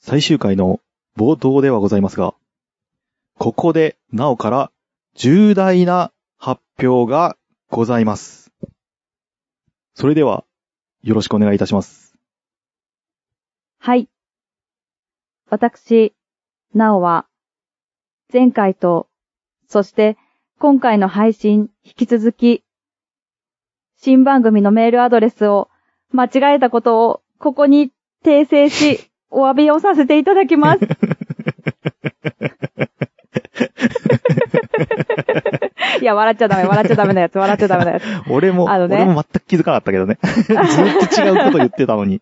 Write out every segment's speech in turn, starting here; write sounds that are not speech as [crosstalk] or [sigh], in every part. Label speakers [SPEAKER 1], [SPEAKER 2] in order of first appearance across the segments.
[SPEAKER 1] 最終回の冒頭ではございますが、ここで、なおから、重大な発表がございます。それでは、よろしくお願いいたします。
[SPEAKER 2] はい。私、なおは、前回と、そして今回の配信、引き続き、新番組のメールアドレスを間違えたことを、ここに訂正し、お詫びをさせていただ
[SPEAKER 1] [laughs]
[SPEAKER 2] きます。いや、笑っちゃダメ、笑っちゃダメなやつ、笑っちゃダメなやつ。
[SPEAKER 1] 俺も、
[SPEAKER 2] あのね
[SPEAKER 1] 俺も全く気づかなかったけど
[SPEAKER 2] [laughs]
[SPEAKER 1] ね。ずっと違うこと言ってたのに。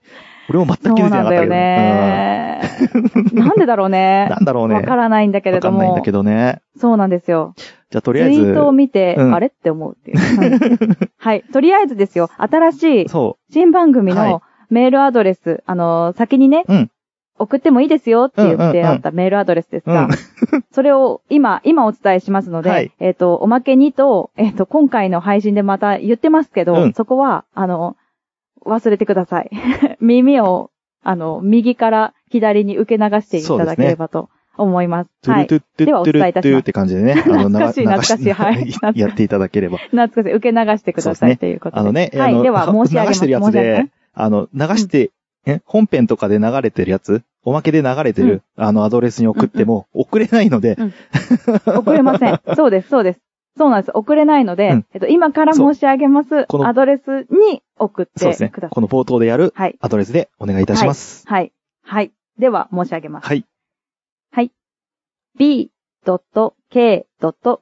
[SPEAKER 1] 俺も全く気づいてなかったけどね。
[SPEAKER 2] そうなんだよね。なんでだろう
[SPEAKER 1] うん
[SPEAKER 2] ね。
[SPEAKER 1] なんだろうね。
[SPEAKER 2] わからないんだけれ
[SPEAKER 1] わか
[SPEAKER 2] ど
[SPEAKER 1] んないん
[SPEAKER 2] も
[SPEAKER 1] だ。けどね。
[SPEAKER 2] そうなんですよ。
[SPEAKER 1] じゃあと
[SPEAKER 2] ツ
[SPEAKER 1] りあえ
[SPEAKER 2] イ
[SPEAKER 1] ず
[SPEAKER 2] ー、トを見て、
[SPEAKER 1] うん
[SPEAKER 2] あれって思うっていう。
[SPEAKER 1] [laughs]
[SPEAKER 2] はい。とりあえずですよ、新しい
[SPEAKER 1] そ
[SPEAKER 2] 新番組
[SPEAKER 1] はい
[SPEAKER 2] のメールアドレス、あのー先にね、
[SPEAKER 1] うん
[SPEAKER 2] 送ってもいいですよって言ってあったメールアドレスです
[SPEAKER 1] う。
[SPEAKER 2] が、
[SPEAKER 1] うん。
[SPEAKER 2] それを今、今お伝えしますので、
[SPEAKER 1] はい
[SPEAKER 2] えっ、と、おまけにと、えっ、と、今回の配信でまた言ってますけど、
[SPEAKER 1] うん
[SPEAKER 2] そこは、あの、忘れてください。 [laughs] 耳を、あの、右から左に受け流していただければと思います。
[SPEAKER 1] トゥ
[SPEAKER 2] は
[SPEAKER 1] ル
[SPEAKER 2] い
[SPEAKER 1] ト。ゥットゥ
[SPEAKER 2] では
[SPEAKER 1] ッ
[SPEAKER 2] お
[SPEAKER 1] トゥル
[SPEAKER 2] 伝
[SPEAKER 1] ッ
[SPEAKER 2] えい
[SPEAKER 1] ト
[SPEAKER 2] た
[SPEAKER 1] ゥル
[SPEAKER 2] しま
[SPEAKER 1] っ
[SPEAKER 2] す
[SPEAKER 1] て感じでね。あの、
[SPEAKER 2] 懐かしい
[SPEAKER 1] 流
[SPEAKER 2] 懐かしい
[SPEAKER 1] 流
[SPEAKER 2] はい
[SPEAKER 1] し [laughs] やっていただければ。
[SPEAKER 2] 懐かしい。受け流してください、
[SPEAKER 1] そうですね
[SPEAKER 2] ということで。
[SPEAKER 1] あのね、
[SPEAKER 2] は
[SPEAKER 1] あの
[SPEAKER 2] い。では、申し上げま
[SPEAKER 1] 流
[SPEAKER 2] す。
[SPEAKER 1] してるやつ
[SPEAKER 2] 申し上げます
[SPEAKER 1] で、あの、流して、え本編とかで流れてるやつおまけで流れてる、あの、アドレスに送っても、送れないので、
[SPEAKER 2] 遅れません。そうです、そうです。そうなんです。遅れないので、
[SPEAKER 1] うん
[SPEAKER 2] えっと、今から申し上げます。
[SPEAKER 1] この
[SPEAKER 2] アドレスに送っ
[SPEAKER 1] そうです
[SPEAKER 2] て
[SPEAKER 1] ね
[SPEAKER 2] くだ。さい。
[SPEAKER 1] この冒頭でやる
[SPEAKER 2] はい。
[SPEAKER 1] アドレスでお願いいたします。
[SPEAKER 2] はい。はい。では、申し上げます。
[SPEAKER 1] はい。
[SPEAKER 2] b.k.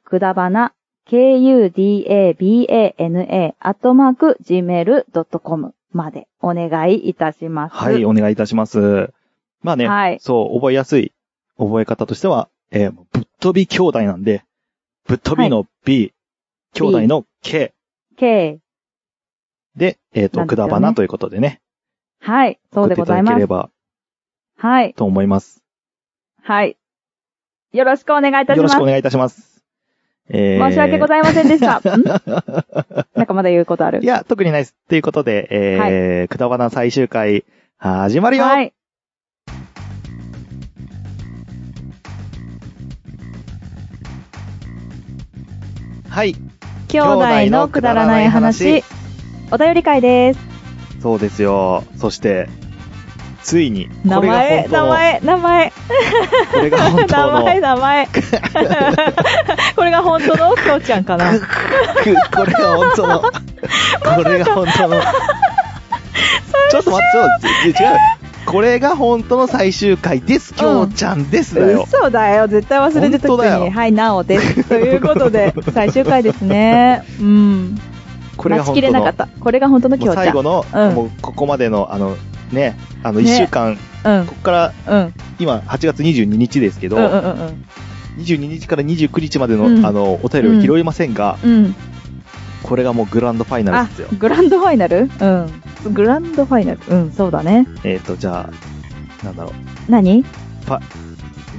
[SPEAKER 2] くだばな kudabana アットマーク gmail.com までお願いいたします。
[SPEAKER 1] はい、お願いいたします。まあね、
[SPEAKER 2] はい。
[SPEAKER 1] そう、覚えやすい覚え方としては、えーぶっ飛び兄弟なんで、ぶっ飛びの B、兄弟の K
[SPEAKER 2] k。
[SPEAKER 1] で、えっ、と、
[SPEAKER 2] なんで
[SPEAKER 1] く
[SPEAKER 2] すよ
[SPEAKER 1] だ
[SPEAKER 2] ね
[SPEAKER 1] ばなということでね、
[SPEAKER 2] はい。そう
[SPEAKER 1] 送
[SPEAKER 2] で
[SPEAKER 1] って
[SPEAKER 2] ご
[SPEAKER 1] いた
[SPEAKER 2] ざい
[SPEAKER 1] だけ
[SPEAKER 2] ま
[SPEAKER 1] れ
[SPEAKER 2] す。
[SPEAKER 1] ば
[SPEAKER 2] はい。
[SPEAKER 1] と思います。
[SPEAKER 2] はい。よろしくお願いいたし
[SPEAKER 1] よろ
[SPEAKER 2] ます
[SPEAKER 1] しくお。願いいたします。え
[SPEAKER 2] 申し訳ご
[SPEAKER 1] い
[SPEAKER 2] ざいませんでした。
[SPEAKER 1] [laughs]
[SPEAKER 2] んなんかまだ言うことある。
[SPEAKER 1] いや、特にないです。ということで、えーくだばな最終回、始まるよ、
[SPEAKER 2] はい。
[SPEAKER 1] はい。
[SPEAKER 2] 兄弟のくだらない話。お便り会です。
[SPEAKER 1] そうですよ。そして、ついに、
[SPEAKER 2] 名
[SPEAKER 1] これが
[SPEAKER 2] 前、
[SPEAKER 1] 本当
[SPEAKER 2] 名
[SPEAKER 1] の、
[SPEAKER 2] 前、名前、
[SPEAKER 1] これが本
[SPEAKER 2] 名
[SPEAKER 1] 当の、
[SPEAKER 2] 前、
[SPEAKER 1] [laughs]
[SPEAKER 2] 名前。これが本当のきょうちゃんかな。
[SPEAKER 1] くこれが本
[SPEAKER 2] [laughs]
[SPEAKER 1] 当の、これが本当の、ちょっと待って、そう違う。これが本当の最終回です、きょうちゃんですだよ。
[SPEAKER 2] 嘘だよ。絶対忘れてた
[SPEAKER 1] 本当だよ
[SPEAKER 2] に。はい、なおです。というこ
[SPEAKER 1] [laughs]
[SPEAKER 2] とで、最終回ですね。うん。
[SPEAKER 1] これが本
[SPEAKER 2] 待ちき
[SPEAKER 1] 当
[SPEAKER 2] れな
[SPEAKER 1] の
[SPEAKER 2] かっ、た。これが本当のき
[SPEAKER 1] もう
[SPEAKER 2] ょうちゃん。
[SPEAKER 1] 最後の、
[SPEAKER 2] うん
[SPEAKER 1] もうここまでの、あの、ね、あの、
[SPEAKER 2] ね
[SPEAKER 1] 一週間、
[SPEAKER 2] うん
[SPEAKER 1] こ。こから、
[SPEAKER 2] うん。
[SPEAKER 1] 今、8月22日ですけど、
[SPEAKER 2] うんうんうん
[SPEAKER 1] 22日から29日までの、
[SPEAKER 2] うん
[SPEAKER 1] あの、お便りを拾いませんが、
[SPEAKER 2] うん。うん。
[SPEAKER 1] これがもうグランドファイナル
[SPEAKER 2] あ
[SPEAKER 1] ですよ。、
[SPEAKER 2] グランドファイナルうん。グランドファイナル。うん、そうだね。
[SPEAKER 1] えっ、と、じゃあ、なんだろう
[SPEAKER 2] 何い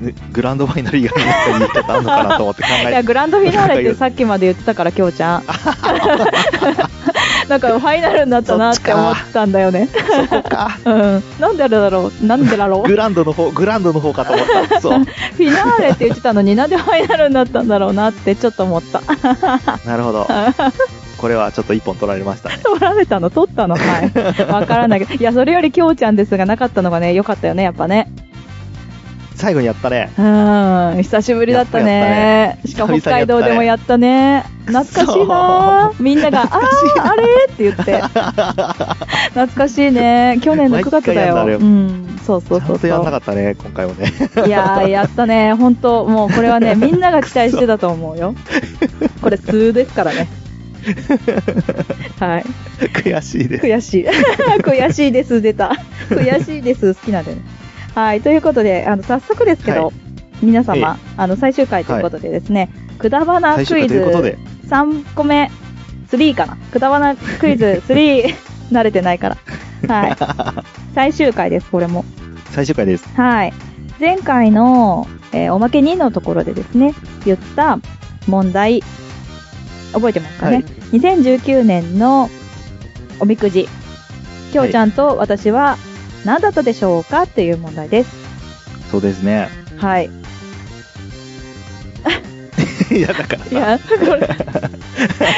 [SPEAKER 1] ぬ、グランドファイナル以外の言い方あるのかなと思って考え
[SPEAKER 2] や、
[SPEAKER 1] て、
[SPEAKER 2] グランドフィナ
[SPEAKER 1] [laughs]
[SPEAKER 2] ーレってさっきまで言ってたから、きょうちゃん。なんかファイナルになったなって思ったんだよね。
[SPEAKER 1] そこか。
[SPEAKER 2] うん。なんでだろうなんでだろう
[SPEAKER 1] グランドの方、グランドの方かと思った。そう。
[SPEAKER 2] フィナーレって言ってたのになんでファイナルになったんだろうなってちょっと思った。 [laughs]
[SPEAKER 1] なるほど。これはちょっと一本取られましたね。
[SPEAKER 2] 取られたの取ったのはい。わからないけど。いや、それよりきょうちゃんですがなかったのがね、よかったよね、やっぱね。
[SPEAKER 1] 最後にやったね。
[SPEAKER 2] うん、久しぶりだったね。しかも北海道でもやったね。懐かしいなみん
[SPEAKER 1] [laughs]
[SPEAKER 2] なが、あー、あれって言って。懐かしいね。去年の9月だ
[SPEAKER 1] 毎回や
[SPEAKER 2] よ。
[SPEAKER 1] んだ
[SPEAKER 2] うん、そう
[SPEAKER 1] ち
[SPEAKER 2] そう
[SPEAKER 1] ゃ
[SPEAKER 2] そうん
[SPEAKER 1] とやんな
[SPEAKER 2] そ
[SPEAKER 1] かったね、今回もね。 [laughs]
[SPEAKER 2] う。いやー、やったね。本当もうこれはね、みんなが期待してたと思うよ。これ、数ですからね。はい。
[SPEAKER 1] 悔しいです。
[SPEAKER 2] 悔しい。 [laughs] 悔しいです、出た。悔しいです、好きなんでね。はい、ということで、あの、早速ですけど、
[SPEAKER 1] は
[SPEAKER 2] 皆様、あの、最終回ということでですね、くだばな
[SPEAKER 1] 最終
[SPEAKER 2] クイ
[SPEAKER 1] 回ということ
[SPEAKER 2] ズ
[SPEAKER 1] で、
[SPEAKER 2] 3個目、3かな。くだばなクイ
[SPEAKER 1] [laughs]
[SPEAKER 2] ズ3、慣れてないから。はい。最終回です、これも。
[SPEAKER 1] 最終回です。
[SPEAKER 2] はい。前回の、えーおまけ2のところでですね、言った問題、覚えてますかね、
[SPEAKER 1] はい
[SPEAKER 2] 2019年のおみくじ、きょうちゃんと私は何だったでしょうかという問題です。
[SPEAKER 1] そうですね。 [laughs]
[SPEAKER 2] はい。
[SPEAKER 1] いや、だから
[SPEAKER 2] い
[SPEAKER 1] さ。
[SPEAKER 2] や、これ、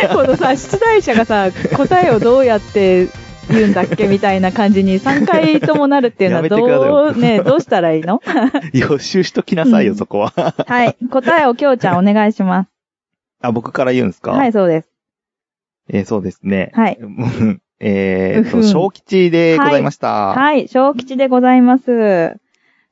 [SPEAKER 2] このさ、出題者がさ、答えをどうやって言うんだっけみたいな感じに3回ともなるっていうのは
[SPEAKER 1] やめてください
[SPEAKER 2] ど
[SPEAKER 1] よ
[SPEAKER 2] う、ね、どうしたらいいの
[SPEAKER 1] 予習しときなさいよ、
[SPEAKER 2] うん
[SPEAKER 1] そこ [laughs] は。 [laughs]
[SPEAKER 2] はい。答えをきょうちゃんお願いします。
[SPEAKER 1] あ、僕から言うんですか
[SPEAKER 2] はい、。そうです。
[SPEAKER 1] えーそうですね。 [laughs]
[SPEAKER 2] はい
[SPEAKER 1] うん。えーっ
[SPEAKER 2] う
[SPEAKER 1] と、
[SPEAKER 2] ふん
[SPEAKER 1] 小吉でございました。
[SPEAKER 2] はい、小吉でございます。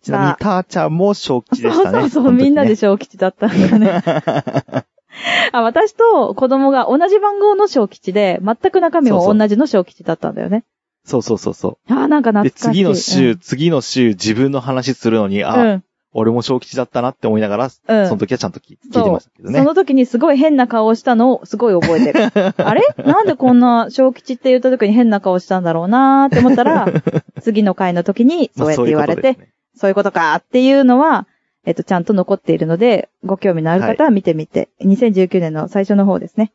[SPEAKER 1] ちなみに、たーちゃんも小吉でし
[SPEAKER 2] そ
[SPEAKER 1] た
[SPEAKER 2] う
[SPEAKER 1] ね。
[SPEAKER 2] そうそう、みんなで小吉だったんだね。
[SPEAKER 1] [laughs]
[SPEAKER 2] あ、私と子供が同じ番号の小吉で、全く中身も同じの小吉だったんだよね。
[SPEAKER 1] そうそうそうそ
[SPEAKER 2] あーなんか
[SPEAKER 1] う。
[SPEAKER 2] 懐
[SPEAKER 1] で、
[SPEAKER 2] かしい。
[SPEAKER 1] 次の週、
[SPEAKER 2] うん
[SPEAKER 1] 次の週、自分の話するのに、あ、
[SPEAKER 2] うん。
[SPEAKER 1] 俺も小吉だったなって思いながら、そ
[SPEAKER 2] うん
[SPEAKER 1] の時はちゃんと聞い聞いてましたけど
[SPEAKER 2] そ
[SPEAKER 1] ね。
[SPEAKER 2] の時にすごい変な顔をしたのをすごい覚
[SPEAKER 1] [laughs]
[SPEAKER 2] えてる。あれなんでこんな小吉って言った時に変な顔したんだろうなーって思ったら、
[SPEAKER 1] [laughs]
[SPEAKER 2] 次の回の時にそうやって言われて、そういう
[SPEAKER 1] まあ。
[SPEAKER 2] ことかっていうのは、えっと、ちゃんと残っているので、ご興味のある方は見てみて、2019年の最初の方ですね。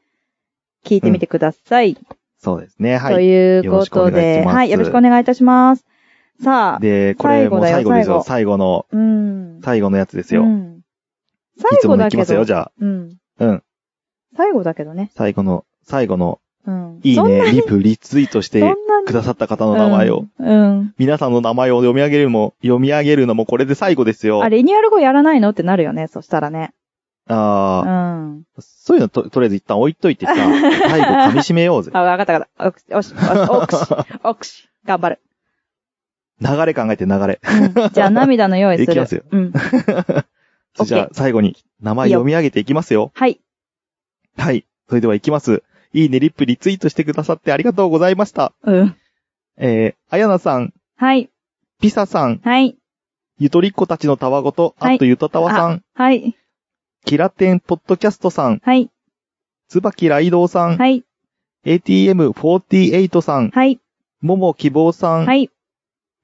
[SPEAKER 2] 聞いてみてください。
[SPEAKER 1] そうですね。は
[SPEAKER 2] と
[SPEAKER 1] い。
[SPEAKER 2] いうことで、
[SPEAKER 1] よろしくお願いします
[SPEAKER 2] はい、よろしくお願いいたします。さあ、
[SPEAKER 1] で、これもう
[SPEAKER 2] 最
[SPEAKER 1] 最後
[SPEAKER 2] 後だよ
[SPEAKER 1] ですよ。最後の、
[SPEAKER 2] うん。
[SPEAKER 1] 最後のやつです
[SPEAKER 2] う
[SPEAKER 1] よ。
[SPEAKER 2] ん
[SPEAKER 1] い
[SPEAKER 2] 最
[SPEAKER 1] つ
[SPEAKER 2] 後
[SPEAKER 1] もの
[SPEAKER 2] だ
[SPEAKER 1] いき
[SPEAKER 2] け
[SPEAKER 1] ます
[SPEAKER 2] ど
[SPEAKER 1] よ、、じゃ
[SPEAKER 2] うん。
[SPEAKER 1] あ。うん。
[SPEAKER 2] 最後だけどね。
[SPEAKER 1] 最後の、最後の、
[SPEAKER 2] うん。
[SPEAKER 1] いい
[SPEAKER 2] そんな
[SPEAKER 1] ね、リプ、リツイートし
[SPEAKER 2] そんな
[SPEAKER 1] てくださった方の名前を。。
[SPEAKER 2] うん。うん
[SPEAKER 1] 皆さんの名前を読み上げるも、読み上げるのもこれで最後ですよ。
[SPEAKER 2] あ、リニューアル後やらないのってなるよね、そしたらね。う
[SPEAKER 1] あー
[SPEAKER 2] ん。
[SPEAKER 1] そういうのと、とりあえず一旦置いといてさ、最後噛み締めようぜ。
[SPEAKER 2] あ、わかったわかった。おくし、おし、おくし、おくし、頑張る。
[SPEAKER 1] 流れ考えて流
[SPEAKER 2] [laughs]
[SPEAKER 1] れ。
[SPEAKER 2] うんじゃあ涙の用意する。
[SPEAKER 1] いきますよ。
[SPEAKER 2] うん。オッケー
[SPEAKER 1] じゃあ最後に名前読み上げていきますよ。
[SPEAKER 2] はい。
[SPEAKER 1] はい。それでは行きます。いいね、リップ、リツイートしてくださってありがとうございました。
[SPEAKER 2] うん。
[SPEAKER 1] えー、あやなさん、
[SPEAKER 2] はい。
[SPEAKER 1] ピサさん、
[SPEAKER 2] はい。
[SPEAKER 1] ゆとりっ子たちのたわごと、
[SPEAKER 2] はい
[SPEAKER 1] あとゆとたわさん、
[SPEAKER 2] はい。
[SPEAKER 1] キラテンポッドキャストさん、
[SPEAKER 2] はい。
[SPEAKER 1] つばきらいどうさん、
[SPEAKER 2] はい。
[SPEAKER 1] ATM48 さん、
[SPEAKER 2] はい。
[SPEAKER 1] もも希望さん、
[SPEAKER 2] はい。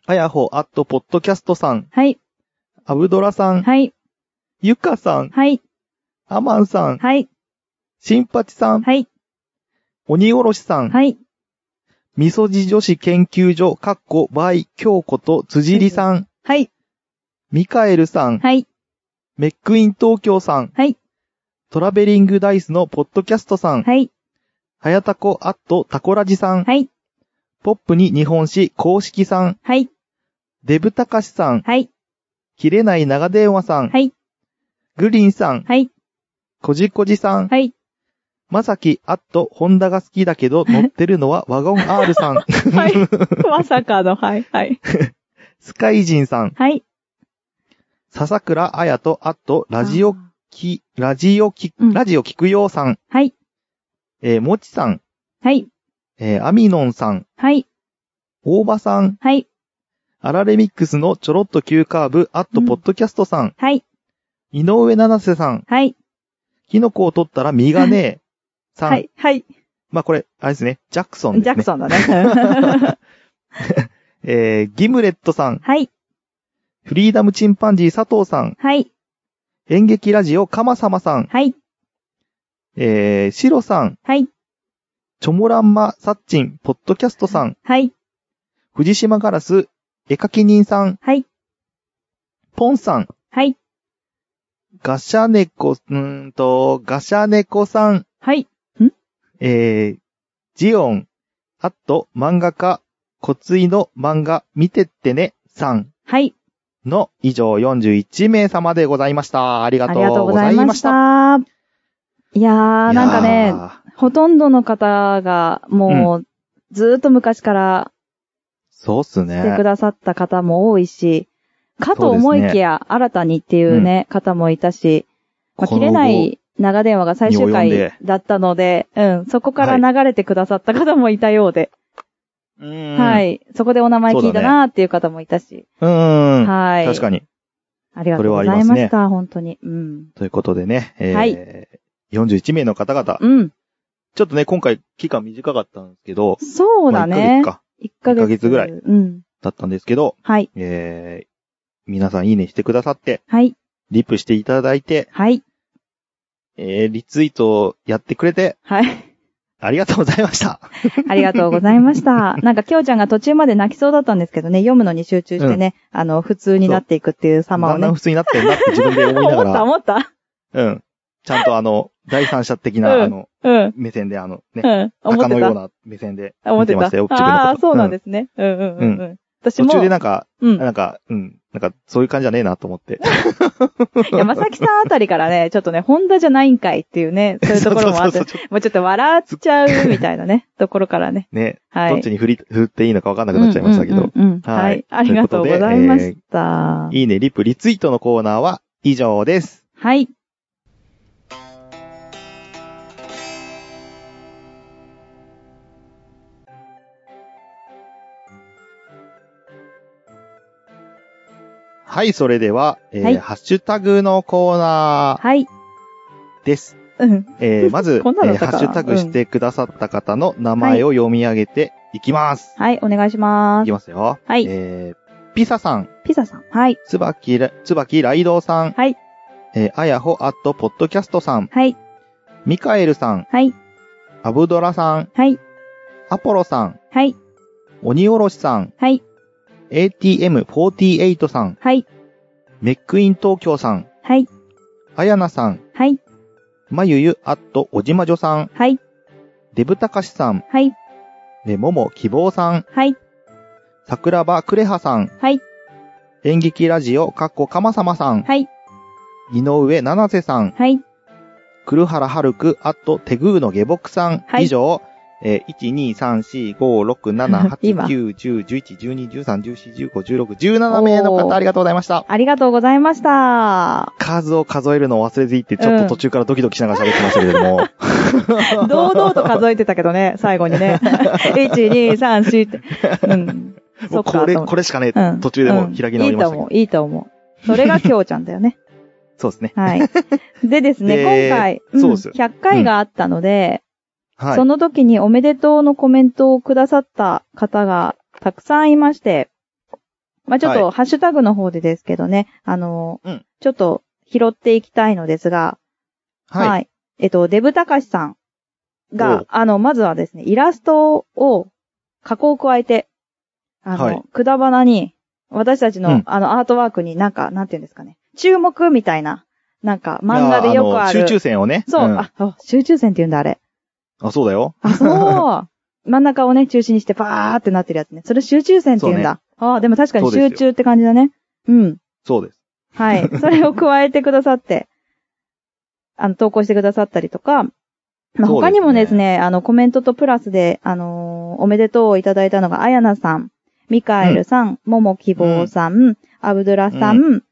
[SPEAKER 1] あやほ、あとポッドキャストさん、
[SPEAKER 2] はい。
[SPEAKER 1] アブドラさん、
[SPEAKER 2] はい。
[SPEAKER 1] ゆかさん、
[SPEAKER 2] はい。
[SPEAKER 1] アマンさん、
[SPEAKER 2] はい。
[SPEAKER 1] しんぱちさん、
[SPEAKER 2] はい。
[SPEAKER 1] 鬼おろしさん、
[SPEAKER 2] はい。
[SPEAKER 1] みそじ女子研究所、かっこ、バイ、京子と辻里さん、
[SPEAKER 2] はい。
[SPEAKER 1] ミカエルさん、
[SPEAKER 2] はい。
[SPEAKER 1] メックイン東京さん、
[SPEAKER 2] はい。
[SPEAKER 1] トラベリングダイスのポッドキャストさん、
[SPEAKER 2] はい。
[SPEAKER 1] はやたこ、あと、タコラジさん、
[SPEAKER 2] はい。
[SPEAKER 1] ポップに日本史、公式さん、
[SPEAKER 2] はい。
[SPEAKER 1] デブタカシさん、
[SPEAKER 2] はい。
[SPEAKER 1] 切れない長電話さん、
[SPEAKER 2] はい。
[SPEAKER 1] グリンさん、
[SPEAKER 2] はい。
[SPEAKER 1] こじこじさん、
[SPEAKER 2] はい。
[SPEAKER 1] まさき、あっと、ホンダが好きだけ
[SPEAKER 2] [laughs]
[SPEAKER 1] ど、乗ってるのはワゴン R さん、 [laughs]
[SPEAKER 2] はい。まさかの、はい。はい。
[SPEAKER 1] スカイジンさん、
[SPEAKER 2] はい。
[SPEAKER 1] 笹倉あやと、あっと、ラジオき、ラジオき、
[SPEAKER 2] うん
[SPEAKER 1] ラジオ聞くようさん、
[SPEAKER 2] はい。
[SPEAKER 1] えーもちさん、
[SPEAKER 2] はい。
[SPEAKER 1] えーアミノンさん、
[SPEAKER 2] はい。
[SPEAKER 1] 大場さん、
[SPEAKER 2] はい。
[SPEAKER 1] アラレミックスのちょろっと急カーブ、あっと、
[SPEAKER 2] うん
[SPEAKER 1] ポッドキャストさん、
[SPEAKER 2] はい。
[SPEAKER 1] 井上七瀬さん、
[SPEAKER 2] はい。
[SPEAKER 1] キノコを取ったら身が
[SPEAKER 2] [laughs]
[SPEAKER 1] ねえ、さん、
[SPEAKER 2] はい。はい。
[SPEAKER 1] まあこれ、あれですね、ジャクソンです
[SPEAKER 2] ジ
[SPEAKER 1] ね。
[SPEAKER 2] ャクソンだね。 [laughs]
[SPEAKER 1] えー、ギムレットさん、
[SPEAKER 2] はい。
[SPEAKER 1] フリーダムチンパンジー佐藤さん、
[SPEAKER 2] はい。
[SPEAKER 1] 演劇ラジオカマ様さん、
[SPEAKER 2] はい。
[SPEAKER 1] えー、シロさん、
[SPEAKER 2] はい。
[SPEAKER 1] チョモランマサッチン、ポッドキャストさん、
[SPEAKER 2] はい。
[SPEAKER 1] 藤島ガラス、絵描き人さん、
[SPEAKER 2] はい。
[SPEAKER 1] ポンさん、
[SPEAKER 2] はい。
[SPEAKER 1] ガシャネコ、うーんと、ガシャネコさん、
[SPEAKER 2] はい。
[SPEAKER 1] えー、ジオン、あと、漫画家、コツイの漫画、見てってね、さん
[SPEAKER 2] はい。
[SPEAKER 1] の以上41名様でございました。ありが
[SPEAKER 2] あ
[SPEAKER 1] と
[SPEAKER 2] りがと
[SPEAKER 1] う
[SPEAKER 2] うご
[SPEAKER 1] ご
[SPEAKER 2] ざ
[SPEAKER 1] ざ
[SPEAKER 2] い
[SPEAKER 1] い
[SPEAKER 2] ま
[SPEAKER 1] ま
[SPEAKER 2] し
[SPEAKER 1] したた。。
[SPEAKER 2] いやー、なんか
[SPEAKER 1] い
[SPEAKER 2] ね
[SPEAKER 1] や、ー、
[SPEAKER 2] ほとんどの方が、もう、ずーっと昔から
[SPEAKER 1] そうっす
[SPEAKER 2] 来て
[SPEAKER 1] ね
[SPEAKER 2] く。ださった方も多いし、かと思いきや、新たにっていうね、方もいたし、まあ、
[SPEAKER 1] こ
[SPEAKER 2] 切
[SPEAKER 1] の
[SPEAKER 2] れない長電話が最終回だったので、うん、そこから流れてくださった方もいたようで、
[SPEAKER 1] うーん
[SPEAKER 2] はい、そこでお名前聞いたなーっていう方もいたし、
[SPEAKER 1] うーん。
[SPEAKER 2] はい。
[SPEAKER 1] 確かに。
[SPEAKER 2] ありが
[SPEAKER 1] そ
[SPEAKER 2] と
[SPEAKER 1] うれ
[SPEAKER 2] ご
[SPEAKER 1] はあ
[SPEAKER 2] ざ
[SPEAKER 1] りま
[SPEAKER 2] い
[SPEAKER 1] すね
[SPEAKER 2] ました、本当に。うん。
[SPEAKER 1] ということでね、えー
[SPEAKER 2] は
[SPEAKER 1] 41名の方々、
[SPEAKER 2] うん。
[SPEAKER 1] ちょっとね、今回期間短かったんですけど、
[SPEAKER 2] そうだ
[SPEAKER 1] まあ
[SPEAKER 2] ね
[SPEAKER 1] 1ヶ月。か、
[SPEAKER 2] 1ヶ月。
[SPEAKER 1] 一ヶ月ぐらい
[SPEAKER 2] うん。
[SPEAKER 1] だったんですけど、
[SPEAKER 2] はい。
[SPEAKER 1] えー、皆さんいいねしてくださって、
[SPEAKER 2] はい。
[SPEAKER 1] リップしていただいて、
[SPEAKER 2] はい。
[SPEAKER 1] えー、リツイートやってくれて、
[SPEAKER 2] はい。
[SPEAKER 1] ありがとうございました。
[SPEAKER 2] ありがとうござい
[SPEAKER 1] [laughs]
[SPEAKER 2] ました。なんか、きょうちゃんが途中まで泣きそうだったんですけどね、読むのに集中してね、あの、普通になっていくっていう様
[SPEAKER 1] だ
[SPEAKER 2] を
[SPEAKER 1] んだ
[SPEAKER 2] ね
[SPEAKER 1] ん。普通になってるなって自分で思いなが
[SPEAKER 2] [laughs] 思った
[SPEAKER 1] ら、
[SPEAKER 2] 思った
[SPEAKER 1] うん。ちゃんとあの、第三者的な、
[SPEAKER 2] うん
[SPEAKER 1] あの、
[SPEAKER 2] うん。
[SPEAKER 1] 目線で、あの、ね、
[SPEAKER 2] うん。思
[SPEAKER 1] 鷹の
[SPEAKER 2] って
[SPEAKER 1] よう
[SPEAKER 2] た。
[SPEAKER 1] な目線で
[SPEAKER 2] 思
[SPEAKER 1] 見
[SPEAKER 2] って
[SPEAKER 1] てました
[SPEAKER 2] た
[SPEAKER 1] よ、。自分のこと。
[SPEAKER 2] ああ、そうなん
[SPEAKER 1] す。
[SPEAKER 2] ですね。うんうんうんうん。私
[SPEAKER 1] 途
[SPEAKER 2] も、
[SPEAKER 1] 中でなんか、
[SPEAKER 2] うん。
[SPEAKER 1] なんか、うん、なんか、そういう感じじゃねえなと思って。
[SPEAKER 2] 山崎さんあたりか
[SPEAKER 1] [laughs]
[SPEAKER 2] らね、ちょっとね、ホンダじゃないんかいっていうね、そういうところもあって
[SPEAKER 1] そう、そうそうそう
[SPEAKER 2] もうちょっと笑っちゃうみたいな
[SPEAKER 1] [laughs]
[SPEAKER 2] ね、ところからね。
[SPEAKER 1] ね、
[SPEAKER 2] はい。
[SPEAKER 1] どっちに振り、振っていいのかわかんなくなっちゃいましたけど。
[SPEAKER 2] うんうんうんうん
[SPEAKER 1] はい
[SPEAKER 2] はい。ありがとうございました。
[SPEAKER 1] いいね、リプ、リツイートのコーナーは以上です。
[SPEAKER 2] はい。
[SPEAKER 1] はい、それでは、えー
[SPEAKER 2] はい
[SPEAKER 1] ハッシュタグのコーナ
[SPEAKER 2] はい。
[SPEAKER 1] ーです。
[SPEAKER 2] うん。
[SPEAKER 1] えー
[SPEAKER 2] [laughs]
[SPEAKER 1] まず、え
[SPEAKER 2] こんなの
[SPEAKER 1] ー
[SPEAKER 2] だった
[SPEAKER 1] ハ
[SPEAKER 2] か
[SPEAKER 1] ッ
[SPEAKER 2] な
[SPEAKER 1] シュタグしてくださった方の名前を読み上げていきます。
[SPEAKER 2] はい、お願いしま
[SPEAKER 1] い、き
[SPEAKER 2] す。
[SPEAKER 1] ますよ。
[SPEAKER 2] はい
[SPEAKER 1] えー、ピサさん、
[SPEAKER 2] ピザさん。はい。
[SPEAKER 1] つばきら、つばきらいどうさん、
[SPEAKER 2] はい。
[SPEAKER 1] えー、あやほアットポッドキャストさん、
[SPEAKER 2] はい。
[SPEAKER 1] ミカエルさん、
[SPEAKER 2] はい。
[SPEAKER 1] アブドラさん、
[SPEAKER 2] はい。
[SPEAKER 1] アポロさん、
[SPEAKER 2] はい。
[SPEAKER 1] 鬼おろしさん、
[SPEAKER 2] はい。
[SPEAKER 1] ATM48 さん、
[SPEAKER 2] はい。
[SPEAKER 1] メックイン東京さん、
[SPEAKER 2] はい。
[SPEAKER 1] あやなさん、
[SPEAKER 2] はい。
[SPEAKER 1] まゆゆ、あっと、おじまじょさん、
[SPEAKER 2] はい。
[SPEAKER 1] デブたかしさん、
[SPEAKER 2] はい。
[SPEAKER 1] えもも希望さん、
[SPEAKER 2] はい。
[SPEAKER 1] 桜庭くれはさん、
[SPEAKER 2] はい。
[SPEAKER 1] 演劇ラジオ、かっこかまさまさん、
[SPEAKER 2] はい。
[SPEAKER 1] 井上七瀬さん、
[SPEAKER 2] はい。
[SPEAKER 1] くるはらはるく、あっと、てぐーの下僕さん、
[SPEAKER 2] はい
[SPEAKER 1] 以上、えー、1、2、3、4、5、6、7、8、
[SPEAKER 2] 今
[SPEAKER 1] 9、10、11、12、13、14、15、16、17名の
[SPEAKER 2] お
[SPEAKER 1] 方
[SPEAKER 2] ー
[SPEAKER 1] ありがとうございました。
[SPEAKER 2] ありがとうございま
[SPEAKER 1] [laughs]
[SPEAKER 2] した。
[SPEAKER 1] 数を数えるのを忘れずいって、ちょっ
[SPEAKER 2] う
[SPEAKER 1] と
[SPEAKER 2] ん
[SPEAKER 1] 途中からドキドキしながら喋ってましたけれども。
[SPEAKER 2] 堂々と数えてたけどね、最後に
[SPEAKER 1] [laughs]
[SPEAKER 2] ね。1、2、3、4って。うん。
[SPEAKER 1] もう
[SPEAKER 2] そっか
[SPEAKER 1] これ、
[SPEAKER 2] と思って
[SPEAKER 1] これしかねえ、
[SPEAKER 2] うん
[SPEAKER 1] 途中でもう開き直りましたけど、
[SPEAKER 2] うんいいと思う、いいと思う。それがきょうちゃんだよね。
[SPEAKER 1] そうですね。 [laughs]
[SPEAKER 2] はい。でですね、
[SPEAKER 1] で
[SPEAKER 2] 今回、うん
[SPEAKER 1] そうです
[SPEAKER 2] 100回があったので、
[SPEAKER 1] はい
[SPEAKER 2] そ。の時におめでとうのコメントをくださった方がたくさんいまして、まあちょっ
[SPEAKER 1] は
[SPEAKER 2] とハッシュタグの方でですけどね、あの、
[SPEAKER 1] うん
[SPEAKER 2] ちょっと拾っていきたいのですが、
[SPEAKER 1] はい。
[SPEAKER 2] えっと、デブたかしさん
[SPEAKER 1] お
[SPEAKER 2] が、あの、まずはですね、イラストを、加工を加えて、あの、
[SPEAKER 1] はい
[SPEAKER 2] くだばなに、私たちの、
[SPEAKER 1] うん
[SPEAKER 2] あの、アートワークになんか、なんていうんですかね、注目みたいな、なんか、漫画でよくある。
[SPEAKER 1] の集中線をね。
[SPEAKER 2] そう、
[SPEAKER 1] ん
[SPEAKER 2] あ、あ集中線って言うんだ、あれ。
[SPEAKER 1] あ、そうだよ。
[SPEAKER 2] あ、そう。真ん中をね、中心にして、バーってなってるやつね。それ集中線って言うんだ。ああ、でも確かに
[SPEAKER 1] そうですよ
[SPEAKER 2] 集中って感じだね。うん。
[SPEAKER 1] そうです。 [laughs]
[SPEAKER 2] はい。それを加えてくださって、あの、投稿してくださったりとか、
[SPEAKER 1] そう
[SPEAKER 2] まあ、
[SPEAKER 1] ですね
[SPEAKER 2] 他にもですね、あの、コメントとプラスで、あのーおめでとうをいただいたのが、あやなさん、ミカエルさん、もも希望さん、アブドゥラさん、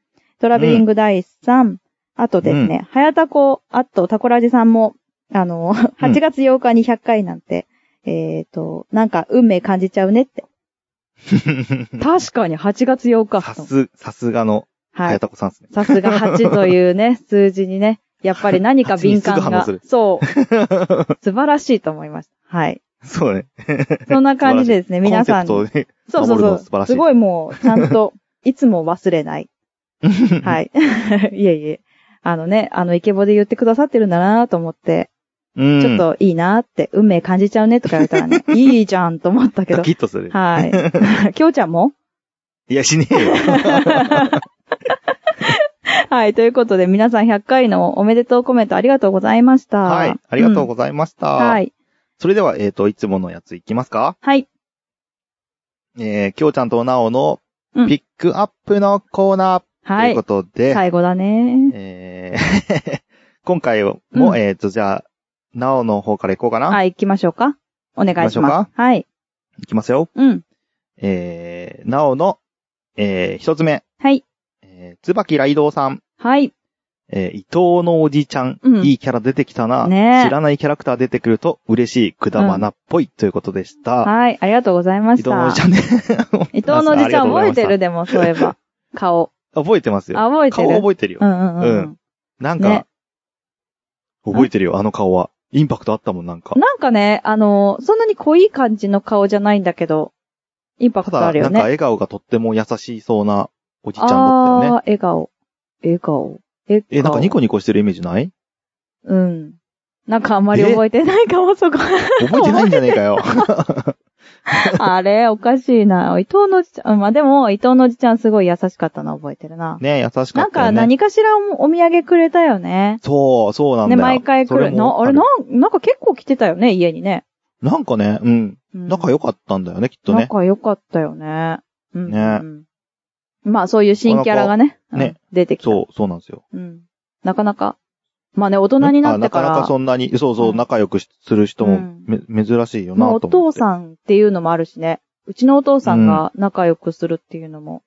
[SPEAKER 2] トラベリングダイスさん、あとですね、はやたこ、あと、タコラジさんも、あのー、
[SPEAKER 1] うん
[SPEAKER 2] 8月8日に100回なんて、えっ、と、なんか、運命感じちゃうねって。確かに8月8
[SPEAKER 1] [laughs]
[SPEAKER 2] 日。
[SPEAKER 1] さす、さすがの、
[SPEAKER 2] は
[SPEAKER 1] はや
[SPEAKER 2] い。
[SPEAKER 1] たこさんですね。
[SPEAKER 2] さすが8というね、
[SPEAKER 1] [laughs]
[SPEAKER 2] 数字にね、やっぱり何か敏
[SPEAKER 1] 8
[SPEAKER 2] 感
[SPEAKER 1] にすぐ反応
[SPEAKER 2] が
[SPEAKER 1] する、
[SPEAKER 2] そう、素晴らしいと思いました。はい。
[SPEAKER 1] そうね。
[SPEAKER 2] そんな感じでですね、皆さん、
[SPEAKER 1] コ
[SPEAKER 2] そ
[SPEAKER 1] ン
[SPEAKER 2] う
[SPEAKER 1] セプ
[SPEAKER 2] そう
[SPEAKER 1] 守るの素晴
[SPEAKER 2] そ
[SPEAKER 1] ら
[SPEAKER 2] う、
[SPEAKER 1] しい
[SPEAKER 2] すごいもう、ちゃ
[SPEAKER 1] [laughs]
[SPEAKER 2] んと、いつも忘れない。
[SPEAKER 1] トをね。
[SPEAKER 2] はい。 [laughs] いえいえ。あのね、あの、イケボで言ってくださってるんだなと思って、
[SPEAKER 1] うん。
[SPEAKER 2] ちょっといいなって、運命感じちゃうねとか言われたら
[SPEAKER 1] [laughs]
[SPEAKER 2] ね、いいじゃんと思ったけ
[SPEAKER 1] ド
[SPEAKER 2] ど。
[SPEAKER 1] キッとする。 [laughs]
[SPEAKER 2] はい。きょうちゃんも
[SPEAKER 1] いや、しねえよ。
[SPEAKER 2] はい。ということで、皆さん100回のおめでとうコメント [laughs] ありがとうございました。
[SPEAKER 1] はい。ありがとう
[SPEAKER 2] ござい
[SPEAKER 1] ございました。
[SPEAKER 2] まはい。
[SPEAKER 1] それでは、えっと、いつものやついきますか
[SPEAKER 2] はい。
[SPEAKER 1] えー、きょうちゃんとなおの、
[SPEAKER 2] うん
[SPEAKER 1] ピックアップのコーナー。
[SPEAKER 2] は
[SPEAKER 1] という
[SPEAKER 2] い
[SPEAKER 1] こ。とで、
[SPEAKER 2] 最後だね。
[SPEAKER 1] えー、 [laughs] 今回も、
[SPEAKER 2] うん
[SPEAKER 1] えっと、じゃあ、なおの方からいこうかな。
[SPEAKER 2] はい、行きましょうか。お願い
[SPEAKER 1] 行
[SPEAKER 2] し
[SPEAKER 1] きましょう
[SPEAKER 2] ます。はい。
[SPEAKER 1] いきますよ。
[SPEAKER 2] うん。
[SPEAKER 1] えー、なおの、えー、一つ目。
[SPEAKER 2] はい。
[SPEAKER 1] えー、つばきらいどうさん。
[SPEAKER 2] はい。
[SPEAKER 1] えー、伊藤のおじちゃん。
[SPEAKER 2] うん
[SPEAKER 1] いいキャラ出てきたな。
[SPEAKER 2] ねえ
[SPEAKER 1] 知らないキャラクター出てくると嬉しい、くだまなっぽい、ということでした。
[SPEAKER 2] はい。ありがとうございま
[SPEAKER 1] 伊
[SPEAKER 2] し
[SPEAKER 1] 藤のお
[SPEAKER 2] た
[SPEAKER 1] じち。ゃんね。
[SPEAKER 2] 伊藤のおじち
[SPEAKER 1] ありがと
[SPEAKER 2] ゃん覚えてる
[SPEAKER 1] うございまし
[SPEAKER 2] でも、そういえば。顔。
[SPEAKER 1] た覚えてます
[SPEAKER 2] あ、
[SPEAKER 1] よ。
[SPEAKER 2] 覚えて
[SPEAKER 1] 顔
[SPEAKER 2] る。
[SPEAKER 1] 覚えてるよ
[SPEAKER 2] う。んうんうん。
[SPEAKER 1] なんか、
[SPEAKER 2] ね
[SPEAKER 1] 覚えてるよ、あの顔は。インパクトあったもん、なんか。
[SPEAKER 2] なんかね、あの、そんなに濃い感じの顔じゃないんだけど、インパ
[SPEAKER 1] た
[SPEAKER 2] ク
[SPEAKER 1] だ
[SPEAKER 2] ト、ある
[SPEAKER 1] な
[SPEAKER 2] よ
[SPEAKER 1] んか
[SPEAKER 2] ね。
[SPEAKER 1] 笑顔がとっても優しそうなおじちゃんだったよ
[SPEAKER 2] あ
[SPEAKER 1] ね。
[SPEAKER 2] あー、笑顔。笑顔。笑顔。
[SPEAKER 1] え、なんかニコニコしてるイメージない
[SPEAKER 2] うん。なんかあんまり覚えてないかも、そこ。
[SPEAKER 1] 覚えてないんじゃねえかよ。
[SPEAKER 2] [laughs] あれ、おかしいな。伊藤のおじちゃん、まあ、でも、伊藤のおじちゃんすごい優しかったな、覚えてる [laughs] な。
[SPEAKER 1] ね優しか
[SPEAKER 2] な
[SPEAKER 1] っ
[SPEAKER 2] ん
[SPEAKER 1] たよ
[SPEAKER 2] か
[SPEAKER 1] ね。
[SPEAKER 2] 何かしらおお土産くれたよね。
[SPEAKER 1] そう、そうなんだ
[SPEAKER 2] ね、
[SPEAKER 1] よ。
[SPEAKER 2] 毎回来
[SPEAKER 1] そ
[SPEAKER 2] る。
[SPEAKER 1] も
[SPEAKER 2] のあれ、なん、なんか結構来てたよね、家にね。
[SPEAKER 1] なんかね、うん。
[SPEAKER 2] うん
[SPEAKER 1] 仲良かったんだよね、きっとね。
[SPEAKER 2] 仲良かったよね。うん、
[SPEAKER 1] ね
[SPEAKER 2] うんまあ、そういう新キャラがね、
[SPEAKER 1] なかなか
[SPEAKER 2] うん出てきた。
[SPEAKER 1] そう、そうなんですよ。
[SPEAKER 2] うん。なかなか。まあね、大人になってか
[SPEAKER 1] あなかな
[SPEAKER 2] ら
[SPEAKER 1] か、そんなに、そうそう、
[SPEAKER 2] うん
[SPEAKER 1] 仲良くしする人もめ、珍しいよな
[SPEAKER 2] まあ、お
[SPEAKER 1] と思
[SPEAKER 2] 父
[SPEAKER 1] って。
[SPEAKER 2] さんっていうのもあるしね。うちのお父さんが仲良くするっていうのも、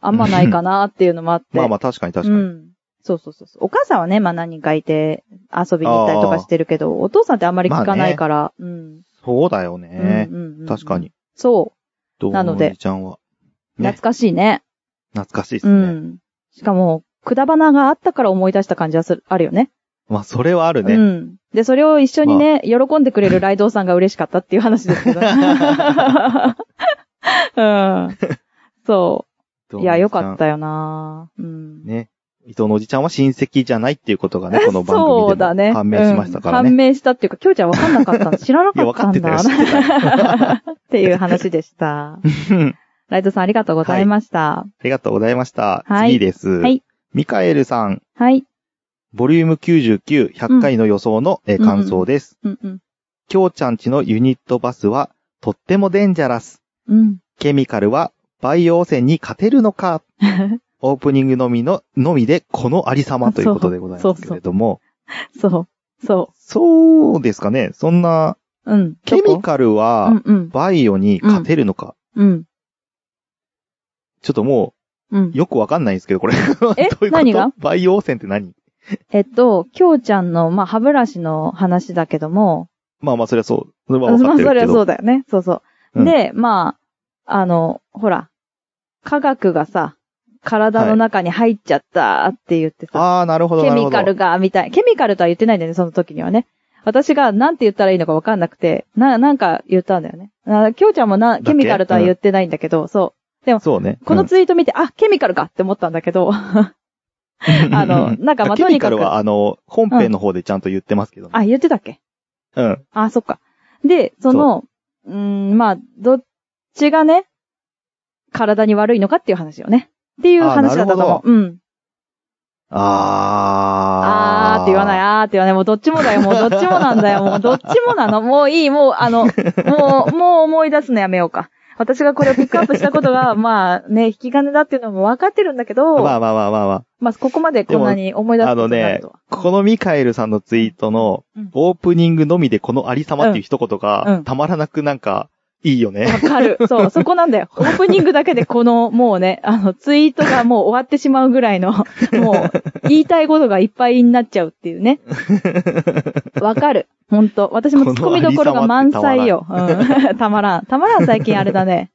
[SPEAKER 2] あんまないかなっていうのもあって。
[SPEAKER 1] [laughs] まあまあ、確かに確か
[SPEAKER 2] う
[SPEAKER 1] に。
[SPEAKER 2] ん。そうそうそうそう。お母さんはね、まあ何人かいて遊びに行ったりとかしてるけど、お父さんってあんまり聞かないから。うん
[SPEAKER 1] そうだよ
[SPEAKER 2] うん
[SPEAKER 1] ね。
[SPEAKER 2] うんうん
[SPEAKER 1] 確かに。。
[SPEAKER 2] そ
[SPEAKER 1] どう
[SPEAKER 2] なの
[SPEAKER 1] も
[SPEAKER 2] で
[SPEAKER 1] おじちゃんは。
[SPEAKER 2] う。
[SPEAKER 1] ね
[SPEAKER 2] 懐かしいね。
[SPEAKER 1] 懐かしいです
[SPEAKER 2] う
[SPEAKER 1] ね。
[SPEAKER 2] ん。しかも、くだばながあったから思い出した感じはする、あるよね。
[SPEAKER 1] まあ、それはある
[SPEAKER 2] う
[SPEAKER 1] ね。
[SPEAKER 2] ん。で、それを一緒にね、喜んでくれるライドウさんが嬉しかったっていう話です
[SPEAKER 1] [laughs]
[SPEAKER 2] けど。うん。そ
[SPEAKER 1] どう
[SPEAKER 2] う。
[SPEAKER 1] も
[SPEAKER 2] い
[SPEAKER 1] おじちゃ
[SPEAKER 2] や、
[SPEAKER 1] ん
[SPEAKER 2] よかったよなうん。
[SPEAKER 1] ね。伊藤のおじちゃんは親戚じゃないっていうこと
[SPEAKER 2] [laughs]
[SPEAKER 1] がね、この番組でも
[SPEAKER 2] そうだね。
[SPEAKER 1] 判明しましたから
[SPEAKER 2] うん
[SPEAKER 1] ね。
[SPEAKER 2] 判明したっていうか、きょうちゃん分かんな
[SPEAKER 1] [laughs]
[SPEAKER 2] かったの。知らなかったん
[SPEAKER 1] いや分
[SPEAKER 2] だ。っていう話
[SPEAKER 1] [laughs]
[SPEAKER 2] でした。ライトさんありがとうございました。
[SPEAKER 1] ありがとうございました。
[SPEAKER 2] はい
[SPEAKER 1] 次です。
[SPEAKER 2] はい
[SPEAKER 1] ミカエルさん、
[SPEAKER 2] はい。
[SPEAKER 1] ボリューム99、100回の予想の、えー
[SPEAKER 2] うん
[SPEAKER 1] 感想です。
[SPEAKER 2] うんうん。
[SPEAKER 1] きょうちゃんちのユニットバスは、とってもデンジャラス。
[SPEAKER 2] うん。
[SPEAKER 1] ケミカルは、培養泉に勝てるのか。オープニングのみの、のみで、このありさまということでございますけれども。
[SPEAKER 2] [laughs] そう。そ
[SPEAKER 1] そうですかね。そんな、
[SPEAKER 2] う。うん。
[SPEAKER 1] ケミカル
[SPEAKER 2] う
[SPEAKER 1] は
[SPEAKER 2] ん、うん。
[SPEAKER 1] バイオに勝てるのか。
[SPEAKER 2] うん。
[SPEAKER 1] ちょっとも
[SPEAKER 2] うん
[SPEAKER 1] う、。よくわかんないんですけ [laughs] ど、これ。
[SPEAKER 2] え
[SPEAKER 1] どういう
[SPEAKER 2] 何が
[SPEAKER 1] こと培養泉って何
[SPEAKER 2] えっと、きょうちゃんの、まあ、歯ブラシの話だけども、
[SPEAKER 1] まあまあ、そりゃそう。それは
[SPEAKER 2] ま
[SPEAKER 1] わか
[SPEAKER 2] あ、
[SPEAKER 1] って
[SPEAKER 2] そ
[SPEAKER 1] る
[SPEAKER 2] れ
[SPEAKER 1] け
[SPEAKER 2] はそ
[SPEAKER 1] ど。
[SPEAKER 2] うだよね。そうそうう。
[SPEAKER 1] ん
[SPEAKER 2] で、まあ、あの、ほら、科学がさ、体の中に入っちゃったって言ってさ、
[SPEAKER 1] ああ、なるほど、
[SPEAKER 2] ケ
[SPEAKER 1] なる
[SPEAKER 2] ミ
[SPEAKER 1] ほ
[SPEAKER 2] カル
[SPEAKER 1] ど。
[SPEAKER 2] が、みたい。ケミカルとは言ってないんだよね、その時にはね。私がなんて言ったらいいのかわかんなくて、な、なんか言ったんだよね。なきょうちゃんもな、
[SPEAKER 1] け
[SPEAKER 2] ケミカルとは言ってないんだけど、そう。
[SPEAKER 1] そうね。
[SPEAKER 2] この
[SPEAKER 1] うん
[SPEAKER 2] ツイート見て、あ、ケミカルかって思ったんだけど、 [laughs] あの、なんかまあ、
[SPEAKER 1] [laughs] ケ
[SPEAKER 2] と
[SPEAKER 1] ミ
[SPEAKER 2] に
[SPEAKER 1] カ
[SPEAKER 2] か
[SPEAKER 1] ル
[SPEAKER 2] く。
[SPEAKER 1] は、あの、本編の方でちゃんと言ってますけどね。
[SPEAKER 2] あ、言ってたっけ
[SPEAKER 1] うん。
[SPEAKER 2] あ、そっか。で、その、うーん、まあ、どっちがね、体に悪いのかっていう話よね。っていう話だったと
[SPEAKER 1] あなる
[SPEAKER 2] 思
[SPEAKER 1] ほ
[SPEAKER 2] う。うん。あ
[SPEAKER 1] あー。
[SPEAKER 2] ーって言わない、あーって言わない。もうどっちもだよ、もうどっちもなんだよ、もうどっちもなの。もういい、もう、あの、もう、もう思い出すのやめようか。私がこれをピックアップしたこ
[SPEAKER 1] [laughs]
[SPEAKER 2] とが、まあね、引き金だっていうのも分かってるんだけど、
[SPEAKER 1] ま
[SPEAKER 2] ま
[SPEAKER 1] あ
[SPEAKER 2] あ、
[SPEAKER 1] まあまあまあまあ。
[SPEAKER 2] ここまでこんなに思い出すことになるとは。
[SPEAKER 1] このミカエルさんのツイートの
[SPEAKER 2] うん、
[SPEAKER 1] オープニングのみでこのありさまっていう一言
[SPEAKER 2] うんう
[SPEAKER 1] が
[SPEAKER 2] ん、
[SPEAKER 1] たまらなくなんか、いいよね。
[SPEAKER 2] わか [laughs] る。そう、そこなんだよ。オープニングだけでこの、もうね、あの、ツイートがもう終わってしまうぐらい [laughs] の、もう、言いたいことがいっぱいになっちゃうっていう [laughs] ね。わかる。ほんと。私も突っ込みどころが満載よ。うん。 [laughs] たまらん。たまらん最近あれだね。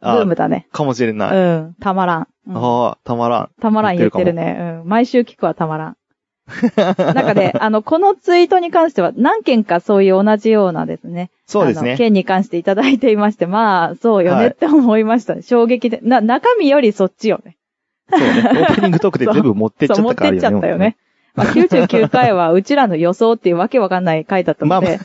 [SPEAKER 2] ブ
[SPEAKER 1] あ
[SPEAKER 2] ームだね。
[SPEAKER 1] かもしれ
[SPEAKER 2] う
[SPEAKER 1] ない。
[SPEAKER 2] ん。たまらん。うん
[SPEAKER 1] ああ、たまらん。
[SPEAKER 2] たまらん言ってるね。うん。毎週聞くはたま [laughs] らん。なんかね、あの、このツイートに関しては何件かそういう同じようなですね。
[SPEAKER 1] そうです
[SPEAKER 2] あの
[SPEAKER 1] ね。
[SPEAKER 2] 件に関していただいていまして、まあ、そうよ
[SPEAKER 1] はい
[SPEAKER 2] ねって思いましたね。衝撃で。な、中身よりそっちよね。
[SPEAKER 1] そうね。オープニングトークで全部持ってっちゃっ
[SPEAKER 2] そう、
[SPEAKER 1] た
[SPEAKER 2] 持っ
[SPEAKER 1] から
[SPEAKER 2] てっちゃったよね。。まあ、99回はうちらの予想っていうわけわかんない回
[SPEAKER 1] [laughs]
[SPEAKER 2] だったの [laughs] で。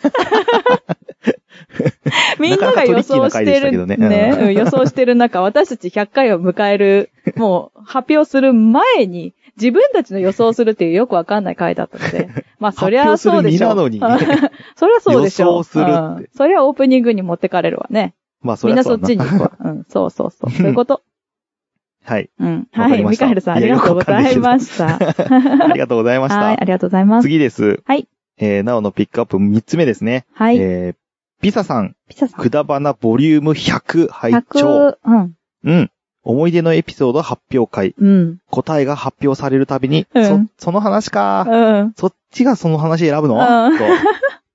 [SPEAKER 2] みんなが予想して
[SPEAKER 1] なかなかトリッキーな回
[SPEAKER 2] る、
[SPEAKER 1] でしたけどねうん
[SPEAKER 2] ね、うん予想してる中、私たち100回を迎える、もう発表する前に、自分たちの予想するっていうよくわかんない回だったので。
[SPEAKER 1] [laughs]
[SPEAKER 2] まあ、そりゃそうでしょ。
[SPEAKER 1] 発表する身なのに
[SPEAKER 2] [laughs] そりゃそうでしょ。
[SPEAKER 1] [laughs] 予想するって
[SPEAKER 2] うんそりゃオープニングに持ってかれるわね。
[SPEAKER 1] [laughs] まあ、そ
[SPEAKER 2] み
[SPEAKER 1] れ
[SPEAKER 2] ん
[SPEAKER 1] はそ
[SPEAKER 2] なそうっ
[SPEAKER 1] だ
[SPEAKER 2] ちに行くわ。うん、そうそうそう。そういう
[SPEAKER 1] [laughs]
[SPEAKER 2] こと。
[SPEAKER 1] はい。
[SPEAKER 2] うん。
[SPEAKER 1] わか
[SPEAKER 2] は
[SPEAKER 1] り
[SPEAKER 2] い、
[SPEAKER 1] ま
[SPEAKER 2] ミ
[SPEAKER 1] した
[SPEAKER 2] カエルさんあ
[SPEAKER 1] いや
[SPEAKER 2] りがとうございました。
[SPEAKER 1] ありがとうございまし
[SPEAKER 2] はい、あ
[SPEAKER 1] た。
[SPEAKER 2] りがとうございます。
[SPEAKER 1] 次です。
[SPEAKER 2] はい。
[SPEAKER 1] えー、なおのピックアップ3つ目ですね。
[SPEAKER 2] はい、
[SPEAKER 1] えー、ピサさん、
[SPEAKER 2] ピサさん。
[SPEAKER 1] くだばなボリューム100拝聴。
[SPEAKER 2] 100、うん、
[SPEAKER 1] うん。思い出のエピソード発表会。
[SPEAKER 2] うん、
[SPEAKER 1] 答えが発表されるたびに、
[SPEAKER 2] うん
[SPEAKER 1] そ、その話か、
[SPEAKER 2] うん。
[SPEAKER 1] そっちがその話選ぶの、
[SPEAKER 2] うん
[SPEAKER 1] と、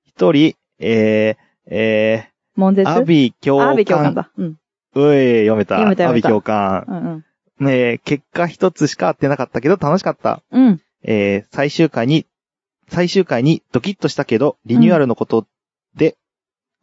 [SPEAKER 1] 一人、えー、え
[SPEAKER 2] 悶
[SPEAKER 1] ー、
[SPEAKER 2] 絶
[SPEAKER 1] 阿鼻教官。
[SPEAKER 2] アビ教官。だ。うん、
[SPEAKER 1] うえ、読めた。
[SPEAKER 2] 読めた読めた
[SPEAKER 1] 阿鼻教官。
[SPEAKER 2] うん、うん。
[SPEAKER 1] えー、結果一つしか合ってなかったけど楽しかった。
[SPEAKER 2] うん、
[SPEAKER 1] えー、最終回に、最終回にドキッとしたけど、リニューアルのことで、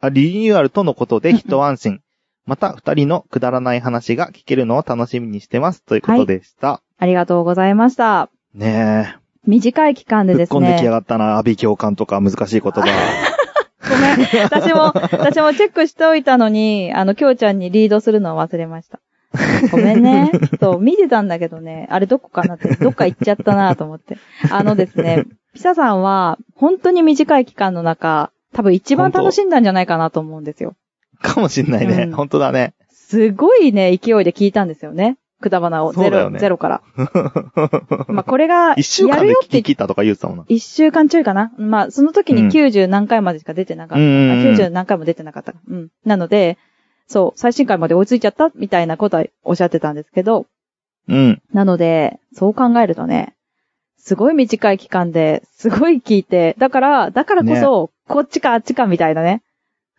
[SPEAKER 1] あ、リニューアルとのことで一安
[SPEAKER 2] [laughs]
[SPEAKER 1] 心。また二人のくだらない話が聞けるのを楽しみにしてます。ということでした。
[SPEAKER 2] ありがとうございました。
[SPEAKER 1] ねえ。
[SPEAKER 2] 短い期間で
[SPEAKER 1] ぶっ
[SPEAKER 2] です
[SPEAKER 1] 込んできや
[SPEAKER 2] ね。
[SPEAKER 1] がったな、阿ビ教官とか難しい言
[SPEAKER 2] [laughs]
[SPEAKER 1] 葉。
[SPEAKER 2] ごめん。私も、私もチェックしておいたのに、あの、きょうちゃんにリードするのを忘れました。ごめ
[SPEAKER 1] [laughs]
[SPEAKER 2] んね。そう、見てたんだけどね、あれどこかなって、どっか行っちゃったなと思って。あのですね、ピサさんは、本当に短い期間の中、多分一番楽しんだんじゃないかなと思うんですよ。
[SPEAKER 1] かもしんないね。
[SPEAKER 2] うん
[SPEAKER 1] 本当だね。
[SPEAKER 2] すごいね、勢いで聞いたんですよね。くだばなを
[SPEAKER 1] そ
[SPEAKER 2] ゼ
[SPEAKER 1] うだ
[SPEAKER 2] ロ、
[SPEAKER 1] よね
[SPEAKER 2] ゼロから。まあ、これが、
[SPEAKER 1] [laughs] 一週
[SPEAKER 2] や
[SPEAKER 1] 間
[SPEAKER 2] る
[SPEAKER 1] で
[SPEAKER 2] よ
[SPEAKER 1] 聞
[SPEAKER 2] って
[SPEAKER 1] き切ったとか言ってたもんな。
[SPEAKER 2] 一週間ちょいかなまあ、その時
[SPEAKER 1] うん
[SPEAKER 2] に90何回までしか出てなかった。
[SPEAKER 1] うんうんうん
[SPEAKER 2] あ90何回も出てなかった。うん。なので、そう、最新回まで追いついちゃったみたいなことはおっしゃってたんですけど、
[SPEAKER 1] うん。
[SPEAKER 2] なので、そう考えるとね、すごい短い期間で、すごい聞いて、だから、だからこそ、こっちかあっちかみたいなね。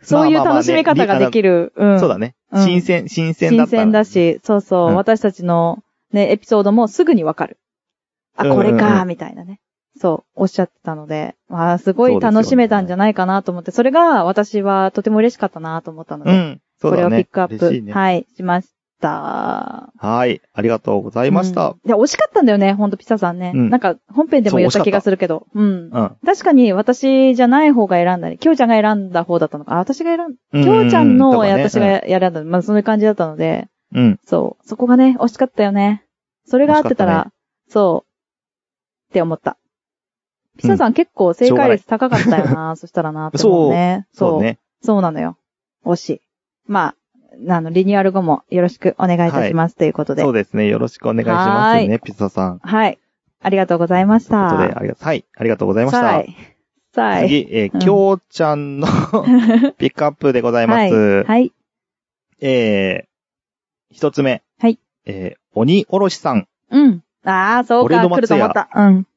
[SPEAKER 2] そういう
[SPEAKER 1] まあまあまあね
[SPEAKER 2] 楽しみ方ができる。うん。
[SPEAKER 1] そうだね。
[SPEAKER 2] うん
[SPEAKER 1] 新鮮、新鮮だっ
[SPEAKER 2] 新
[SPEAKER 1] た。
[SPEAKER 2] 鮮だ。し、そうそう、
[SPEAKER 1] うん
[SPEAKER 2] 私たちのね、エピソードもすぐにわかる。あ、
[SPEAKER 1] うんうん
[SPEAKER 2] こ
[SPEAKER 1] うん
[SPEAKER 2] れか、みたいなね。そう、おっしゃってたので、まあ、すご
[SPEAKER 1] そう
[SPEAKER 2] い
[SPEAKER 1] ですよね
[SPEAKER 2] 楽しめたんじゃないかなと思って、そ,、れが私はとても嬉しかったなと思ったので、
[SPEAKER 1] うん。そう
[SPEAKER 2] これ
[SPEAKER 1] だ
[SPEAKER 2] をピ
[SPEAKER 1] ね
[SPEAKER 2] ッ。クアッ
[SPEAKER 1] 嬉しい
[SPEAKER 2] プ、
[SPEAKER 1] ね。
[SPEAKER 2] はい、しました。
[SPEAKER 1] はい。ありがとうございました。
[SPEAKER 2] うんいや、惜しかったんだよね、ほんとピサさんね。
[SPEAKER 1] うん
[SPEAKER 2] なんか、本編でも言った気がするけど。うん。
[SPEAKER 1] うん。
[SPEAKER 2] 確かに、私じゃない方が選んだり、きょうちゃんが選んだ方だったのか。あ、私が選ん、
[SPEAKER 1] う
[SPEAKER 2] きょうちゃんの、
[SPEAKER 1] とかね
[SPEAKER 2] 私が選んだの、まあ、そういう感じだったので、
[SPEAKER 1] うん。
[SPEAKER 2] そう。そこがね、惜しかったよね。それが合ってた
[SPEAKER 1] 惜し
[SPEAKER 2] ら、
[SPEAKER 1] か
[SPEAKER 2] そう。って思った。ピサさん、結構正解率高かったよな、そしたらな、と思うね。
[SPEAKER 1] そう。ね。
[SPEAKER 2] そうなのよ。惜しい。まあ、あの、リニューアル後もよろしくお願いいたします、ということで
[SPEAKER 1] そう。ですね。よろしくお願いし
[SPEAKER 2] は
[SPEAKER 1] ます
[SPEAKER 2] ー
[SPEAKER 1] ね、ピザさん。
[SPEAKER 2] はい。ありがとうございまし
[SPEAKER 1] ということで、
[SPEAKER 2] た。
[SPEAKER 1] ありがとう、はい、ありがとうございまし
[SPEAKER 2] さ
[SPEAKER 1] た
[SPEAKER 2] あ。。さあ。
[SPEAKER 1] 次、えー、
[SPEAKER 2] うん
[SPEAKER 1] きょうちゃんのピックアップでございます。
[SPEAKER 2] はい。
[SPEAKER 1] えー、一つ目。
[SPEAKER 2] はい。
[SPEAKER 1] えー、鬼おろしさん。
[SPEAKER 2] うん。ああ、そう
[SPEAKER 1] 俺
[SPEAKER 2] か、
[SPEAKER 1] の
[SPEAKER 2] 来る
[SPEAKER 1] 松
[SPEAKER 2] と
[SPEAKER 1] 屋
[SPEAKER 2] 思った。うん。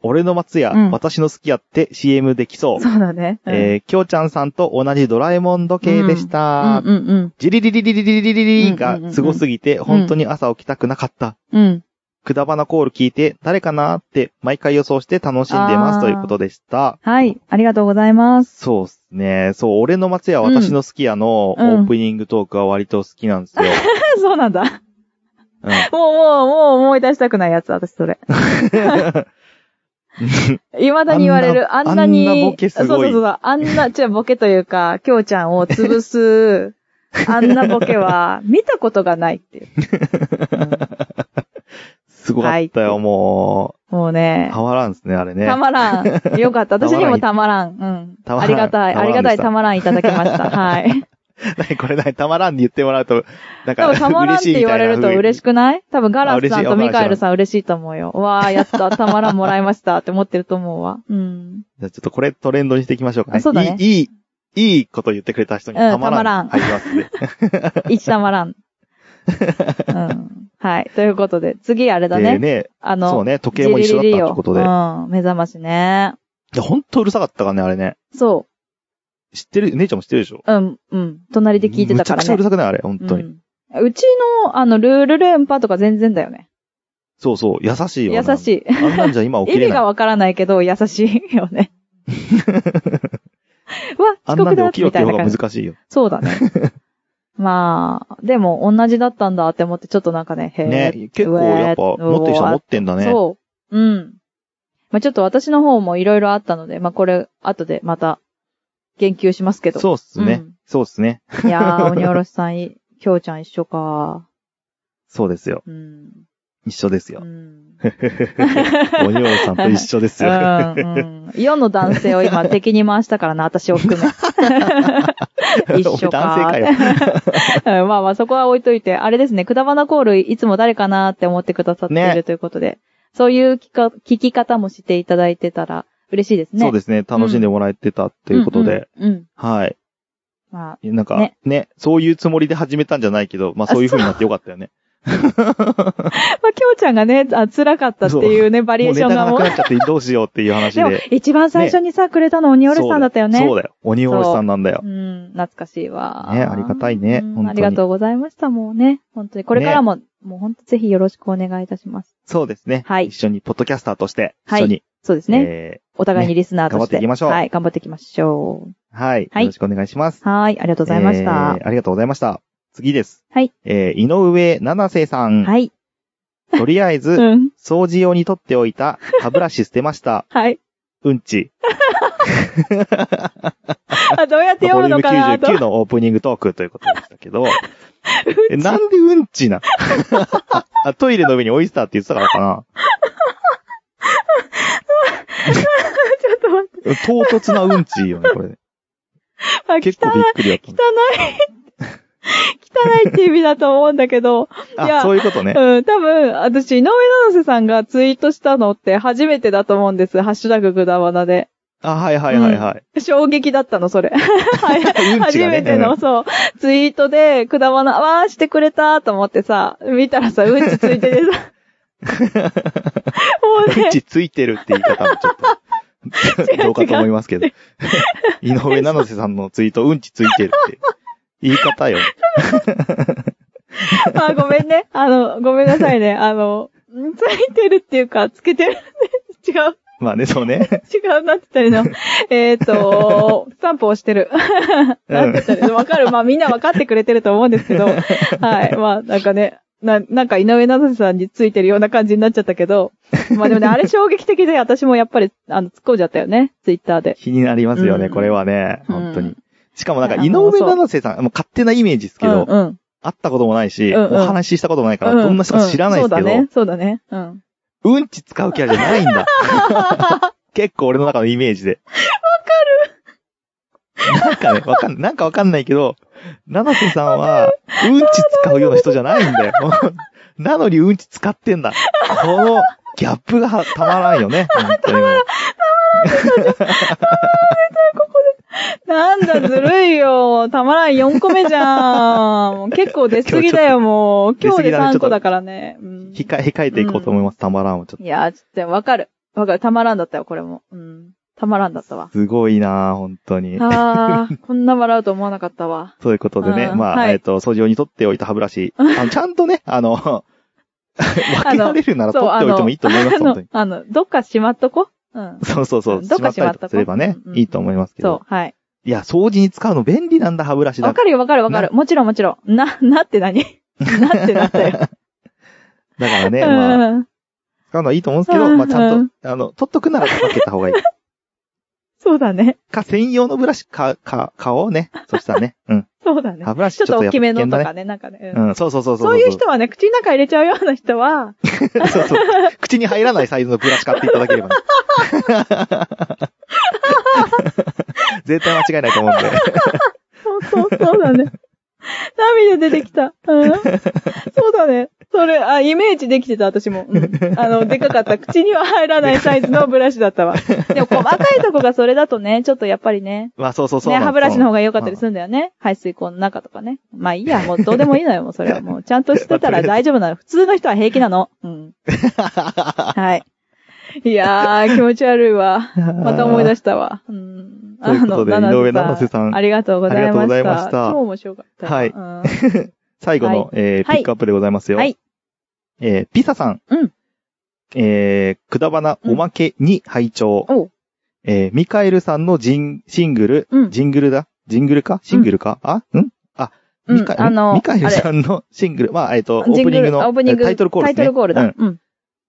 [SPEAKER 1] 俺の松屋、
[SPEAKER 2] うん
[SPEAKER 1] 私の好きやって CM できそう。
[SPEAKER 2] そうだね。うん
[SPEAKER 1] えー、きょうちゃんさんと同じドラえもん時計でした。
[SPEAKER 2] うんうん
[SPEAKER 1] ジリリリリリリリリリリ
[SPEAKER 2] うんうんうんう
[SPEAKER 1] が
[SPEAKER 2] ん
[SPEAKER 1] すごすぎて、本当に朝起きたくなかった。
[SPEAKER 2] うん。うん。
[SPEAKER 1] くだばなコール聞いて、誰かなって毎回予想して楽しんでま
[SPEAKER 2] あ
[SPEAKER 1] す
[SPEAKER 2] ー
[SPEAKER 1] ということでした。
[SPEAKER 2] はい。ありがとうございます。 [laughs]
[SPEAKER 1] そうですね。そう、俺の松屋、私の好き屋のオ
[SPEAKER 2] うん
[SPEAKER 1] ープニングトークは割と好きなんですよ。
[SPEAKER 2] そうなんだ。
[SPEAKER 1] うん
[SPEAKER 2] もう、もう、もう思い出したくないやつ、私
[SPEAKER 1] [laughs]
[SPEAKER 2] それ。未だに言われる。
[SPEAKER 1] あ
[SPEAKER 2] あ
[SPEAKER 1] んなん
[SPEAKER 2] なに。
[SPEAKER 1] あんなボケすごい
[SPEAKER 2] そうそうそうそう。あん
[SPEAKER 1] [laughs]
[SPEAKER 2] な、じゃボケというか、きょうちゃんを潰す、あんなボ
[SPEAKER 1] [laughs]
[SPEAKER 2] ケは、見たことがないっていう。
[SPEAKER 1] すごかったよ、
[SPEAKER 2] は
[SPEAKER 1] も
[SPEAKER 2] もう
[SPEAKER 1] う。
[SPEAKER 2] ね。
[SPEAKER 1] たまらんですね、あれね
[SPEAKER 2] た。まらん。よかっ
[SPEAKER 1] [laughs]
[SPEAKER 2] た。私にもたまらん。う
[SPEAKER 1] たまら
[SPEAKER 2] ん。
[SPEAKER 1] ん
[SPEAKER 2] ありがたい。
[SPEAKER 1] たまらん
[SPEAKER 2] ありがた
[SPEAKER 1] でし
[SPEAKER 2] い。
[SPEAKER 1] た
[SPEAKER 2] たまらんいただきま
[SPEAKER 1] [laughs]
[SPEAKER 2] した。はい。
[SPEAKER 1] これね、たまらんに言ってもらうと、なん
[SPEAKER 2] 多
[SPEAKER 1] か、
[SPEAKER 2] 分たまらんっ
[SPEAKER 1] 嬉しい
[SPEAKER 2] て
[SPEAKER 1] み
[SPEAKER 2] 言
[SPEAKER 1] た
[SPEAKER 2] わ
[SPEAKER 1] いな
[SPEAKER 2] れると嬉しくない多分ガ
[SPEAKER 1] あ
[SPEAKER 2] ラス
[SPEAKER 1] 嬉しい
[SPEAKER 2] さん
[SPEAKER 1] わ
[SPEAKER 2] とミカエルさん嬉しいと思うよ。わー、やった。たまらんもらいましたって思ってると思うわ。うん。
[SPEAKER 1] じゃあちょっとこれトレンドにしていきましょうかね。
[SPEAKER 2] あそうだね
[SPEAKER 1] いい、いい、いいこと言ってくれた人に
[SPEAKER 2] うん
[SPEAKER 1] たま
[SPEAKER 2] たま
[SPEAKER 1] ら
[SPEAKER 2] ら
[SPEAKER 1] ん。
[SPEAKER 2] ん
[SPEAKER 1] 入りますね。
[SPEAKER 2] 一たま
[SPEAKER 1] [laughs]
[SPEAKER 2] らん。うん。はい。ということで、次あれだ
[SPEAKER 1] で
[SPEAKER 2] ね。
[SPEAKER 1] ね、
[SPEAKER 2] あの、
[SPEAKER 1] そうね、時計も一緒だったってことで。いや、
[SPEAKER 2] ジリリリようん。目覚ましね。
[SPEAKER 1] ほんとうるさかったからね、あれね。
[SPEAKER 2] そ
[SPEAKER 1] 知ってる、姉ちゃんも知ってるでしょ
[SPEAKER 2] う。うん、うん。隣で聞いてたからね。
[SPEAKER 1] むちゃくちゃうるさくないあれ、本当に。
[SPEAKER 2] うんうちの、あの、ルール連覇とか全然だよね。
[SPEAKER 1] そうそう、優しいよ。
[SPEAKER 2] 優し
[SPEAKER 1] い。
[SPEAKER 2] い。
[SPEAKER 1] あんなんじゃ今起
[SPEAKER 2] 意
[SPEAKER 1] きれ
[SPEAKER 2] 味が
[SPEAKER 1] ない。
[SPEAKER 2] わからないけど、優しいよ
[SPEAKER 1] [laughs]
[SPEAKER 2] ね。わ、
[SPEAKER 1] あ
[SPEAKER 2] 遅
[SPEAKER 1] んなんで
[SPEAKER 2] 刻だ
[SPEAKER 1] 起きろ
[SPEAKER 2] み
[SPEAKER 1] って
[SPEAKER 2] たい
[SPEAKER 1] 方
[SPEAKER 2] な
[SPEAKER 1] が
[SPEAKER 2] 感じ。
[SPEAKER 1] 難しいよ。
[SPEAKER 2] そうだね。
[SPEAKER 1] [laughs]
[SPEAKER 2] まあ、でも、同じだったんだって思って、ちょっとなんかね、へえ。
[SPEAKER 1] ね、結構やっぱ、持ってる人は持ってんだね。
[SPEAKER 2] そう。うん。まあちょっと私の方もいろいろあったので、まあこれ、後でまた、言及しますけど。
[SPEAKER 1] そうっすね。
[SPEAKER 2] うん
[SPEAKER 1] そうっすね。
[SPEAKER 2] いや
[SPEAKER 1] [laughs]
[SPEAKER 2] ー、鬼おろしさんい、きょうちゃん一緒か。
[SPEAKER 1] そうですよ。
[SPEAKER 2] うん。
[SPEAKER 1] 一緒です
[SPEAKER 2] う
[SPEAKER 1] よ。
[SPEAKER 2] [laughs] ん。
[SPEAKER 1] おにおろさんと一緒です [laughs]
[SPEAKER 2] う
[SPEAKER 1] よ。
[SPEAKER 2] ん。世の男性を今敵に回したからな、私を
[SPEAKER 1] [laughs]
[SPEAKER 2] 含め。一緒か。
[SPEAKER 1] 俺男性 [laughs] かよ。
[SPEAKER 2] うんまあまあそこは置いといて、あれですね、くだばなコールいつも誰かなって思ってくださってい
[SPEAKER 1] ね
[SPEAKER 2] るということで、そういう聞か聞き方もしていただいてたら嬉しいですね。
[SPEAKER 1] そうですね。楽しんでもらえてたっていうことで。
[SPEAKER 2] うん。うん。うん
[SPEAKER 1] はい。
[SPEAKER 2] まあ、
[SPEAKER 1] なんか
[SPEAKER 2] ね、
[SPEAKER 1] ね、そういうつもりで始めたんじゃないけど、まあそういう風になってよかったよ
[SPEAKER 2] [laughs]
[SPEAKER 1] ね。
[SPEAKER 2] まあ、きょうちゃんがね、あ辛かったっていうね、バリエ
[SPEAKER 1] も
[SPEAKER 2] ー
[SPEAKER 1] う
[SPEAKER 2] シ
[SPEAKER 1] ネ
[SPEAKER 2] ョ
[SPEAKER 1] タが
[SPEAKER 2] ンが
[SPEAKER 1] な
[SPEAKER 2] も
[SPEAKER 1] く
[SPEAKER 2] う。
[SPEAKER 1] なっちゃってどうしようっていう話
[SPEAKER 2] でも
[SPEAKER 1] で。、
[SPEAKER 2] 一番最初にさ、くれたの鬼おろしさんだったよね。
[SPEAKER 1] そうだよ。鬼おろしさんなんだよ
[SPEAKER 2] う。ん、懐かしいわ。
[SPEAKER 1] ねありがたいね
[SPEAKER 2] う
[SPEAKER 1] 本
[SPEAKER 2] ん
[SPEAKER 1] 当に
[SPEAKER 2] ありがとうございました、もうね。本当に。これからも、もう本当ぜひよろしくお願いいたします。
[SPEAKER 1] そうですね。
[SPEAKER 2] はい
[SPEAKER 1] 一緒に、ポッドキャスターとして、
[SPEAKER 2] はい
[SPEAKER 1] 一緒に、
[SPEAKER 2] そうですね。
[SPEAKER 1] え
[SPEAKER 2] お互いにリスナーとし
[SPEAKER 1] ね頑張って
[SPEAKER 2] て。
[SPEAKER 1] いきましょう
[SPEAKER 2] はい、頑張っていきましょう。
[SPEAKER 1] ーはい。
[SPEAKER 2] はい
[SPEAKER 1] よろしくお願いします。
[SPEAKER 2] はい、ありがとうございまし
[SPEAKER 1] え
[SPEAKER 2] た。
[SPEAKER 1] ーありがとうございました。次です。
[SPEAKER 2] はい。
[SPEAKER 1] えー井上七瀬さん。
[SPEAKER 2] はい。
[SPEAKER 1] とりあえず、
[SPEAKER 2] うん。
[SPEAKER 1] 掃除用に取っておいた歯ブラシ捨てました。
[SPEAKER 2] はい。
[SPEAKER 1] うんち。
[SPEAKER 2] あ、どう [laughs] やって
[SPEAKER 1] ボ
[SPEAKER 2] 読
[SPEAKER 1] リュー
[SPEAKER 2] むの
[SPEAKER 1] ム
[SPEAKER 2] かなと。
[SPEAKER 1] 99のオープニングトークということでしたけど、えなんでうんちな [laughs] あトイレの上にオイスターって言ってたからか
[SPEAKER 2] [laughs] ちょっと待って。
[SPEAKER 1] な [laughs] 唐突なうんちよね、これ。
[SPEAKER 2] あ、汚い、
[SPEAKER 1] 結構びっくりだった
[SPEAKER 2] 汚 [laughs] い。汚いって [laughs] 意味だと思うんだけど。い
[SPEAKER 1] あ、
[SPEAKER 2] や
[SPEAKER 1] そういうことね。
[SPEAKER 2] うん、多分、私、井上七瀬さんがツイートしたのって初めてだと思うんです。ハッシュタグぐだわなで。
[SPEAKER 1] あ、はいはいはいはい。
[SPEAKER 2] 衝撃だった
[SPEAKER 1] [laughs]
[SPEAKER 2] の、それ。は
[SPEAKER 1] う
[SPEAKER 2] い。
[SPEAKER 1] ん
[SPEAKER 2] 初
[SPEAKER 1] ちがね
[SPEAKER 2] めての、
[SPEAKER 1] うん
[SPEAKER 2] そう、ツイートで、くだわな、わーしてくれたと思ってさ、見たらさ、うんちついててさ。
[SPEAKER 1] [laughs]
[SPEAKER 2] もう
[SPEAKER 1] うん
[SPEAKER 2] ね、
[SPEAKER 1] ちついてるって言い方もちょっ
[SPEAKER 2] [laughs] 違
[SPEAKER 1] と、
[SPEAKER 2] う
[SPEAKER 1] どうかと思いますけど。井上七瀬さんのツイート、うんちついてるって。言い方よ。
[SPEAKER 2] あ、ごめんね。あの、ごめんなさいね。あの、んついてるっていうか、つけてる。違う、
[SPEAKER 1] まあね、そうね。
[SPEAKER 2] 違うなってたりの。えっと、スタンプをしてる。
[SPEAKER 1] う
[SPEAKER 2] [laughs] なん
[SPEAKER 1] ん
[SPEAKER 2] て。言ったらわかる。まあみんなわかってくれてると思うんです
[SPEAKER 1] [laughs]
[SPEAKER 2] けど。はい。まあなんかね、な、なんか井上七瀬さんについてるような感じになっちゃったけど。まあでもね、あれ衝撃的で私もやっぱり、あの、突っ込んじゃったよね。ツイッターで。
[SPEAKER 1] 気になりますよね、
[SPEAKER 2] うん
[SPEAKER 1] これはね。本当
[SPEAKER 2] う
[SPEAKER 1] に
[SPEAKER 2] ん。
[SPEAKER 1] しかもなんか、
[SPEAKER 2] いや
[SPEAKER 1] 井上七瀬さん、もう勝手なイメージですけど、
[SPEAKER 2] うんうん。
[SPEAKER 1] 会ったこともないし、
[SPEAKER 2] うんうん
[SPEAKER 1] お話ししたこともないから、
[SPEAKER 2] う
[SPEAKER 1] どんな人か知らないですけど、う
[SPEAKER 2] うんんそうだね。そうだね。うん。
[SPEAKER 1] ち使うキャラじゃないん
[SPEAKER 2] [laughs]
[SPEAKER 1] だ。結構俺の中のイメージで。わかるなんかね、わかん、なんかわかんないけど、七瀬さんは、うんち使うような人じゃないんだよ。 [laughs] なのにうんち使ってんだ。この、ギャップがたまらんよね。本当にもう
[SPEAKER 2] なんだ、ずるいよ。たまらん、4個目じゃ
[SPEAKER 1] [laughs]
[SPEAKER 2] ん。もう結構出すぎだよ、も
[SPEAKER 1] ょ
[SPEAKER 2] う。
[SPEAKER 1] っ
[SPEAKER 2] 今
[SPEAKER 1] と
[SPEAKER 2] 日
[SPEAKER 1] 出過ぎ
[SPEAKER 2] で
[SPEAKER 1] だね
[SPEAKER 2] 3個だからね。うん、い
[SPEAKER 1] 控え、控えていこうと思います。たまらんをちょっと。
[SPEAKER 2] や、ちょっとわかる。わかる。たまらんだったよ、これも。うん。たまらんだったわ。
[SPEAKER 1] すごいなぁ、本当に。
[SPEAKER 2] あ
[SPEAKER 1] [laughs]
[SPEAKER 2] ー、こんな笑うと思わなかったわ。
[SPEAKER 1] ということでね、
[SPEAKER 2] うん
[SPEAKER 1] まあ、
[SPEAKER 2] はい
[SPEAKER 1] えっ、と、掃除用に取っておいた歯ブラシ、あのちゃんとね、
[SPEAKER 2] [laughs]
[SPEAKER 1] あの、分けられるなら取っておいてもいいと思います、本
[SPEAKER 2] あ
[SPEAKER 1] 当
[SPEAKER 2] の
[SPEAKER 1] に、。
[SPEAKER 2] あの、どっかしまっとこ。うん。
[SPEAKER 1] そうそうそう、
[SPEAKER 2] どっか
[SPEAKER 1] しまったりとかすればね
[SPEAKER 2] しまっと、こううん
[SPEAKER 1] いいと思いますけど
[SPEAKER 2] そ。う、はい。
[SPEAKER 1] いや、掃除に使うの便利なんだ、歯ブラシだ
[SPEAKER 2] わ。かるよ、わかる、わかる。もちろん、もちろん。な、 [laughs] なって何
[SPEAKER 1] [laughs]
[SPEAKER 2] なってなったよ。
[SPEAKER 1] だからね、まあ、
[SPEAKER 2] うん。
[SPEAKER 1] 使うのはいいと思うんですけ
[SPEAKER 2] う
[SPEAKER 1] ど、
[SPEAKER 2] ん
[SPEAKER 1] まあ、ちゃ
[SPEAKER 2] うんん
[SPEAKER 1] と、あの、取っとくなら分けた
[SPEAKER 2] [laughs]
[SPEAKER 1] 方がいい。
[SPEAKER 2] そうだね。
[SPEAKER 1] か、専用のブラシ、か、か、買おうね。そしたらね、うん。
[SPEAKER 2] そうだね。
[SPEAKER 1] 歯ブラシ
[SPEAKER 2] ちょっと大きめのと
[SPEAKER 1] だ
[SPEAKER 2] かね、なんかね。うん
[SPEAKER 1] うん、そうそうそう
[SPEAKER 2] そういう人はね、口の中入れちゃうような人は、
[SPEAKER 1] そう
[SPEAKER 2] [laughs]
[SPEAKER 1] そう。口に入らないサイズのブラシ買っていただければね。絶対間違いないと思うんで。
[SPEAKER 2] そうそう、そうだね。涙出てきた。うん。そうだね。それ、あ、イメージできてた、私も。うん、あの、でかかった。口には入らないサイズのブラシだったわ。でも、細かいとこがそれだとね、ちょっとやっぱりね。
[SPEAKER 1] まあそうそうそう
[SPEAKER 2] ね、
[SPEAKER 1] な。
[SPEAKER 2] 歯ブラシの方
[SPEAKER 1] が
[SPEAKER 2] が良かったりするんだよね。排水口の中とかね。まあいいや、もうどうでもいいのよ、もうそれは。もうちゃんとしてたら大丈夫なの。普通の人は平気なの。うん。はい。いやー、気持ち悪いわ。また思い出したわ。うん。
[SPEAKER 1] ということで
[SPEAKER 2] あの
[SPEAKER 1] 井上七瀬さん
[SPEAKER 2] ありがとうございま
[SPEAKER 1] あり
[SPEAKER 2] した。
[SPEAKER 1] がとうございました
[SPEAKER 2] 超面白かった。
[SPEAKER 1] はい
[SPEAKER 2] うん
[SPEAKER 1] 最後の、
[SPEAKER 2] はい
[SPEAKER 1] えー
[SPEAKER 2] はい
[SPEAKER 1] ピックアップでございますよ。
[SPEAKER 2] はい
[SPEAKER 1] えーピサさん。
[SPEAKER 2] うん
[SPEAKER 1] えーくだばなおまけに拝聴、
[SPEAKER 2] おう
[SPEAKER 1] えーミカエルさんのジン、シングル、
[SPEAKER 2] うん
[SPEAKER 1] ジングルだジングルかシングルか、あんあ、ミカ、
[SPEAKER 2] うんあの
[SPEAKER 1] ミカエルさんのシングル、まあ、えっ、と、オープニングの
[SPEAKER 2] ジルオープニング
[SPEAKER 1] タイトルコールですね。
[SPEAKER 2] タイトルコール
[SPEAKER 1] う
[SPEAKER 2] だ
[SPEAKER 1] ん。
[SPEAKER 2] うん。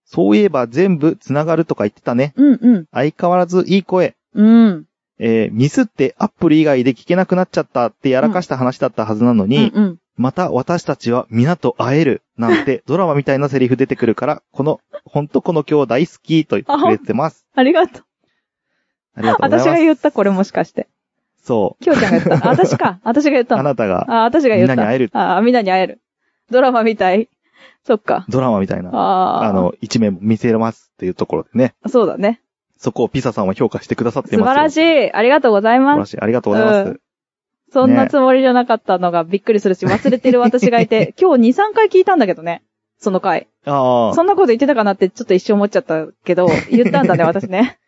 [SPEAKER 1] そういえば全部繋がるとか言ってたね。
[SPEAKER 2] うん、うん。
[SPEAKER 1] 相変わらずいい声。
[SPEAKER 2] うん。
[SPEAKER 1] えーミスってアップル以外で聞けなくなっちゃったってやらかした話だったはずなのに、
[SPEAKER 2] うん、
[SPEAKER 1] また私たちは皆と会えるなん
[SPEAKER 2] [laughs]
[SPEAKER 1] てドラマみたいなセリフ出てくるから、この、ほんとこの今日大好きと言ってくれてます。
[SPEAKER 2] ありがとう。
[SPEAKER 1] ありがとうございま
[SPEAKER 2] 私
[SPEAKER 1] す。
[SPEAKER 2] が言った、これもしかして。
[SPEAKER 1] そ
[SPEAKER 2] きょうちゃんが言
[SPEAKER 1] [laughs]
[SPEAKER 2] った。あ私か。私が言っ
[SPEAKER 1] う。
[SPEAKER 2] た
[SPEAKER 1] あ
[SPEAKER 2] の。
[SPEAKER 1] なたが
[SPEAKER 2] あ、私が
[SPEAKER 1] みん
[SPEAKER 2] 言っ
[SPEAKER 1] なに
[SPEAKER 2] た。
[SPEAKER 1] 会える
[SPEAKER 2] あ、みんなに会える。ドラマみたい。そっか。
[SPEAKER 1] ドラマみたいな、
[SPEAKER 2] ああ。
[SPEAKER 1] あ、の、一面も見せますっていうところでね、
[SPEAKER 2] そうだね。
[SPEAKER 1] そこをピサさんは評価してくださって
[SPEAKER 2] 素
[SPEAKER 1] ますよ。
[SPEAKER 2] 晴らし
[SPEAKER 1] 素
[SPEAKER 2] い。ありがとうござい
[SPEAKER 1] 晴
[SPEAKER 2] ま
[SPEAKER 1] ら
[SPEAKER 2] す。
[SPEAKER 1] しい。ありがとうございます。
[SPEAKER 2] うんそんなつもりじゃなかったのがびっくりす
[SPEAKER 1] [laughs]
[SPEAKER 2] るし、忘れてる私がいて、今日2、3回聞いたんだけどね。その回。
[SPEAKER 1] ああ。
[SPEAKER 2] そんなこと言ってたかなってちょっと一瞬思っちゃった
[SPEAKER 1] [laughs]
[SPEAKER 2] けど、言ったんだね、私ね。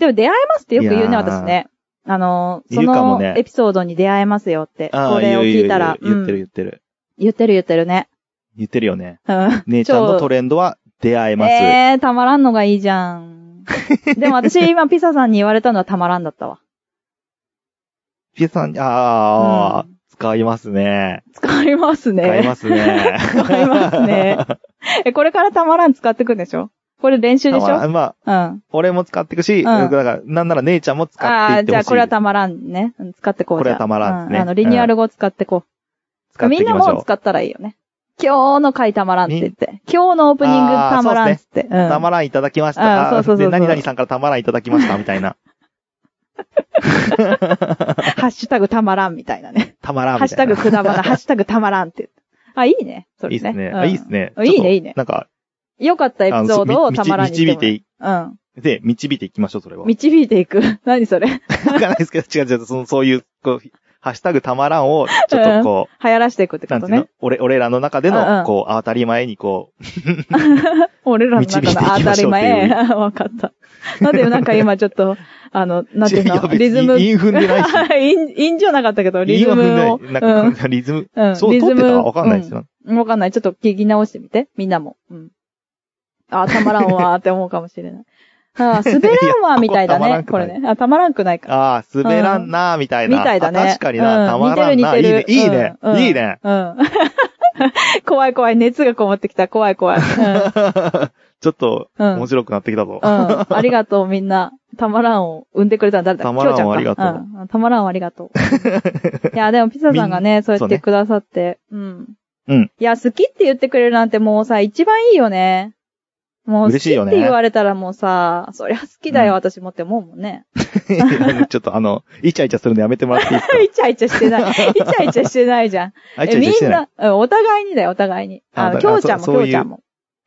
[SPEAKER 2] でも出会えますってよく言う
[SPEAKER 1] い
[SPEAKER 2] ね、
[SPEAKER 1] やー
[SPEAKER 2] 私ね。あのー、そ
[SPEAKER 1] 言うかも
[SPEAKER 2] の
[SPEAKER 1] ね
[SPEAKER 2] エピソードに出会えますよって。
[SPEAKER 1] ああ
[SPEAKER 2] これを聞いたら。
[SPEAKER 1] 言う言う言う言
[SPEAKER 2] うん
[SPEAKER 1] ってる言ってる。
[SPEAKER 2] 言ってる言ってるね。
[SPEAKER 1] 言ってるよね。
[SPEAKER 2] うん。
[SPEAKER 1] 姉ちゃんのトレンドは出会えます。
[SPEAKER 2] えー、たまらんのがいいじゃん。でも私今ピサさんに言われたのはたまらんだったわ。
[SPEAKER 1] ピサさん、ああ、
[SPEAKER 2] うん
[SPEAKER 1] 使いますね。
[SPEAKER 2] 使いますね。
[SPEAKER 1] 使います
[SPEAKER 2] [laughs]
[SPEAKER 1] ね。
[SPEAKER 2] 使います
[SPEAKER 1] [laughs]
[SPEAKER 2] ね。え、これからたまらん使ってくんでしょこれ練習でしょ
[SPEAKER 1] たまら [laughs] んまあ、
[SPEAKER 2] うん。
[SPEAKER 1] 俺も使っていくし、
[SPEAKER 2] ん
[SPEAKER 1] だから、なんなら姉ちゃんも使って
[SPEAKER 2] あ
[SPEAKER 1] い
[SPEAKER 2] あ
[SPEAKER 1] って
[SPEAKER 2] ー、じ
[SPEAKER 1] ほ
[SPEAKER 2] ゃ
[SPEAKER 1] しい。
[SPEAKER 2] あこれはたまらんね。うん使ってこう
[SPEAKER 1] これは
[SPEAKER 2] じゃあ
[SPEAKER 1] たまらんですね
[SPEAKER 2] うあの、リニューアル語使ってこ
[SPEAKER 1] 使
[SPEAKER 2] う。
[SPEAKER 1] ってい
[SPEAKER 2] みん
[SPEAKER 1] き
[SPEAKER 2] な
[SPEAKER 1] ましょ
[SPEAKER 2] も
[SPEAKER 1] う。
[SPEAKER 2] 使ったらいいよね。今日の回たまらんって言って。今日のオープニング
[SPEAKER 1] あー
[SPEAKER 2] たまらんっつって。うん
[SPEAKER 1] たまらんいただきまし
[SPEAKER 2] あ
[SPEAKER 1] た。
[SPEAKER 2] あそうそうそうそう
[SPEAKER 1] で、何々さんからたまらんいただきました、みたいな。
[SPEAKER 2] ハッシュタグたまらんみたいなね。
[SPEAKER 1] たまら
[SPEAKER 2] ハ
[SPEAKER 1] んみた
[SPEAKER 2] ッシ
[SPEAKER 1] い
[SPEAKER 2] ュ
[SPEAKER 1] な。
[SPEAKER 2] タグく
[SPEAKER 1] [laughs]
[SPEAKER 2] だばな、ハッシュタグたまらんって言って。あ、いいね。そ
[SPEAKER 1] い
[SPEAKER 2] れ
[SPEAKER 1] いですね。
[SPEAKER 2] うん
[SPEAKER 1] あいいですね。
[SPEAKER 2] うんいいね、いいね。
[SPEAKER 1] なんか、
[SPEAKER 2] 良かったエピ
[SPEAKER 1] あの
[SPEAKER 2] ソードを
[SPEAKER 1] み
[SPEAKER 2] たまらんにして
[SPEAKER 1] 導い
[SPEAKER 2] も
[SPEAKER 1] てい、
[SPEAKER 2] らう。
[SPEAKER 1] で、導いていきましょう、それは。
[SPEAKER 2] うん。導いていく。 [laughs] 何それ流
[SPEAKER 1] わかんないですけど、違う違う、その、そういう、こう、ハッシュタグたまらんを、ちょっとこう、
[SPEAKER 2] 行らしていくってこ
[SPEAKER 1] なん
[SPEAKER 2] と
[SPEAKER 1] ていうの
[SPEAKER 2] ね。
[SPEAKER 1] 俺、俺らの中で
[SPEAKER 2] うんう
[SPEAKER 1] の、
[SPEAKER 2] ん
[SPEAKER 1] こう、当たり前にこう、
[SPEAKER 2] 俺らの中
[SPEAKER 1] 導いていきましょ
[SPEAKER 2] の
[SPEAKER 1] う
[SPEAKER 2] 当たり前。 [laughs]
[SPEAKER 1] って
[SPEAKER 2] わかった。なんでなんか今ちょっと、あの、なんていう
[SPEAKER 1] いや
[SPEAKER 2] の
[SPEAKER 1] 別に
[SPEAKER 2] リズム。
[SPEAKER 1] 韻踏んでないし
[SPEAKER 2] 韻韻じゃなかったけど、 [laughs] リズムを。
[SPEAKER 1] 韻は踏んでないなんか、リズム、
[SPEAKER 2] うん。
[SPEAKER 1] そう、
[SPEAKER 2] リ
[SPEAKER 1] 取
[SPEAKER 2] ズ
[SPEAKER 1] って
[SPEAKER 2] ム
[SPEAKER 1] たらわかんないですよ。
[SPEAKER 2] うんわかんない。ちょっと聞き直してみて。みんなも。うん。あー、たまらんわーって思うかもしれない。
[SPEAKER 1] [laughs]
[SPEAKER 2] あー、滑らんわーみたいだ
[SPEAKER 1] いや
[SPEAKER 2] ね。
[SPEAKER 1] こ
[SPEAKER 2] こ
[SPEAKER 1] れ
[SPEAKER 2] れ
[SPEAKER 1] たまらんくない
[SPEAKER 2] ね。あ、たまらんくないか。
[SPEAKER 1] ああ、滑らんなーみたい
[SPEAKER 2] み
[SPEAKER 1] な。
[SPEAKER 2] たいだ
[SPEAKER 1] あ
[SPEAKER 2] ね。
[SPEAKER 1] 確かにな、
[SPEAKER 2] うん
[SPEAKER 1] たまらんな。
[SPEAKER 2] 似
[SPEAKER 1] いい
[SPEAKER 2] てる
[SPEAKER 1] ね
[SPEAKER 2] 似、てる
[SPEAKER 1] いいね
[SPEAKER 2] う、ん
[SPEAKER 1] いいね。 [laughs]
[SPEAKER 2] うん。 [laughs] 怖い怖い。熱がこもってきた。怖い怖い。うん。
[SPEAKER 1] ちょっと、
[SPEAKER 2] うん
[SPEAKER 1] 面白くなってきたぞ。
[SPEAKER 2] うん。ありがとう、みんな。たまらんを生んでくれたの誰だ
[SPEAKER 1] たまらんを
[SPEAKER 2] きょちゃか
[SPEAKER 1] ありがと
[SPEAKER 2] うん。たまらんをありがとう。い [laughs] や、でもピザさんがね、そうや
[SPEAKER 1] そう
[SPEAKER 2] って
[SPEAKER 1] ね
[SPEAKER 2] くださって。うん。
[SPEAKER 1] うん。
[SPEAKER 2] いや、好きって言ってくれるなんてもうさ、一番いいよね。もう、好
[SPEAKER 1] 嬉
[SPEAKER 2] き
[SPEAKER 1] しいよ
[SPEAKER 2] っ
[SPEAKER 1] ね
[SPEAKER 2] て言われたらもうさ、そりゃ好きだ
[SPEAKER 1] うん
[SPEAKER 2] よ、私もって思うもんね。
[SPEAKER 1] [laughs] ちょっとあの、イチャイチャするのやめてもらっていい
[SPEAKER 2] [laughs]
[SPEAKER 1] です
[SPEAKER 2] イチャイチャして
[SPEAKER 1] [laughs]
[SPEAKER 2] ない。イチャイチャしてないじゃん。
[SPEAKER 1] かあ、イチ
[SPEAKER 2] え
[SPEAKER 1] ャイ
[SPEAKER 2] み
[SPEAKER 1] チャして
[SPEAKER 2] ん
[SPEAKER 1] ない。
[SPEAKER 2] な、うんお互いにだよ、お互いに。
[SPEAKER 1] あ
[SPEAKER 2] あの、
[SPEAKER 1] だ
[SPEAKER 2] き
[SPEAKER 1] から
[SPEAKER 2] ょうちゃんも、き
[SPEAKER 1] そう
[SPEAKER 2] ょうちゃんも。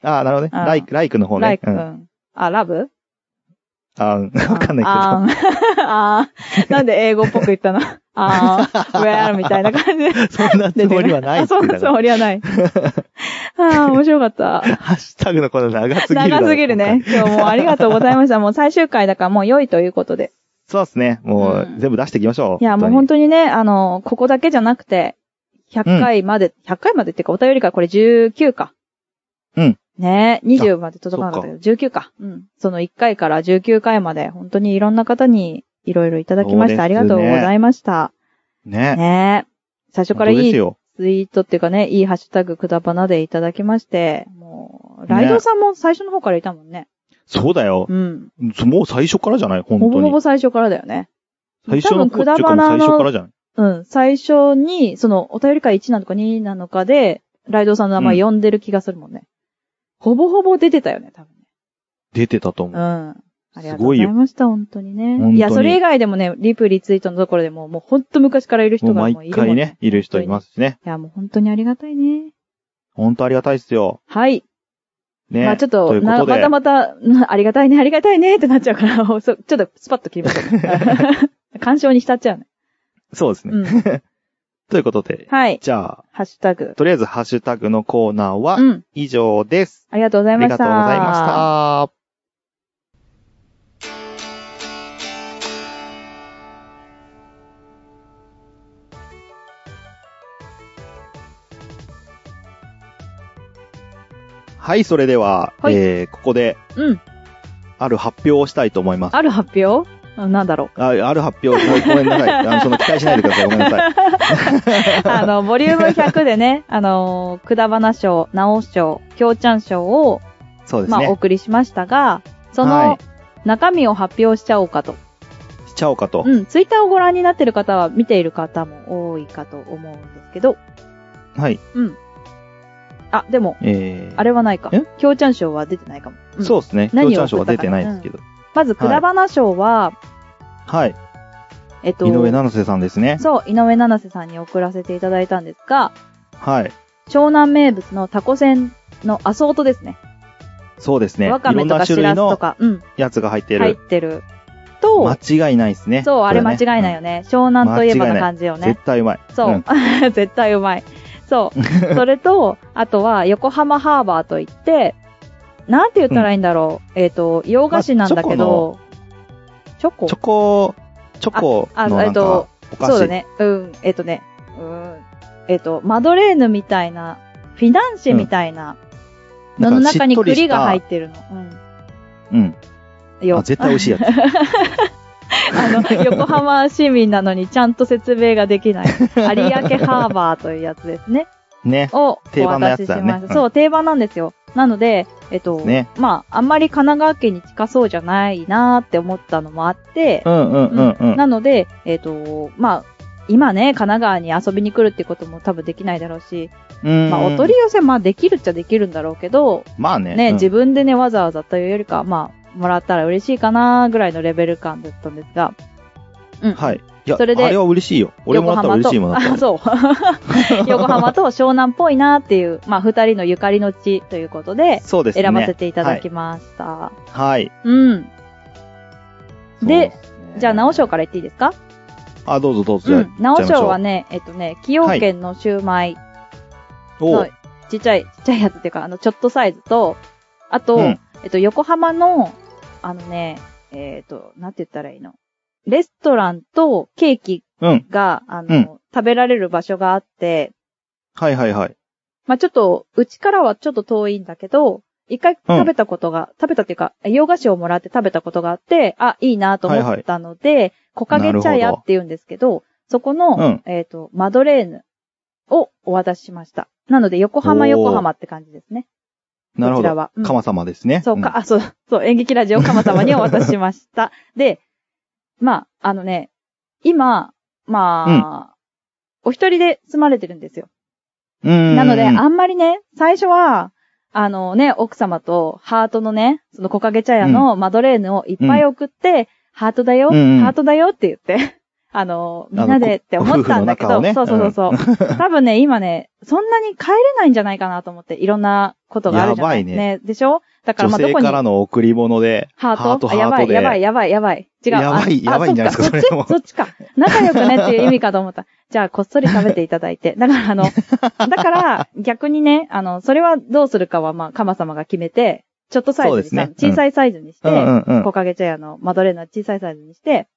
[SPEAKER 1] ああ、なるほどね。
[SPEAKER 2] うん
[SPEAKER 1] ライク、ライクの方
[SPEAKER 2] ライ
[SPEAKER 1] ね。
[SPEAKER 2] ク、う
[SPEAKER 1] うん
[SPEAKER 2] ん。あ、ラブ
[SPEAKER 1] あーわかんない
[SPEAKER 2] あーあー、なんで英語っぽく言ったのあー、where? みたいな感じで。
[SPEAKER 1] け [laughs] ど。そんなつもりはないって言
[SPEAKER 2] あ [laughs] そ
[SPEAKER 1] って
[SPEAKER 2] んな
[SPEAKER 1] た
[SPEAKER 2] つ
[SPEAKER 1] から
[SPEAKER 2] もりはない。ああ、面白かった。
[SPEAKER 1] ハッシュタグのこの長すぎる。
[SPEAKER 2] 長すぎるね。。今日もうありがとうございました。もう最終回だからもう良いということで。
[SPEAKER 1] そうですね。もう
[SPEAKER 2] う、ん
[SPEAKER 1] 全部出していきましょう。
[SPEAKER 2] いや、もう本当にね、あの、ここだけじゃなくて、100回まで、100回までっていうか、お便りからこれ19か。
[SPEAKER 1] うん。
[SPEAKER 2] ねえ、20まで届かなかったけど、19か。うん。その1回から19回まで、本当にいろんな方にいろいろいただき
[SPEAKER 1] そう
[SPEAKER 2] ました。
[SPEAKER 1] ですね
[SPEAKER 2] ありがとうございました。
[SPEAKER 1] ね。
[SPEAKER 2] ねえ。最初から
[SPEAKER 1] 本当
[SPEAKER 2] い
[SPEAKER 1] で
[SPEAKER 2] い
[SPEAKER 1] す
[SPEAKER 2] ツ
[SPEAKER 1] よ。
[SPEAKER 2] イートっていうかね、いいハッシュタグくだばなでいただきまして、もう、
[SPEAKER 1] ね
[SPEAKER 2] ライドさんも最初の方からいたもんね。
[SPEAKER 1] そうだよ。
[SPEAKER 2] うん。
[SPEAKER 1] もう最初からじゃない本
[SPEAKER 2] ほぼ
[SPEAKER 1] 当
[SPEAKER 2] ほ
[SPEAKER 1] に
[SPEAKER 2] ぼ。最初からだよね。
[SPEAKER 1] 最初の
[SPEAKER 2] 多分
[SPEAKER 1] 頃
[SPEAKER 2] くだばな
[SPEAKER 1] 最初
[SPEAKER 2] の
[SPEAKER 1] からじゃない
[SPEAKER 2] うん、最初に、その、お便り会1なのか2なのかで、ライドさんの名前呼んでる気がするもんね。ほぼほぼ出てたよね、多分ね。
[SPEAKER 1] 出てたと思
[SPEAKER 2] う
[SPEAKER 1] う。
[SPEAKER 2] ん。ありが
[SPEAKER 1] す
[SPEAKER 2] とうご
[SPEAKER 1] ごい
[SPEAKER 2] ざい
[SPEAKER 1] よ。
[SPEAKER 2] ました、本当にね。
[SPEAKER 1] 本当に
[SPEAKER 2] いや、それ以外でもね、リプリツイートのところでも、もうほんと昔からいる人
[SPEAKER 1] もう
[SPEAKER 2] がもういるもん
[SPEAKER 1] 毎回ね、いる人いますしね。
[SPEAKER 2] いや、もう本当にありがたいね。
[SPEAKER 1] 本当ありがたいっすよ。
[SPEAKER 2] はい。
[SPEAKER 1] ね。
[SPEAKER 2] まあちょっと、
[SPEAKER 1] いうこ
[SPEAKER 2] な
[SPEAKER 1] とで
[SPEAKER 2] またまた、 [laughs] うんありがたいね、ありがたいねってなっちゃうから、 [laughs] そうちょっとスパッと切りましょ
[SPEAKER 1] [laughs]
[SPEAKER 2] う。干渉に浸っちゃうね。
[SPEAKER 1] そうですね。
[SPEAKER 2] うん。
[SPEAKER 1] ということで、
[SPEAKER 2] はい。
[SPEAKER 1] じゃあ、
[SPEAKER 2] ハッシュタグ。
[SPEAKER 1] とりあえずハッシュタグのコーナーは
[SPEAKER 2] うん。
[SPEAKER 1] 以上です。
[SPEAKER 2] ありがとうござ
[SPEAKER 1] あ
[SPEAKER 2] いま
[SPEAKER 1] りが
[SPEAKER 2] した。
[SPEAKER 1] とうございました。はい、それでは、
[SPEAKER 2] はい
[SPEAKER 1] えー、ここで、
[SPEAKER 2] うん
[SPEAKER 1] ある発表をしたいと思います。
[SPEAKER 2] ある発表あなんだろ
[SPEAKER 1] あある発表、ごめんごめん
[SPEAKER 2] [laughs]
[SPEAKER 1] なさい。あの、その期待しないでください。ごめんなさい。 [laughs]
[SPEAKER 2] う。あの、ボリューム100でね、あのーくだばな賞、なお賞、きょうちゃん賞を、
[SPEAKER 1] そうです
[SPEAKER 2] まあ、お
[SPEAKER 1] ね。
[SPEAKER 2] 送りしましたが、そ
[SPEAKER 1] は
[SPEAKER 2] の、中身を発表しちゃおうかと。
[SPEAKER 1] しちゃおうかと。
[SPEAKER 2] うん、ツイッターをご覧になってる方は、見ている方も多いかと思うんですけど、
[SPEAKER 1] はい。
[SPEAKER 2] うん。あ、でも、
[SPEAKER 1] えー、
[SPEAKER 2] あれはないか
[SPEAKER 1] え。
[SPEAKER 2] きょうちゃん賞は出てないかも。うん
[SPEAKER 1] そうですね。
[SPEAKER 2] 何を
[SPEAKER 1] 強調賞は出てないですけど。
[SPEAKER 2] まず、くだばな賞は、
[SPEAKER 1] はい。
[SPEAKER 2] えっと、
[SPEAKER 1] 井上七瀬さんですね。
[SPEAKER 2] そう、井上七瀬さんに送らせていただいたんですが、
[SPEAKER 1] はい。
[SPEAKER 2] 湘南名物のタコ船のアソートですね。
[SPEAKER 1] そうですね。
[SPEAKER 2] わか
[SPEAKER 1] いろ
[SPEAKER 2] め
[SPEAKER 1] ん
[SPEAKER 2] と
[SPEAKER 1] な
[SPEAKER 2] か
[SPEAKER 1] 種
[SPEAKER 2] し
[SPEAKER 1] 類
[SPEAKER 2] らすと
[SPEAKER 1] の
[SPEAKER 2] か、うん、
[SPEAKER 1] やつが入って
[SPEAKER 2] 入っ
[SPEAKER 1] る。
[SPEAKER 2] てる。と、
[SPEAKER 1] 間違いないですね。
[SPEAKER 2] そう、あれ間違い
[SPEAKER 1] こね
[SPEAKER 2] ないよね。湘南といえばの感じよ
[SPEAKER 1] うん
[SPEAKER 2] ね。
[SPEAKER 1] 絶対うまい。
[SPEAKER 2] そう、
[SPEAKER 1] ん
[SPEAKER 2] [laughs] 絶対うまい。
[SPEAKER 1] [laughs]
[SPEAKER 2] そう。それと、あとは、横浜ハーバーといって、なんて言ったらいいんだろう。えっ、と、洋菓子なんだけど、チョコ
[SPEAKER 1] チョコ、チョコ
[SPEAKER 2] ああ
[SPEAKER 1] のな
[SPEAKER 2] えっ
[SPEAKER 1] ん
[SPEAKER 2] と
[SPEAKER 1] か、お菓子。。
[SPEAKER 2] そうだね。うん、えっ、とね、うん、えっ、と、マドレーヌみたいな、フィナンシェみたいな、のの中に栗が入っててるの。うん。
[SPEAKER 1] うん。
[SPEAKER 2] よ
[SPEAKER 1] あ絶対美味しいやつ。
[SPEAKER 2] [laughs] あの、横浜市民なのにちゃんと説明ができ
[SPEAKER 1] [laughs]
[SPEAKER 2] ない。有明ハーバーというやつですね。
[SPEAKER 1] ね。
[SPEAKER 2] を
[SPEAKER 1] 定
[SPEAKER 2] お
[SPEAKER 1] 番のや
[SPEAKER 2] 渡
[SPEAKER 1] つ
[SPEAKER 2] しし
[SPEAKER 1] だね
[SPEAKER 2] まし
[SPEAKER 1] うん
[SPEAKER 2] た。そう、定番なんですよ。なので、えっと、
[SPEAKER 1] ね
[SPEAKER 2] まあ、あんまり神奈川県に近そうじゃないなーって思ったのもあって、
[SPEAKER 1] うんうんうんうん。
[SPEAKER 2] なので、えっと、まあ、今ね、神奈川に遊びに来るってことも多分できないだろうし、
[SPEAKER 1] うん
[SPEAKER 2] まあ、お取り寄せ、まあ、できるっちゃできるんだろうけど、
[SPEAKER 1] まあね。
[SPEAKER 2] ね、自
[SPEAKER 1] 分。
[SPEAKER 2] 分でね、わざわざというよりかは、まあ、もらったら嬉しいかなぐらいのレベル感だったんですが、うん。
[SPEAKER 1] はい。いや、あ
[SPEAKER 2] それで
[SPEAKER 1] れは嬉しいよ。俺もらったら嬉しいもんだった
[SPEAKER 2] あ、
[SPEAKER 1] よ。
[SPEAKER 2] [laughs] そう。横浜と湘南っぽいなっていう、まあ、二人のゆかりの地ということで、
[SPEAKER 1] そうですね。
[SPEAKER 2] 選ばせていただきました。
[SPEAKER 1] はい。
[SPEAKER 2] うん。で
[SPEAKER 1] そうすね、
[SPEAKER 2] じゃあ、直章から言っていいですか
[SPEAKER 1] あ、どうぞどうぞ。じ
[SPEAKER 2] う
[SPEAKER 1] ゃあ
[SPEAKER 2] ん。直章は。
[SPEAKER 1] 行っ
[SPEAKER 2] ね、えっとね、崎陽軒のシューマイ
[SPEAKER 1] ちゃいましょうお
[SPEAKER 2] は
[SPEAKER 1] う
[SPEAKER 2] いちっちゃい、ちっちゃいやつっていうか、あの、ちょっとサイズと、あと、
[SPEAKER 1] うん
[SPEAKER 2] えっと、横浜の、あのね、えっ、と、なんて言ったらいいの。レストランとケーキ
[SPEAKER 1] うん。
[SPEAKER 2] が、あの、
[SPEAKER 1] うん
[SPEAKER 2] 食べられる場所があって、
[SPEAKER 1] はいはいはい。
[SPEAKER 2] まあ、ちょっと、うちからはちょっと遠いんだけど、一回
[SPEAKER 1] うん
[SPEAKER 2] 食べたことが、食べたっていうか、洋菓子をもらって食べたことがあって、あ、いいなと思ったので、木陰茶
[SPEAKER 1] なる
[SPEAKER 2] 屋
[SPEAKER 1] ほど
[SPEAKER 2] って言うんですけど、そこの、
[SPEAKER 1] うん
[SPEAKER 2] えっ、と、マドレーヌをお渡ししました。なので、横浜
[SPEAKER 1] おー
[SPEAKER 2] 横浜って感じですね。
[SPEAKER 1] なるほ
[SPEAKER 2] こちら
[SPEAKER 1] ど。
[SPEAKER 2] は。うん
[SPEAKER 1] かま様ですね。
[SPEAKER 2] そうか、あ、そう、そう、演劇ラジオ、かま様にお渡ししま
[SPEAKER 1] [laughs]
[SPEAKER 2] した。で、まあ、あのね、今、まあ、お一人で住まれてるんですよ。
[SPEAKER 1] うん。うん。
[SPEAKER 2] なので、あんまりね、最初は、あのね、奥様とハートのね、その木陰茶屋のマドレーヌをいっぱい送って、ハートだよ、
[SPEAKER 1] うんうん
[SPEAKER 2] ハートだよって言って、 [laughs] あの、みんなでって思ったんだけ
[SPEAKER 1] あの
[SPEAKER 2] ど、
[SPEAKER 1] ご夫婦の中をね
[SPEAKER 2] そうそうそうそう。 [laughs] 多分ね、今ね、そんなに帰れないんじゃないかなと思って、いろんなことがあるじゃない
[SPEAKER 1] やばい
[SPEAKER 2] でしょだからま
[SPEAKER 1] 女
[SPEAKER 2] あ、ど
[SPEAKER 1] 性
[SPEAKER 2] こに、
[SPEAKER 1] からの贈り物で、
[SPEAKER 2] ハート
[SPEAKER 1] ハート、
[SPEAKER 2] あや
[SPEAKER 1] ハ
[SPEAKER 2] ば
[SPEAKER 1] ート
[SPEAKER 2] い、
[SPEAKER 1] で。
[SPEAKER 2] やばい、やばい、やばい。違う。
[SPEAKER 1] やばい
[SPEAKER 2] あ
[SPEAKER 1] やばいんじゃないですか
[SPEAKER 2] あそっ
[SPEAKER 1] それも
[SPEAKER 2] そっちそっちか。仲良くねっていう意味かと思った。じゃあ、こっそり食べていただいて。だから、あの、
[SPEAKER 1] [laughs]
[SPEAKER 2] だから、逆にね、あの、それはどうするかは、まあ、カマ様が決めて、ちょっとサイズにし
[SPEAKER 1] そうで
[SPEAKER 2] た、
[SPEAKER 1] すねうん
[SPEAKER 2] 小さいサイズにし
[SPEAKER 1] うんう
[SPEAKER 2] て、
[SPEAKER 1] んうん。
[SPEAKER 2] 木陰茶屋のマドレーヌは小さいサイズにして、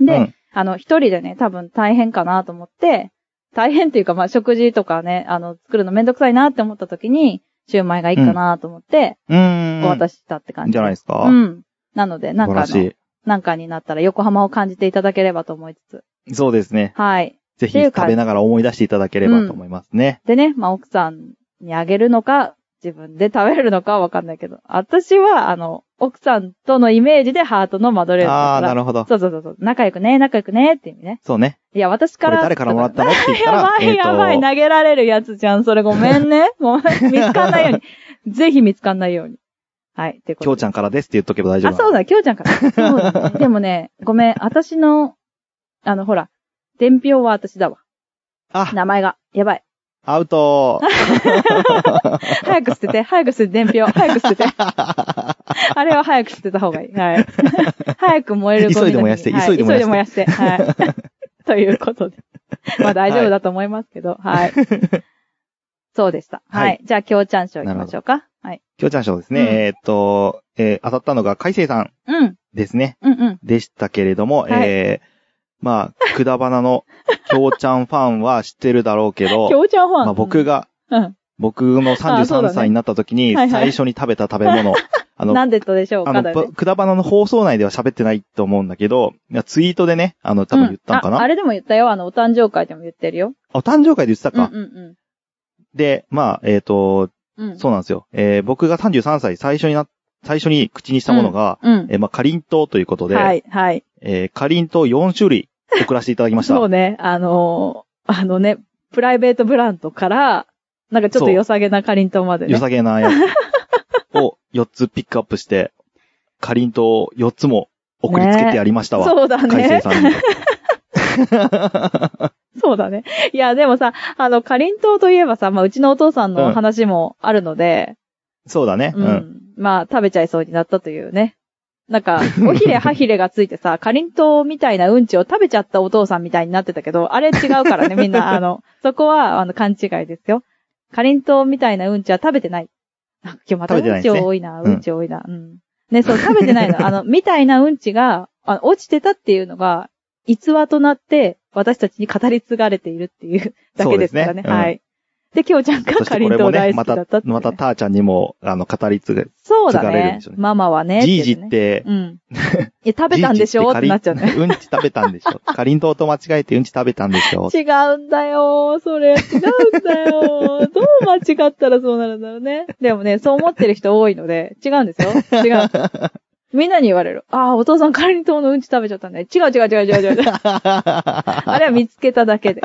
[SPEAKER 2] で、
[SPEAKER 1] うん
[SPEAKER 2] あの、一人でね、多分大変かなと思って、大変っていうか、まあ、食事とかね、あの、作るのめんどくさいなって思った時に、シューマイがいいかなと思って、
[SPEAKER 1] うーん。
[SPEAKER 2] お渡ししたって感じ。
[SPEAKER 1] じゃないですか。
[SPEAKER 2] うん。なので、な
[SPEAKER 1] 素
[SPEAKER 2] ん
[SPEAKER 1] 晴
[SPEAKER 2] からあ
[SPEAKER 1] し
[SPEAKER 2] の、なんかになったら横浜を感じていただければと思いつつ。
[SPEAKER 1] い。そうですね。
[SPEAKER 2] はい。
[SPEAKER 1] ぜ
[SPEAKER 2] っ
[SPEAKER 1] ひ
[SPEAKER 2] ていう
[SPEAKER 1] 食
[SPEAKER 2] か
[SPEAKER 1] べながら思い出していただければと思いますね。
[SPEAKER 2] でね、まあ、奥さんにあげるのか、自分で食べれるのかはわかんないけど、私は、あの、奥さんとのイメージでハートのマドレーヌだから。
[SPEAKER 1] ああ、なるほど。
[SPEAKER 2] そうそうそうそう。仲良くね、仲良くね、って意味ね。
[SPEAKER 1] そうね。
[SPEAKER 2] いや、私
[SPEAKER 1] こ
[SPEAKER 2] か
[SPEAKER 1] れ
[SPEAKER 2] ら。
[SPEAKER 1] 誰からもらったのって言った
[SPEAKER 2] [laughs] や
[SPEAKER 1] ら
[SPEAKER 2] ば、い、やばい、
[SPEAKER 1] えっ
[SPEAKER 2] 投げられるやつじゃん。それごめんね。ごめん、見つかんないように。ぜひ見つかんないように。はい、ってこと
[SPEAKER 1] と、きょうちゃんからですって言っとけば大丈夫
[SPEAKER 2] あ、そう
[SPEAKER 1] だ。
[SPEAKER 2] だ、きょうちゃんから。そうだねでもね、ごめん、私の、あの、ほら、伝票は私だわ。
[SPEAKER 1] あ、
[SPEAKER 2] 名前が。やばい。
[SPEAKER 1] アウト。
[SPEAKER 2] 早く捨てて、早く捨てて、伝票。早く捨てて。 [laughs] あれは早く捨てた方がいい。はい。早く燃えるゴ
[SPEAKER 1] 急
[SPEAKER 2] ミの日
[SPEAKER 1] いで燃やして
[SPEAKER 2] は
[SPEAKER 1] 急いで燃やして
[SPEAKER 2] 急いで燃やし
[SPEAKER 1] [laughs]
[SPEAKER 2] て。はい。ということで。まあ大丈夫だと思いますけど、はい。そうでした。はい。
[SPEAKER 1] は
[SPEAKER 2] じゃあ、きょうちゃん賞いきましょうか。はい。
[SPEAKER 1] きょうちゃん賞ですね。
[SPEAKER 2] うん
[SPEAKER 1] えーっと、えー当たったのが、海星さん
[SPEAKER 2] うん、
[SPEAKER 1] ですね。
[SPEAKER 2] うん、うん。
[SPEAKER 1] でしたけれども、
[SPEAKER 2] はい
[SPEAKER 1] えー、まあ、くだばなの、きょうちゃんファンは知ってるだろうけ
[SPEAKER 2] [laughs] きょ
[SPEAKER 1] ど、
[SPEAKER 2] うちゃんファン。
[SPEAKER 1] まあ僕が、
[SPEAKER 2] うん、
[SPEAKER 1] 僕の
[SPEAKER 2] あそう
[SPEAKER 1] 33
[SPEAKER 2] だね
[SPEAKER 1] 歳になった時に、
[SPEAKER 2] はいは
[SPEAKER 1] 最
[SPEAKER 2] い
[SPEAKER 1] 初に食べた食べ
[SPEAKER 2] [laughs]
[SPEAKER 1] 物、あ
[SPEAKER 2] うん。
[SPEAKER 1] の、
[SPEAKER 2] なんでとでしょう
[SPEAKER 1] あ
[SPEAKER 2] かだ
[SPEAKER 1] の、
[SPEAKER 2] よね
[SPEAKER 1] ぷくだばなの放送内では喋ってないと思うんだけど、いやツイートでね、あの、多分言ったのかな、
[SPEAKER 2] うんあ
[SPEAKER 1] あ
[SPEAKER 2] あれでも言ったよ。あの、お誕生会でも言ってるよ。
[SPEAKER 1] 誕生会で言ってた
[SPEAKER 2] うん
[SPEAKER 1] か。
[SPEAKER 2] うん
[SPEAKER 1] で、まあ、えっ、と、
[SPEAKER 2] うん。うん。
[SPEAKER 1] そうなんですよ。えー僕が33歳最初にな、最初に口にしたものが、
[SPEAKER 2] うん。 [laughs]
[SPEAKER 1] えーまあ、かりんとうということで、
[SPEAKER 2] はい、はい。
[SPEAKER 1] えーかりんとう4種類送らせていただきました。
[SPEAKER 2] そうね、あのー [laughs] あのね、プライベートブランドから、なんかちょっと良さげなかりんとうまでね。
[SPEAKER 1] 良さげなやつを4つピックアップして、かりんとう4つも送りつけてやりましたわ。
[SPEAKER 2] そうだ
[SPEAKER 1] 海星
[SPEAKER 2] ね。
[SPEAKER 1] さんに。
[SPEAKER 2] [laughs] そうだね。いや、でもさ、あの、かりんとうといえばさ、まあ、うちのお父さんの話もあるので、
[SPEAKER 1] そうだね。
[SPEAKER 2] う、
[SPEAKER 1] うんん。
[SPEAKER 2] まあ、食べちゃいそうになったというね。な
[SPEAKER 1] [laughs]
[SPEAKER 2] んか、おひれはひれがついてさ、かりんとうみたいなうんちを食べちゃったお父さんみたいになってたけど、あれ違うか
[SPEAKER 1] [laughs]
[SPEAKER 2] らね、みんな、あの、そこは、あの、勘違いですよ。かりんとうみたいなうんちは食べてない。なんか今日また
[SPEAKER 1] 食べてな
[SPEAKER 2] うん
[SPEAKER 1] いで
[SPEAKER 2] ち
[SPEAKER 1] すね
[SPEAKER 2] 多いな、
[SPEAKER 1] う
[SPEAKER 2] うんんち多いな。うん。ね、そう、食べてない
[SPEAKER 1] [laughs]
[SPEAKER 2] の。あの、みたいなうんちが、あの落ちてたっていうのが、逸話となって、私たちに語り継がれているっていうだけですからね。
[SPEAKER 1] そうですねうん
[SPEAKER 2] はい。で、きょうちゃんが
[SPEAKER 1] そし
[SPEAKER 2] か
[SPEAKER 1] て
[SPEAKER 2] り
[SPEAKER 1] こ
[SPEAKER 2] ん
[SPEAKER 1] れ
[SPEAKER 2] と
[SPEAKER 1] も
[SPEAKER 2] う大
[SPEAKER 1] ね、
[SPEAKER 2] 好
[SPEAKER 1] ま
[SPEAKER 2] きだ
[SPEAKER 1] た
[SPEAKER 2] ったっ、て
[SPEAKER 1] また、たーちゃんにも、あの、語り継ぐ。
[SPEAKER 2] そうだ
[SPEAKER 1] 継がれるん
[SPEAKER 2] ね
[SPEAKER 1] でしょう。ね
[SPEAKER 2] ママはね。
[SPEAKER 1] じいじ
[SPEAKER 2] て
[SPEAKER 1] っ
[SPEAKER 2] いうね。
[SPEAKER 1] て、
[SPEAKER 2] うん。いや、食べたんでしょってなっちゃうね。
[SPEAKER 1] ね。うんち食べたんでし
[SPEAKER 2] [laughs]
[SPEAKER 1] ょ。かりんとうと間違えてうんち食べたんでしょ。
[SPEAKER 2] 違うんだよそれ、違うんだよどう間違ったらそうなるんだろうね。でもね、そう思ってる人多いので、違うんですよ。違う。みんなに言われる。ああ、お父さんカリンとうのうんち食べちゃったね。違う違う違う違う違う。あれは見つけただけで。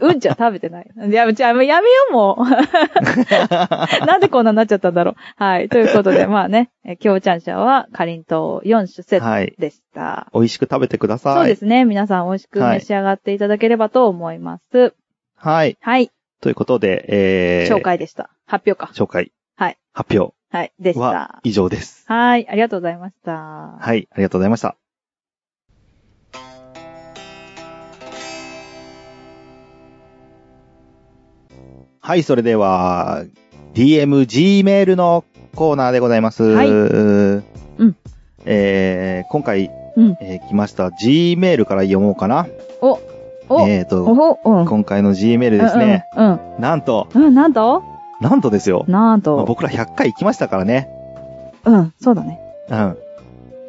[SPEAKER 2] うん。うんちは食べてない。いや、じゃあもうやめよう、も [laughs] う。なんでこんなになっちゃったんだろう。はい。ということで、まあね、え強ちゃん社はかりんとう4種セット
[SPEAKER 1] はい。
[SPEAKER 2] でした。
[SPEAKER 1] 美味しく食べてください。
[SPEAKER 2] そうですね。皆さん美味しく召し上がっていただければと思います。
[SPEAKER 1] はい。
[SPEAKER 2] はい。
[SPEAKER 1] ということで、えー、
[SPEAKER 2] 紹。介でした。発表か。
[SPEAKER 1] 紹介。
[SPEAKER 2] はい。
[SPEAKER 1] 発表
[SPEAKER 2] はい。でし
[SPEAKER 1] は
[SPEAKER 2] た。
[SPEAKER 1] 以上です。
[SPEAKER 2] はい。ありがとうございました。
[SPEAKER 1] はい。ありがとうございました。はい、それでは、DMG メールのコーナーでございます。
[SPEAKER 2] はい
[SPEAKER 1] うん。えー、今回、
[SPEAKER 2] うん
[SPEAKER 1] えー来ました。G メールから読もうかな。
[SPEAKER 2] お、
[SPEAKER 1] えー
[SPEAKER 2] お
[SPEAKER 1] と、
[SPEAKER 2] ほ、うん。
[SPEAKER 1] 今回の G メールですね。
[SPEAKER 2] うん。うん。
[SPEAKER 1] なんと、
[SPEAKER 2] うん、なんと
[SPEAKER 1] なんとですよ。
[SPEAKER 2] なん
[SPEAKER 1] まあ
[SPEAKER 2] と。
[SPEAKER 1] 僕ら100回行きましたからね。
[SPEAKER 2] うん、そうだね。
[SPEAKER 1] うん。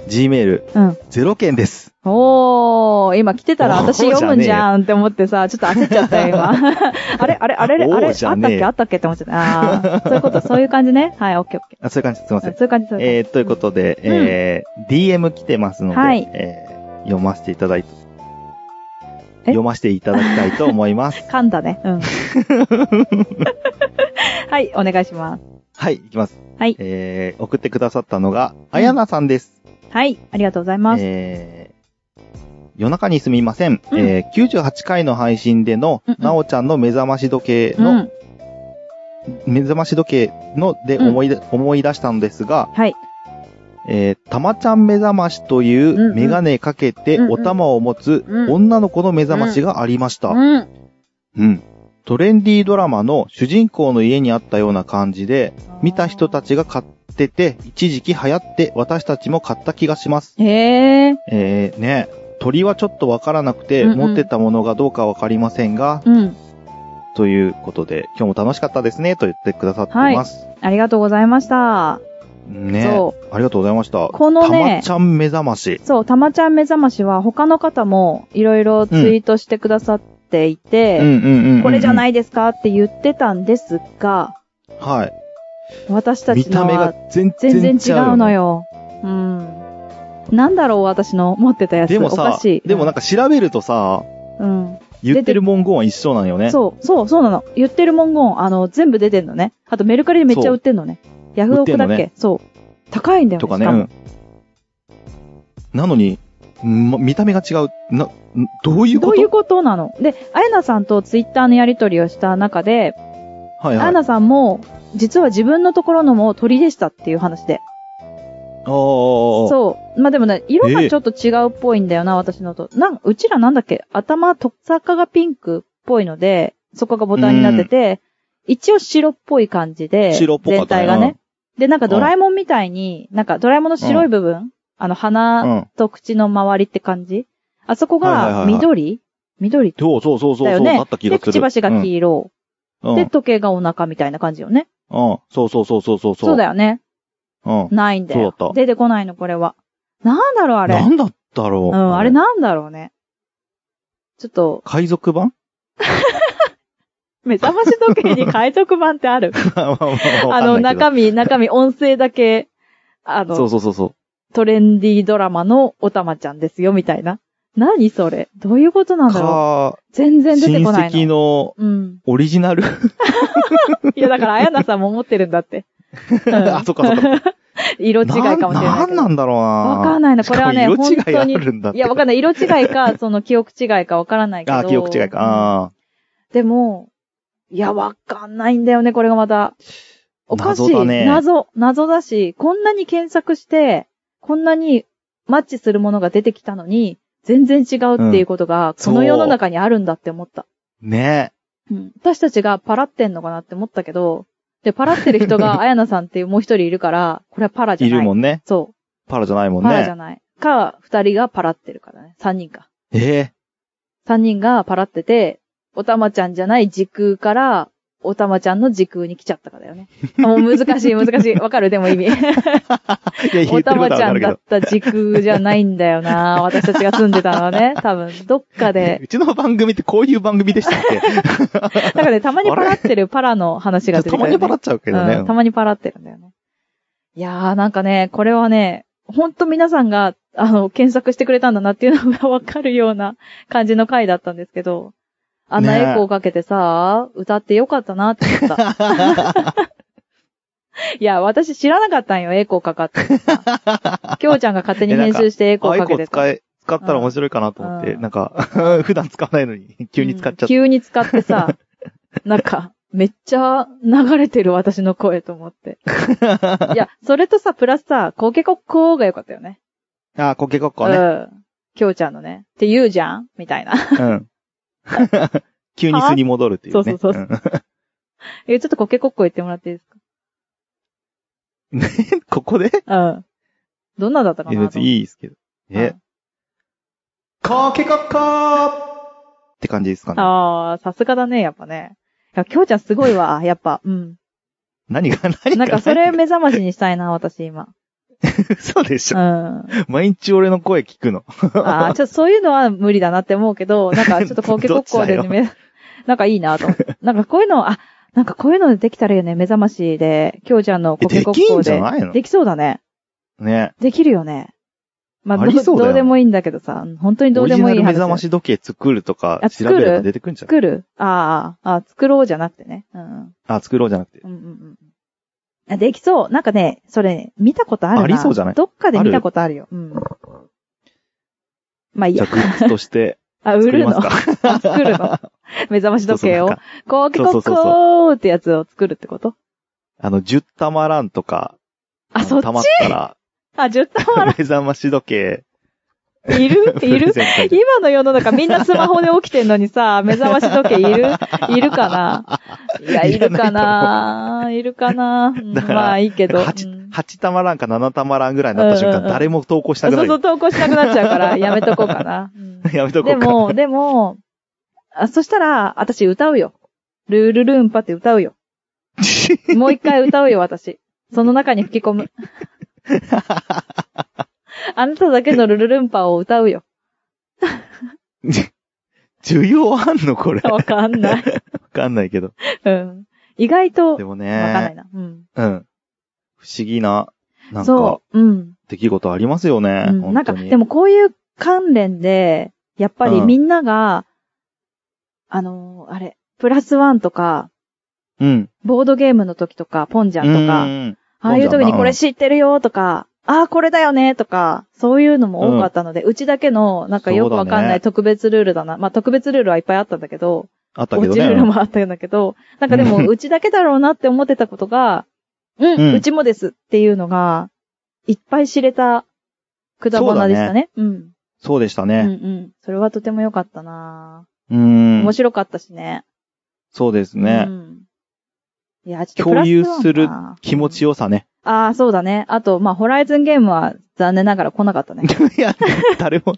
[SPEAKER 1] G メール、
[SPEAKER 2] うん。
[SPEAKER 1] ゼロ件です。
[SPEAKER 2] おー、今来てたら
[SPEAKER 1] おー
[SPEAKER 2] 私読むんじゃんって思ってさ、ちょっと焦っちゃったよ、
[SPEAKER 1] [laughs]
[SPEAKER 2] 今。あれあれあれあれ
[SPEAKER 1] おー
[SPEAKER 2] あれあっ
[SPEAKER 1] じ
[SPEAKER 2] た
[SPEAKER 1] ゃ
[SPEAKER 2] っ
[SPEAKER 1] ねえ
[SPEAKER 2] けあったっけって思っちゃった。あーそういうこと、そういう感じね。はい、オッケーオッケ
[SPEAKER 1] あ、そういう感じ、すいませ
[SPEAKER 2] ー。
[SPEAKER 1] ん。
[SPEAKER 2] そういう感じ、そうい
[SPEAKER 1] えー、
[SPEAKER 2] う
[SPEAKER 1] ということで、
[SPEAKER 2] うん
[SPEAKER 1] えー、DM 来てますので、
[SPEAKER 2] はい
[SPEAKER 1] えー、読ませていただいて、
[SPEAKER 2] え
[SPEAKER 1] 読ませていただきたいと思い
[SPEAKER 2] [laughs]
[SPEAKER 1] ます。
[SPEAKER 2] 感じ。噛んだね。
[SPEAKER 1] [laughs]
[SPEAKER 2] うん。はい、お願いします。
[SPEAKER 1] はい、いきます。
[SPEAKER 2] はい
[SPEAKER 1] えー、送ってくださったのが、あやなさんです。
[SPEAKER 2] はい、ありがとうございます。
[SPEAKER 1] えー、夜中にすみません。
[SPEAKER 2] うん
[SPEAKER 1] えー、98回の配信での
[SPEAKER 2] うん、うん
[SPEAKER 1] なおちゃんの目覚まし時計
[SPEAKER 2] う
[SPEAKER 1] の、
[SPEAKER 2] ん。
[SPEAKER 1] 目覚まし時計ので
[SPEAKER 2] うん
[SPEAKER 1] 思い出、思い出したのですが、
[SPEAKER 2] はい。
[SPEAKER 1] えー、たまちゃん目覚ましとい
[SPEAKER 2] んう
[SPEAKER 1] うんメガネかけて
[SPEAKER 2] うんうん
[SPEAKER 1] お玉を持つ
[SPEAKER 2] うん
[SPEAKER 1] 女の子の目覚ましがありました。
[SPEAKER 2] うん。
[SPEAKER 1] うん。トレンディードラマの主人公の家にあったような感じで、見た人たちが買ってて、一時期流行って私たちも買った気がします。
[SPEAKER 2] へえ。
[SPEAKER 1] えー、ね、鳥はちょっとわからなくて、
[SPEAKER 2] うんうん
[SPEAKER 1] 持ってたものがどうかわかりませんが、
[SPEAKER 2] うん。
[SPEAKER 1] ということで、今日も楽しかったですね、と言ってくださってます。
[SPEAKER 2] ありがとうございました。
[SPEAKER 1] ね
[SPEAKER 2] そ
[SPEAKER 1] ありがとうございました。
[SPEAKER 2] このね
[SPEAKER 1] たまちゃん目覚まし。
[SPEAKER 2] そう、たまちゃん目覚ましは他の方もいろいろツイートしてくださっていて、
[SPEAKER 1] うんうんうんうん。。
[SPEAKER 2] これじゃないいですかって言ってたんですが、
[SPEAKER 1] はい。
[SPEAKER 2] 私た
[SPEAKER 1] 見
[SPEAKER 2] ち
[SPEAKER 1] た
[SPEAKER 2] の
[SPEAKER 1] 目が
[SPEAKER 2] は
[SPEAKER 1] 全然違う,、
[SPEAKER 2] 全然違うの。よ。うん。なんだろう、私の持ってたやつ。
[SPEAKER 1] でも
[SPEAKER 2] お
[SPEAKER 1] さ
[SPEAKER 2] かしい。、
[SPEAKER 1] でもなんか調べるとさ、
[SPEAKER 2] うん。
[SPEAKER 1] 言ってる文言は一緒なのよね。
[SPEAKER 2] そう、そう、そうなの。言ってる文言、あの、全部出てんのね。あとメルカリでめっちゃ売ってんのね。ヤフオクだっ
[SPEAKER 1] 売ってんの
[SPEAKER 2] け、
[SPEAKER 1] ね
[SPEAKER 2] そう。高いんだよね。
[SPEAKER 1] とかね。
[SPEAKER 2] し
[SPEAKER 1] う
[SPEAKER 2] も
[SPEAKER 1] ん。なのに、んま見た目が違う。な、んどういう
[SPEAKER 2] ど
[SPEAKER 1] こ
[SPEAKER 2] う
[SPEAKER 1] と
[SPEAKER 2] いうことなので、あやなさんとツイッターのやりとりをした中
[SPEAKER 1] はい
[SPEAKER 2] で、あ
[SPEAKER 1] は
[SPEAKER 2] や
[SPEAKER 1] い。あ
[SPEAKER 2] なさんも、実は自分のところのも鳥でしたっていう話で。
[SPEAKER 1] ー
[SPEAKER 2] そう。まあ、でもね、色がちょっと違うっぽいんだよな、私のと。なんうちらなんだっけ頭、とっさかがピンクっぽいので、そこがボタンになってて、一応白っぽい感じで、
[SPEAKER 1] 白っぽかっ
[SPEAKER 2] 全
[SPEAKER 1] たね
[SPEAKER 2] 体がね。で、なん
[SPEAKER 1] う
[SPEAKER 2] か
[SPEAKER 1] ん
[SPEAKER 2] ドラえもんみたいに、なんかドラえもんの白い部分、あの
[SPEAKER 1] う
[SPEAKER 2] 鼻
[SPEAKER 1] ん。
[SPEAKER 2] と口の周りって感じ、あそこ
[SPEAKER 1] はいはいはいは
[SPEAKER 2] が
[SPEAKER 1] い
[SPEAKER 2] 緑、緑
[SPEAKER 1] そうそうそうそう
[SPEAKER 2] だ
[SPEAKER 1] そ
[SPEAKER 2] よ
[SPEAKER 1] う、
[SPEAKER 2] ね
[SPEAKER 1] なった気が
[SPEAKER 2] です
[SPEAKER 1] る。
[SPEAKER 2] くちばしが黄色、
[SPEAKER 1] うん、うん
[SPEAKER 2] で、時計がお腹みたいな感じよね。
[SPEAKER 1] うんそうそうそうそうそう。
[SPEAKER 2] そうだよね。
[SPEAKER 1] うん。
[SPEAKER 2] ないんだ
[SPEAKER 1] そ
[SPEAKER 2] よ。
[SPEAKER 1] うだった
[SPEAKER 2] 出てこないの、これは。なんだろう、あれ。
[SPEAKER 1] なんだったろ
[SPEAKER 2] う
[SPEAKER 1] う。
[SPEAKER 2] ん、あれなんだろうね。ちょっと、
[SPEAKER 1] 海賊 [laughs] 版
[SPEAKER 2] 目覚まし時計に海賊版って
[SPEAKER 1] [laughs]
[SPEAKER 2] ある
[SPEAKER 1] あ
[SPEAKER 2] あの、中身、中身、音声だけ、あの、
[SPEAKER 1] そうそうそうそう。
[SPEAKER 2] トレンディードラマのおたまちゃんですよ、みたいな。何それどういうことなんだろ
[SPEAKER 1] か、
[SPEAKER 2] う全然出て
[SPEAKER 1] 親
[SPEAKER 2] こないの。
[SPEAKER 1] 戚の
[SPEAKER 2] うん。
[SPEAKER 1] オリジナル
[SPEAKER 2] いや、だから、あやなさんも思ってるんだって。うん
[SPEAKER 1] [laughs] あ、そっかそっか。
[SPEAKER 2] [laughs] 色違いかもしれない
[SPEAKER 1] な
[SPEAKER 2] け
[SPEAKER 1] ん
[SPEAKER 2] ど。
[SPEAKER 1] なんだろうな
[SPEAKER 2] わかんないなこれはね
[SPEAKER 1] しかも色違いあるんだって。
[SPEAKER 2] いや、わかんない。色違
[SPEAKER 1] [laughs]
[SPEAKER 2] いか、その記憶違いかわからないけど。
[SPEAKER 1] あ、記憶違いか。あ
[SPEAKER 2] うん。でも、いや、わかんないんだよね、これがまた。おかしい。
[SPEAKER 1] 謎だね
[SPEAKER 2] 謎。謎だし、こんなに検索して、こんなにマッチするものが出てきたのに、全然違うっていうことが、
[SPEAKER 1] そ
[SPEAKER 2] こ
[SPEAKER 1] う
[SPEAKER 2] の世の中にあるんだって思った。
[SPEAKER 1] ーね
[SPEAKER 2] うん私たちがパラってんのかなって思ったけど、で、パラってる人
[SPEAKER 1] [laughs]
[SPEAKER 2] が、あやなさんっていうもう一人いるから、これはパラじ
[SPEAKER 1] え。
[SPEAKER 2] ゃ
[SPEAKER 1] い
[SPEAKER 2] ない。
[SPEAKER 1] るもんね。
[SPEAKER 2] そ
[SPEAKER 1] パラじゃないも
[SPEAKER 2] う。
[SPEAKER 1] んね。
[SPEAKER 2] パラじゃない。か、二人がパラってるからね。三人か。
[SPEAKER 1] ええ
[SPEAKER 2] 三人がパラってて、おたまちゃんじゃない時空から、おたまちゃんの時空に来ちゃったかだよね。あもう難
[SPEAKER 1] [laughs]
[SPEAKER 2] しい、難しい。わかるでも意味。
[SPEAKER 1] いや、言
[SPEAKER 2] お
[SPEAKER 1] って
[SPEAKER 2] た
[SPEAKER 1] ることは
[SPEAKER 2] ま
[SPEAKER 1] わ
[SPEAKER 2] ちゃ
[SPEAKER 1] か
[SPEAKER 2] ん
[SPEAKER 1] るけ
[SPEAKER 2] だ
[SPEAKER 1] ど
[SPEAKER 2] っ。た時空じゃないんだよな私たちが住んでたのはね、多分、どっ
[SPEAKER 1] [laughs]
[SPEAKER 2] かで。
[SPEAKER 1] うちの番組ってこういう番組でしたっ
[SPEAKER 2] [laughs]
[SPEAKER 1] け
[SPEAKER 2] だからね、たまにパラってるパラの話が出て
[SPEAKER 1] た
[SPEAKER 2] く
[SPEAKER 1] ま
[SPEAKER 2] るよ
[SPEAKER 1] に
[SPEAKER 2] ね、
[SPEAKER 1] 笑っちゃうけどね。
[SPEAKER 2] うんたまにパラってるんだよね。いやー、なんかね、これはね、ほんと皆さんが、あの、検索してくれたんだなっていうのがわかるような感じの回だったんですけど、あんな
[SPEAKER 1] ねえ
[SPEAKER 2] エコーかけてさ、歌ってよかったなって思った。
[SPEAKER 1] [laughs]
[SPEAKER 2] いや、私知らなかったんよ、エコーかかっててさ。きょうちゃんが勝手に編集してエコ
[SPEAKER 1] ア
[SPEAKER 2] ー
[SPEAKER 1] イ
[SPEAKER 2] か
[SPEAKER 1] コ [laughs]
[SPEAKER 2] け
[SPEAKER 1] ン
[SPEAKER 2] て
[SPEAKER 1] 使え、使ったら面白いかなと思って、
[SPEAKER 2] うん
[SPEAKER 1] なんか、普段使わないのに、急に使っちゃっ
[SPEAKER 2] うん急に使ってさ、
[SPEAKER 1] [laughs]
[SPEAKER 2] なんか、めっちゃ流れてる私の声と
[SPEAKER 1] [laughs]
[SPEAKER 2] 思って。
[SPEAKER 1] た。
[SPEAKER 2] いや、それとさ、プラスさ、コケコッコーが良かったよね。
[SPEAKER 1] あー、コケコッコね。
[SPEAKER 2] うん。きょうちゃんのね。って言うじゃんみたいな。 [laughs]
[SPEAKER 1] うん。急に素に戻るっていうね。
[SPEAKER 2] そうそうそうんえ、ちょっとコケコッコー言ってもらっていいです
[SPEAKER 1] ここで
[SPEAKER 2] かうん。どんなだったか
[SPEAKER 1] いや
[SPEAKER 2] な
[SPEAKER 1] 別にいいですけど。え、コケコッコーって感じですかね。
[SPEAKER 2] ああー、さすがだね、やっぱね。いや、きょうちゃんすごいわ、やっぱ。
[SPEAKER 1] [laughs]
[SPEAKER 2] うん。
[SPEAKER 1] 何が、何が。
[SPEAKER 2] なんかそれ
[SPEAKER 1] 何が
[SPEAKER 2] 目覚ましにしたいな、私今。
[SPEAKER 1] [laughs] 嘘でし
[SPEAKER 2] う
[SPEAKER 1] ょ。
[SPEAKER 2] ん。
[SPEAKER 1] 毎日俺の声聞くの。 [laughs]
[SPEAKER 2] ああ、ちょっとそういうのは無理だなって思うけど、なんかちょっと高級国交でね、め [laughs] なんかいいなと思って。なんかこういうの、あ、なんかこういうのできたらいいよね、目覚ましで、京ちゃんの高級国
[SPEAKER 1] えできん
[SPEAKER 2] 交
[SPEAKER 1] じゃ
[SPEAKER 2] で。
[SPEAKER 1] ないの
[SPEAKER 2] できそうだね。
[SPEAKER 1] ね。
[SPEAKER 2] できるよね。まあ、
[SPEAKER 1] あ
[SPEAKER 2] ど
[SPEAKER 1] り
[SPEAKER 2] う
[SPEAKER 1] そうだよね
[SPEAKER 2] どうでもいいんだけどさ、うん本当にどうでも
[SPEAKER 1] オリジ
[SPEAKER 2] いい
[SPEAKER 1] ナル目
[SPEAKER 2] 話だ
[SPEAKER 1] 覚
[SPEAKER 2] よ。
[SPEAKER 1] まし時計作るとか
[SPEAKER 2] あ、
[SPEAKER 1] 調
[SPEAKER 2] 作る
[SPEAKER 1] べれば出てくるんじゃない
[SPEAKER 2] 作るあーあー、あー作ろうじゃなくてね。うんうん。
[SPEAKER 1] あ、作ろうじゃなくて。
[SPEAKER 2] うんうんうん。あできそう。なんかね、それ、見たことあるな。
[SPEAKER 1] ありそうじゃない
[SPEAKER 2] どっかで見たことあるよ。うん。まあいい
[SPEAKER 1] じゃ
[SPEAKER 2] や
[SPEAKER 1] あ。グッズとして
[SPEAKER 2] あ、 [laughs] 売
[SPEAKER 1] 作り
[SPEAKER 2] る
[SPEAKER 1] ま
[SPEAKER 2] の
[SPEAKER 1] す。か。
[SPEAKER 2] あ作る
[SPEAKER 1] [laughs]
[SPEAKER 2] の。目覚まし時計
[SPEAKER 1] そうそうな
[SPEAKER 2] を
[SPEAKER 1] ん。か
[SPEAKER 2] こう、結
[SPEAKER 1] そ
[SPEAKER 2] 構
[SPEAKER 1] うそうそうそ
[SPEAKER 2] こうってやつを作るってこと
[SPEAKER 1] あの、10玉ランとか、
[SPEAKER 2] あ、そっ
[SPEAKER 1] 溜まっ
[SPEAKER 2] ち
[SPEAKER 1] た
[SPEAKER 2] [laughs]
[SPEAKER 1] ら、
[SPEAKER 2] あ、10玉
[SPEAKER 1] 目覚まし時計、
[SPEAKER 2] [laughs]
[SPEAKER 1] [laughs]
[SPEAKER 2] いるいる
[SPEAKER 1] プレゼント
[SPEAKER 2] 今の世の中みんなスマホで起きてんの
[SPEAKER 1] [laughs]
[SPEAKER 2] にさ、目覚まし時計いるいるかないや、いるかないるかなうん
[SPEAKER 1] だから
[SPEAKER 2] まあいいけど。う
[SPEAKER 1] 8,
[SPEAKER 2] ん
[SPEAKER 1] 8玉ランか7玉ランぐらいになった瞬
[SPEAKER 2] うんうんう
[SPEAKER 1] 間、
[SPEAKER 2] ん
[SPEAKER 1] 誰も投稿した
[SPEAKER 2] そ
[SPEAKER 1] く
[SPEAKER 2] う
[SPEAKER 1] ない
[SPEAKER 2] そう、。投稿しなくなっちゃ
[SPEAKER 1] [laughs]
[SPEAKER 2] うから、やめとこうかな。うん
[SPEAKER 1] やめとこ
[SPEAKER 2] で
[SPEAKER 1] うか。
[SPEAKER 2] も、でも、あそしたら、私歌うよ。ルールルーンパって歌うよ。
[SPEAKER 1] [laughs]
[SPEAKER 2] もう一回歌うよ、私。その中に吹き込む。あなただけのルルルンパを歌うよ。
[SPEAKER 1] [laughs] 需要あんのこれ。わ
[SPEAKER 2] わかん
[SPEAKER 1] [laughs]
[SPEAKER 2] ない。
[SPEAKER 1] かんないけど。
[SPEAKER 2] うん。意外と、わ
[SPEAKER 1] で
[SPEAKER 2] か
[SPEAKER 1] も
[SPEAKER 2] んな
[SPEAKER 1] ね、
[SPEAKER 2] いな。うん。
[SPEAKER 1] うん。不思議な、なんか
[SPEAKER 2] そ、う。うん。
[SPEAKER 1] 出来事ありますよね。
[SPEAKER 2] うんな
[SPEAKER 1] 本
[SPEAKER 2] ん
[SPEAKER 1] 当
[SPEAKER 2] か、で
[SPEAKER 1] に。
[SPEAKER 2] もこういう関連で、やっぱり
[SPEAKER 1] うん
[SPEAKER 2] みんなが、あのーあれ、プラスワンとか、
[SPEAKER 1] うん。
[SPEAKER 2] ボードゲームの時とか、ポンジャンと
[SPEAKER 1] う
[SPEAKER 2] か、
[SPEAKER 1] ん
[SPEAKER 2] ああいう時
[SPEAKER 1] ポンジャン
[SPEAKER 2] に
[SPEAKER 1] な
[SPEAKER 2] これ知ってるよとか、ああ、これだよねとか、そういうのも多かったので、うちだけの、なんかよくわかん
[SPEAKER 1] そうだ
[SPEAKER 2] な
[SPEAKER 1] ね
[SPEAKER 2] い特別ルールだな。まあ特別ルールはいっぱいあったんだけど、
[SPEAKER 1] あった
[SPEAKER 2] 落
[SPEAKER 1] けど
[SPEAKER 2] ちルール
[SPEAKER 1] ね。
[SPEAKER 2] もあったんだけど、なんかでも、
[SPEAKER 1] うん
[SPEAKER 2] うちだけだろうなって思ってたことが、うん、
[SPEAKER 1] う
[SPEAKER 2] うんちもですっていうのが、いっぱい知れた、くだばなでしたね。うん。
[SPEAKER 1] そうでした
[SPEAKER 2] うんう
[SPEAKER 1] ね。
[SPEAKER 2] ん。それはとても良かったな
[SPEAKER 1] うん
[SPEAKER 2] 面。白かったしね。
[SPEAKER 1] そうです
[SPEAKER 2] う
[SPEAKER 1] ね。
[SPEAKER 2] ん。いや、ちょっとプラ
[SPEAKER 1] 共
[SPEAKER 2] ス
[SPEAKER 1] 有
[SPEAKER 2] ワンか
[SPEAKER 1] する気持ちよさね。 [laughs]
[SPEAKER 2] ああ、そうだね。あと、まあ、ホライズンゲームは残念ながら来なかったね。
[SPEAKER 1] いや、誰も、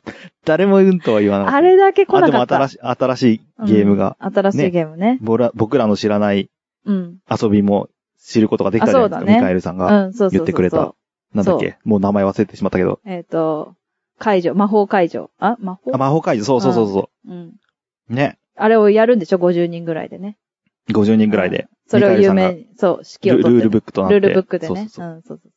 [SPEAKER 1] 誰もうんとは言わなかった。
[SPEAKER 2] あれだけ来
[SPEAKER 1] あ、
[SPEAKER 2] な
[SPEAKER 1] で
[SPEAKER 2] か
[SPEAKER 1] も
[SPEAKER 2] った。
[SPEAKER 1] 新しい、新しいゲームが、
[SPEAKER 2] うん新しいゲームね。
[SPEAKER 1] ぼら僕らの知らない
[SPEAKER 2] うん。
[SPEAKER 1] 遊びも知ることができたじゃないです
[SPEAKER 2] あ
[SPEAKER 1] か、
[SPEAKER 2] そうだね
[SPEAKER 1] ミカエルさん
[SPEAKER 2] う
[SPEAKER 1] が。
[SPEAKER 2] ん、そうそうそうそう。
[SPEAKER 1] 言ってくれたなんだっけもう名前忘れてしまったけど。
[SPEAKER 2] えっ、と、解除、魔法解除。あ魔法
[SPEAKER 1] あ、魔法解除、そうそうそうそ
[SPEAKER 2] うん。
[SPEAKER 1] う。ね。
[SPEAKER 2] あれをやるんでしょ ?50 人ぐらいでね。
[SPEAKER 1] 50人ぐらいで。
[SPEAKER 2] それを有
[SPEAKER 1] ミカエ
[SPEAKER 2] 名
[SPEAKER 1] ル
[SPEAKER 2] に、そう、指揮
[SPEAKER 1] ル
[SPEAKER 2] を取っ
[SPEAKER 1] ル
[SPEAKER 2] て、
[SPEAKER 1] ールブックとなって。
[SPEAKER 2] ルールブックでね。
[SPEAKER 1] そうそうそう
[SPEAKER 2] うん、そうそうそう。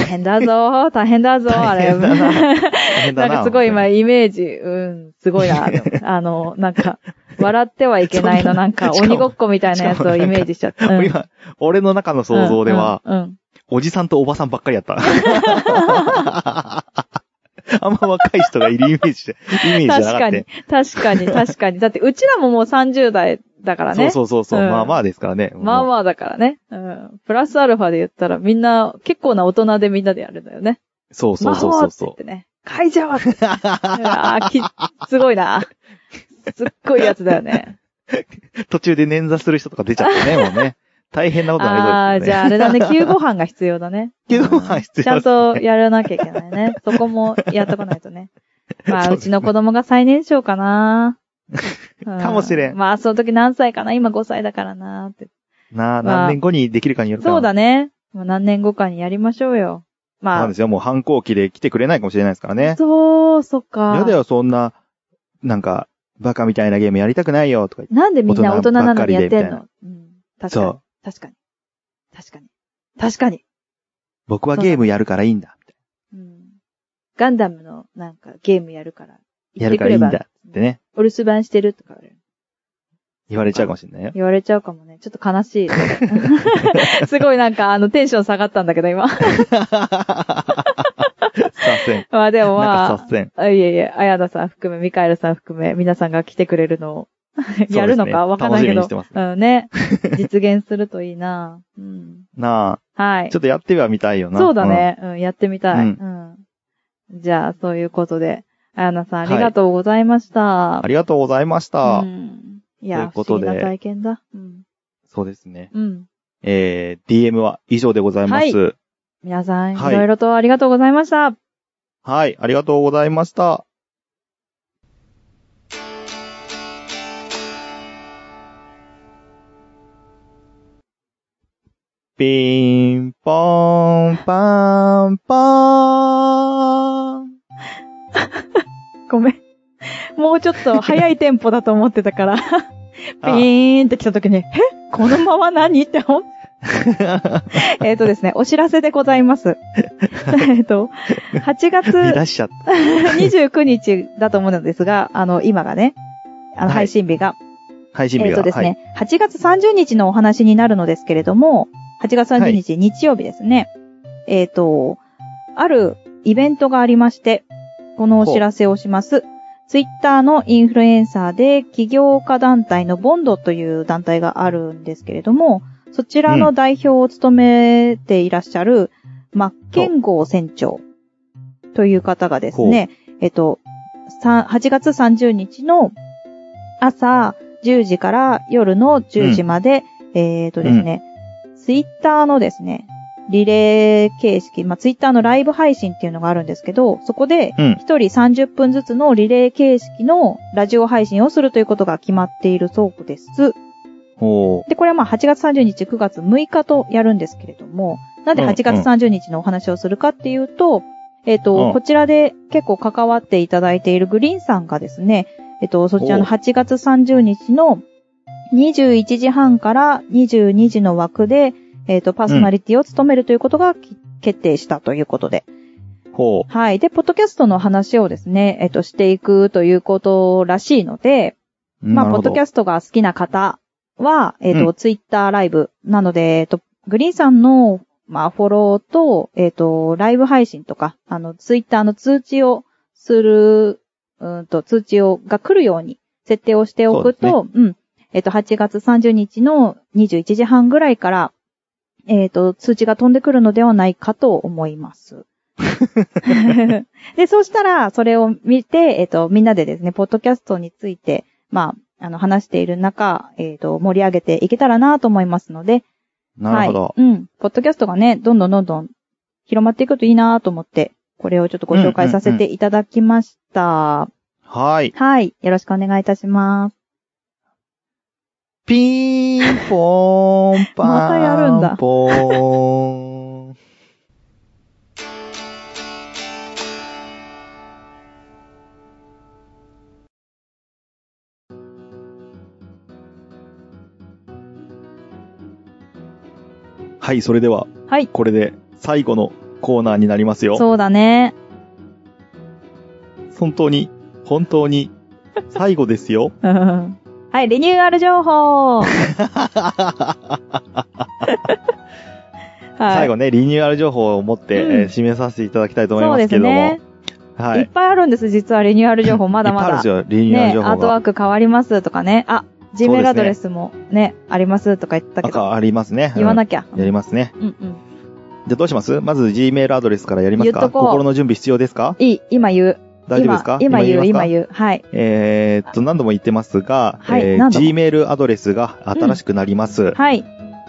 [SPEAKER 2] 大変だぞ、大変だぞ、
[SPEAKER 1] [laughs]
[SPEAKER 2] あ
[SPEAKER 1] 大
[SPEAKER 2] れ。
[SPEAKER 1] 変だな大変
[SPEAKER 2] な
[SPEAKER 1] だ
[SPEAKER 2] んかすごい今
[SPEAKER 1] 本
[SPEAKER 2] イメージ、うん、すごいなと思って。あの、なんか、笑ってはいけないの、なんか、
[SPEAKER 1] [laughs] そんな
[SPEAKER 2] 鬼ごっこみたいなやつをイメージしちゃった。
[SPEAKER 1] 当
[SPEAKER 2] うん
[SPEAKER 1] に [laughs] 今、俺の中の想像では、、
[SPEAKER 2] うんうん
[SPEAKER 1] おじさんとおばさんばっかりやった。 [laughs] あんま若い人がいるイメージで、イメージじゃな
[SPEAKER 2] 確
[SPEAKER 1] か
[SPEAKER 2] か
[SPEAKER 1] っ
[SPEAKER 2] に
[SPEAKER 1] た。、
[SPEAKER 2] 確かに、確かに。だって、うちらももう30代だから
[SPEAKER 1] そう
[SPEAKER 2] ね。
[SPEAKER 1] そうそうそう、
[SPEAKER 2] うん
[SPEAKER 1] まあまあですからね。
[SPEAKER 2] まあまあだからね。うん。プラスアルファで言ったらみんな、結構な大人でみんなでやるんだよね。
[SPEAKER 1] そうそうそうそうそう
[SPEAKER 2] 魔法って言っ。てね。会場って。ああ、き、すごいな。すっごいやつだよね。
[SPEAKER 1] 途中で捻挫する人とか出ちゃってね、もうね。大変なことに
[SPEAKER 2] あ
[SPEAKER 1] な
[SPEAKER 2] あ、
[SPEAKER 1] りそうです
[SPEAKER 2] じ
[SPEAKER 1] よね。
[SPEAKER 2] ゃああれだ
[SPEAKER 1] [laughs]
[SPEAKER 2] ね、急ご飯が必要だね。
[SPEAKER 1] 急 [laughs] ご飯必要だね
[SPEAKER 2] ちゃんとやらなきゃ
[SPEAKER 1] [laughs]
[SPEAKER 2] い [laughs] けないね。そこもやっとかないとね。まあ、
[SPEAKER 1] そう
[SPEAKER 2] う
[SPEAKER 1] ですね [laughs]
[SPEAKER 2] ちの子供が最年少かな。
[SPEAKER 1] かもしれん
[SPEAKER 2] うまあ、その時何歳かな今5歳だからなって。
[SPEAKER 1] なあ、
[SPEAKER 2] まあ
[SPEAKER 1] 何年後にできるかによるから。
[SPEAKER 2] そうだね。まあ、何年後かにやりましょうよ。
[SPEAKER 1] なん
[SPEAKER 2] ま
[SPEAKER 1] ですよ。もう反抗期で来てくれないかもしれないですから
[SPEAKER 2] あ。
[SPEAKER 1] ね。
[SPEAKER 2] そう、そっか。
[SPEAKER 1] 嫌だよ、そんな、なんか、バカみたいなゲームやりたくないよ、とか言って。
[SPEAKER 2] なんでみんな大人なのにやっ
[SPEAKER 1] 大
[SPEAKER 2] てん
[SPEAKER 1] 人ば
[SPEAKER 2] のうん。確か
[SPEAKER 1] そ
[SPEAKER 2] に。
[SPEAKER 1] う。
[SPEAKER 2] 確かに。確かに。確かに。
[SPEAKER 1] 僕はゲームやるからいいんだ。
[SPEAKER 2] うん。ガンダムのなんかゲームやるから。
[SPEAKER 1] やるからいいんだ。ってね、
[SPEAKER 2] お留守番してるとか
[SPEAKER 1] 言われちゃうかもしれないよ。
[SPEAKER 2] 言われちゃうかもね。ちょっと悲しい。 [laughs] すごいなんかあのテンション下がったんだけど今。 [laughs]
[SPEAKER 1] させん。
[SPEAKER 2] まあでも
[SPEAKER 1] なんか
[SPEAKER 2] ま
[SPEAKER 1] させん。
[SPEAKER 2] あ、あいえいえ、あやださん含め、ミカエルさん含め、皆さんが来てくれるのを [laughs]
[SPEAKER 1] ね
[SPEAKER 2] やるのかわかんないけど。
[SPEAKER 1] 楽しみにして
[SPEAKER 2] うんね。実現するといいなうん。
[SPEAKER 1] な
[SPEAKER 2] はい
[SPEAKER 1] あ、ちょ。っとやってはみたいよな。
[SPEAKER 2] そうだね。うん、やってみたい。う。
[SPEAKER 1] うん
[SPEAKER 2] じゃあ、そういうことで、あやなさんあ
[SPEAKER 1] はい
[SPEAKER 2] りがとうございました。
[SPEAKER 1] うん。ありがとうございました。
[SPEAKER 2] うん。
[SPEAKER 1] と
[SPEAKER 2] い
[SPEAKER 1] い
[SPEAKER 2] や
[SPEAKER 1] う、
[SPEAKER 2] 不
[SPEAKER 1] こ
[SPEAKER 2] 思
[SPEAKER 1] と
[SPEAKER 2] 議
[SPEAKER 1] で
[SPEAKER 2] な体験だ。うん。
[SPEAKER 1] そうですね。
[SPEAKER 2] うん。
[SPEAKER 1] えー、DM は以上でございま
[SPEAKER 2] はい
[SPEAKER 1] す。はい、
[SPEAKER 2] 皆さん、い
[SPEAKER 1] はい
[SPEAKER 2] ろいろとありがとうございまし
[SPEAKER 1] あ
[SPEAKER 2] た。
[SPEAKER 1] りがとうございました。ピンポーン、パン、パーン。
[SPEAKER 2] ごめん。もうちょっと早いテンポだと思って
[SPEAKER 1] [laughs]
[SPEAKER 2] たから、ピーンって来た時に、えこのまま何って思っ
[SPEAKER 1] [laughs] あ [laughs]
[SPEAKER 2] えっとですね、お知らせでございます。えっと、8
[SPEAKER 1] 見
[SPEAKER 2] 月 [laughs]
[SPEAKER 1] 出しちゃった。
[SPEAKER 2] 29日だと思うのですが、あの、今がね、あの、
[SPEAKER 1] はい
[SPEAKER 2] 配信日が、
[SPEAKER 1] 配信
[SPEAKER 2] え
[SPEAKER 1] 日
[SPEAKER 2] っ、
[SPEAKER 1] が。
[SPEAKER 2] とです
[SPEAKER 1] はい
[SPEAKER 2] ね、8月30日のお話になるのですけれども、8月30日、日曜日ですね。えっ、と、あるイベントがありまして、このお知らせをします。ツイッターのインフルエンサーで、起業家団体のボンドという団体があるんですけれども、そちらの代表を務めていらっしゃる、マッケンゴー船長という方がですね、えっと、さ8月30日の朝10時から夜の10時まで、えっ、とですね、ツイッターのですね、リレー形式、まあ、ツイッターのライブ配信っていうのがあるんですけど、そこで
[SPEAKER 1] うん
[SPEAKER 2] 1人30分ずつのリレー形式のラジオ配信をするということが決まっているそうです。
[SPEAKER 1] ほう。
[SPEAKER 2] で、これはまあ8月30日、9月6日とやるんですけれども、なんで
[SPEAKER 1] うん
[SPEAKER 2] 8月30日のお話をするかっていうと、えっ、と、
[SPEAKER 1] うん
[SPEAKER 2] こちらで結構関わっていただいているグリーンさんがですね、えっ、と、そちらの
[SPEAKER 1] おう
[SPEAKER 2] 8月30日の21時半から22時の枠で、えっ、と、パーソナリティを務めるということがき、決定したということで。
[SPEAKER 1] ほ
[SPEAKER 2] はい。で、ポッドキャストの話をですね、えっ、と、していくということらしいので、
[SPEAKER 1] う。
[SPEAKER 2] まあ、ポッドキャ
[SPEAKER 1] ス
[SPEAKER 2] ストが好きな方は、えっ、と、
[SPEAKER 1] う
[SPEAKER 2] ツイッターライブ。なので、えっ、と、グリーンさんの、まあ、フォローと、えっ、と、ライブ配信とか、あの、ツイッターの通知をする、うーんと、通知を、が来るように設定をしておくと、うん。えっ、と、8月30日の21時半ぐらいから、えっ、と、通知が飛んでくるのではないかと思います。 [laughs] で、そうしたら、それを見て、えっ、と、みんなでですね、ポッドキャストについて、まあ、あの、話している中、えっ、と、盛り上げていけたらなと思いますので、
[SPEAKER 1] ト。なるほど。
[SPEAKER 2] はい。うん。ポッドキャストがね、どんどんどんどん広まっていくといいなと思って、これをちょっとご紹介させていただきました。
[SPEAKER 1] はい。
[SPEAKER 2] はい。よろしくお願いいたします。
[SPEAKER 1] ピーンポーンパーン。
[SPEAKER 2] またやるんだ
[SPEAKER 1] ポーン。はい、それでは、
[SPEAKER 2] はい。
[SPEAKER 1] これで最後のコーナーになりますよ。
[SPEAKER 2] そうだね。 [laughs]
[SPEAKER 1] 本当に、本当に、最後です
[SPEAKER 2] [laughs]
[SPEAKER 1] よ。
[SPEAKER 2] うんはい、リニューアル
[SPEAKER 1] [laughs]
[SPEAKER 2] 情報はい
[SPEAKER 1] 最後ね、リニューアル情報を持って、
[SPEAKER 2] うん
[SPEAKER 1] えー締めさせていただきたいと思い
[SPEAKER 2] そう
[SPEAKER 1] ま
[SPEAKER 2] ですす
[SPEAKER 1] けども。
[SPEAKER 2] ね。、
[SPEAKER 1] はい
[SPEAKER 2] っ
[SPEAKER 1] い。
[SPEAKER 2] ぱいあるんです、実はリニューアル情
[SPEAKER 1] [laughs]
[SPEAKER 2] 報、まだま
[SPEAKER 1] いっぱいあ
[SPEAKER 2] だ。
[SPEAKER 1] るんですよ、リニューアル
[SPEAKER 2] ね、
[SPEAKER 1] 情
[SPEAKER 2] アー
[SPEAKER 1] 報
[SPEAKER 2] トワ
[SPEAKER 1] が。
[SPEAKER 2] ーク変わりますとかね。あ、ジメ l アドレスもね、ありますとか言った
[SPEAKER 1] な
[SPEAKER 2] け
[SPEAKER 1] ん
[SPEAKER 2] ど、
[SPEAKER 1] かありますね。
[SPEAKER 2] 言わ
[SPEAKER 1] き
[SPEAKER 2] なきゃ。
[SPEAKER 1] ゃ。やりますね。
[SPEAKER 2] うんうん。
[SPEAKER 1] じゃあどうしますまず Gmail アドレスからやります
[SPEAKER 2] 言
[SPEAKER 1] か
[SPEAKER 2] っとこう
[SPEAKER 1] 心の準備必要ですか
[SPEAKER 2] いい、今言う。
[SPEAKER 1] 大丈夫ですか
[SPEAKER 2] 今今言う、今
[SPEAKER 1] う。
[SPEAKER 2] 言う。はい。
[SPEAKER 1] えーっと、何度も言ってますが、
[SPEAKER 2] はい
[SPEAKER 1] えー
[SPEAKER 2] 何度も
[SPEAKER 1] Gmail アドレスが新しくなります。
[SPEAKER 2] はい。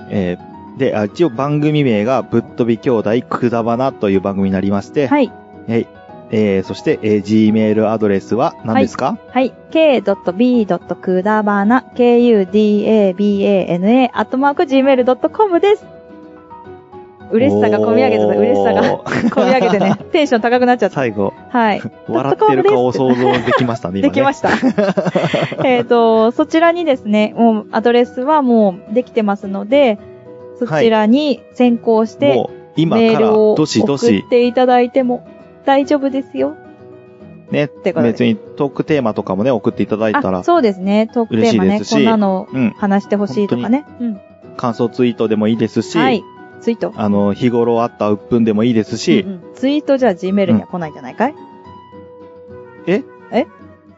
[SPEAKER 1] えーで、あ一応番組名がぶっ飛び兄弟くだばなという番組になりまして、
[SPEAKER 2] はい。
[SPEAKER 1] はい。えー、そして、えー Gmail アドレスは何ですか、
[SPEAKER 2] はい。k.b.kudabana, kudabana, アットマーク gmail.com です。嬉しさが込み上げてた、嬉しさが [laughs] 込み上げてね。テンション高くなっちゃった。
[SPEAKER 1] 最後、
[SPEAKER 2] はい。
[SPEAKER 1] 笑ってる顔を想像できましたね、今ね。
[SPEAKER 2] できました。 [laughs] えっと、そちらにですね、もうアドレスはもうできてますので、そちらに先行して、
[SPEAKER 1] もう、今
[SPEAKER 2] メ
[SPEAKER 1] か
[SPEAKER 2] ー
[SPEAKER 1] ら、
[SPEAKER 2] ルを
[SPEAKER 1] どしど
[SPEAKER 2] 送
[SPEAKER 1] し
[SPEAKER 2] っ、ていただいても大丈夫ですよ。
[SPEAKER 1] ね
[SPEAKER 2] てこと、で
[SPEAKER 1] 別にトークテーマとかもね、送っていただいたら
[SPEAKER 2] あ、、そうですね。トークテー
[SPEAKER 1] 嬉し
[SPEAKER 2] マ
[SPEAKER 1] い
[SPEAKER 2] ね
[SPEAKER 1] で。すし
[SPEAKER 2] こんなの
[SPEAKER 1] うん、
[SPEAKER 2] 話してほしいとかね。うん。
[SPEAKER 1] 感想ツイートでもいいですし、
[SPEAKER 2] はい。ツイート。
[SPEAKER 1] あの、日頃あった鬱憤でもいいですし、
[SPEAKER 2] うんうんツイートじゃ Gmail には来ないんじゃないかい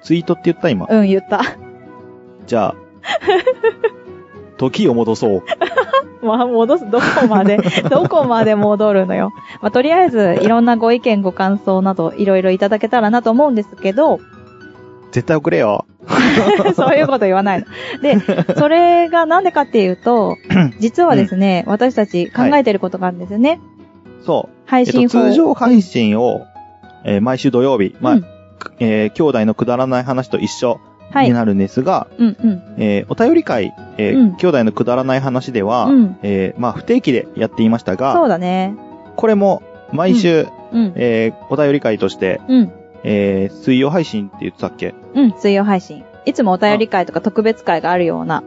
[SPEAKER 1] ツイートって言った今。
[SPEAKER 2] うん、言った。 [laughs]
[SPEAKER 1] じゃあ、時を戻そう。
[SPEAKER 2] まあ、戻す、どこ
[SPEAKER 1] [laughs]
[SPEAKER 2] まで、どこまで戻るのよ。まあ、とりあえず、いろんなご意見、ご感想など、いろいろいただけたらなと思うんですけ
[SPEAKER 1] [laughs]
[SPEAKER 2] ど、
[SPEAKER 1] 絶対送れよ。
[SPEAKER 2] そういうこと言わないの。
[SPEAKER 1] [laughs]
[SPEAKER 2] で、それがなんでかっていうと、実はですね、私たち考えてることがあるんですよね。
[SPEAKER 1] そう。
[SPEAKER 2] 配
[SPEAKER 1] えっと、
[SPEAKER 2] 信法。
[SPEAKER 1] 通常配信を、えー毎週土曜日、まあ、
[SPEAKER 2] うん
[SPEAKER 1] えー兄弟のくだらない話と一緒
[SPEAKER 2] は
[SPEAKER 1] に
[SPEAKER 2] い。
[SPEAKER 1] なるんですが、
[SPEAKER 2] うんうん。
[SPEAKER 1] えーお便り会、えー
[SPEAKER 2] うん
[SPEAKER 1] 兄弟のくだらない話では、
[SPEAKER 2] うん。
[SPEAKER 1] えーまあ、不定期でやっていました
[SPEAKER 2] そ
[SPEAKER 1] が、
[SPEAKER 2] うだね。
[SPEAKER 1] これも、毎週、
[SPEAKER 2] うん。
[SPEAKER 1] えーお便り会として、
[SPEAKER 2] うん。
[SPEAKER 1] えー水曜配信って言ってたっけ
[SPEAKER 2] うん。水曜配信。いつもお便り会とか特別会があるような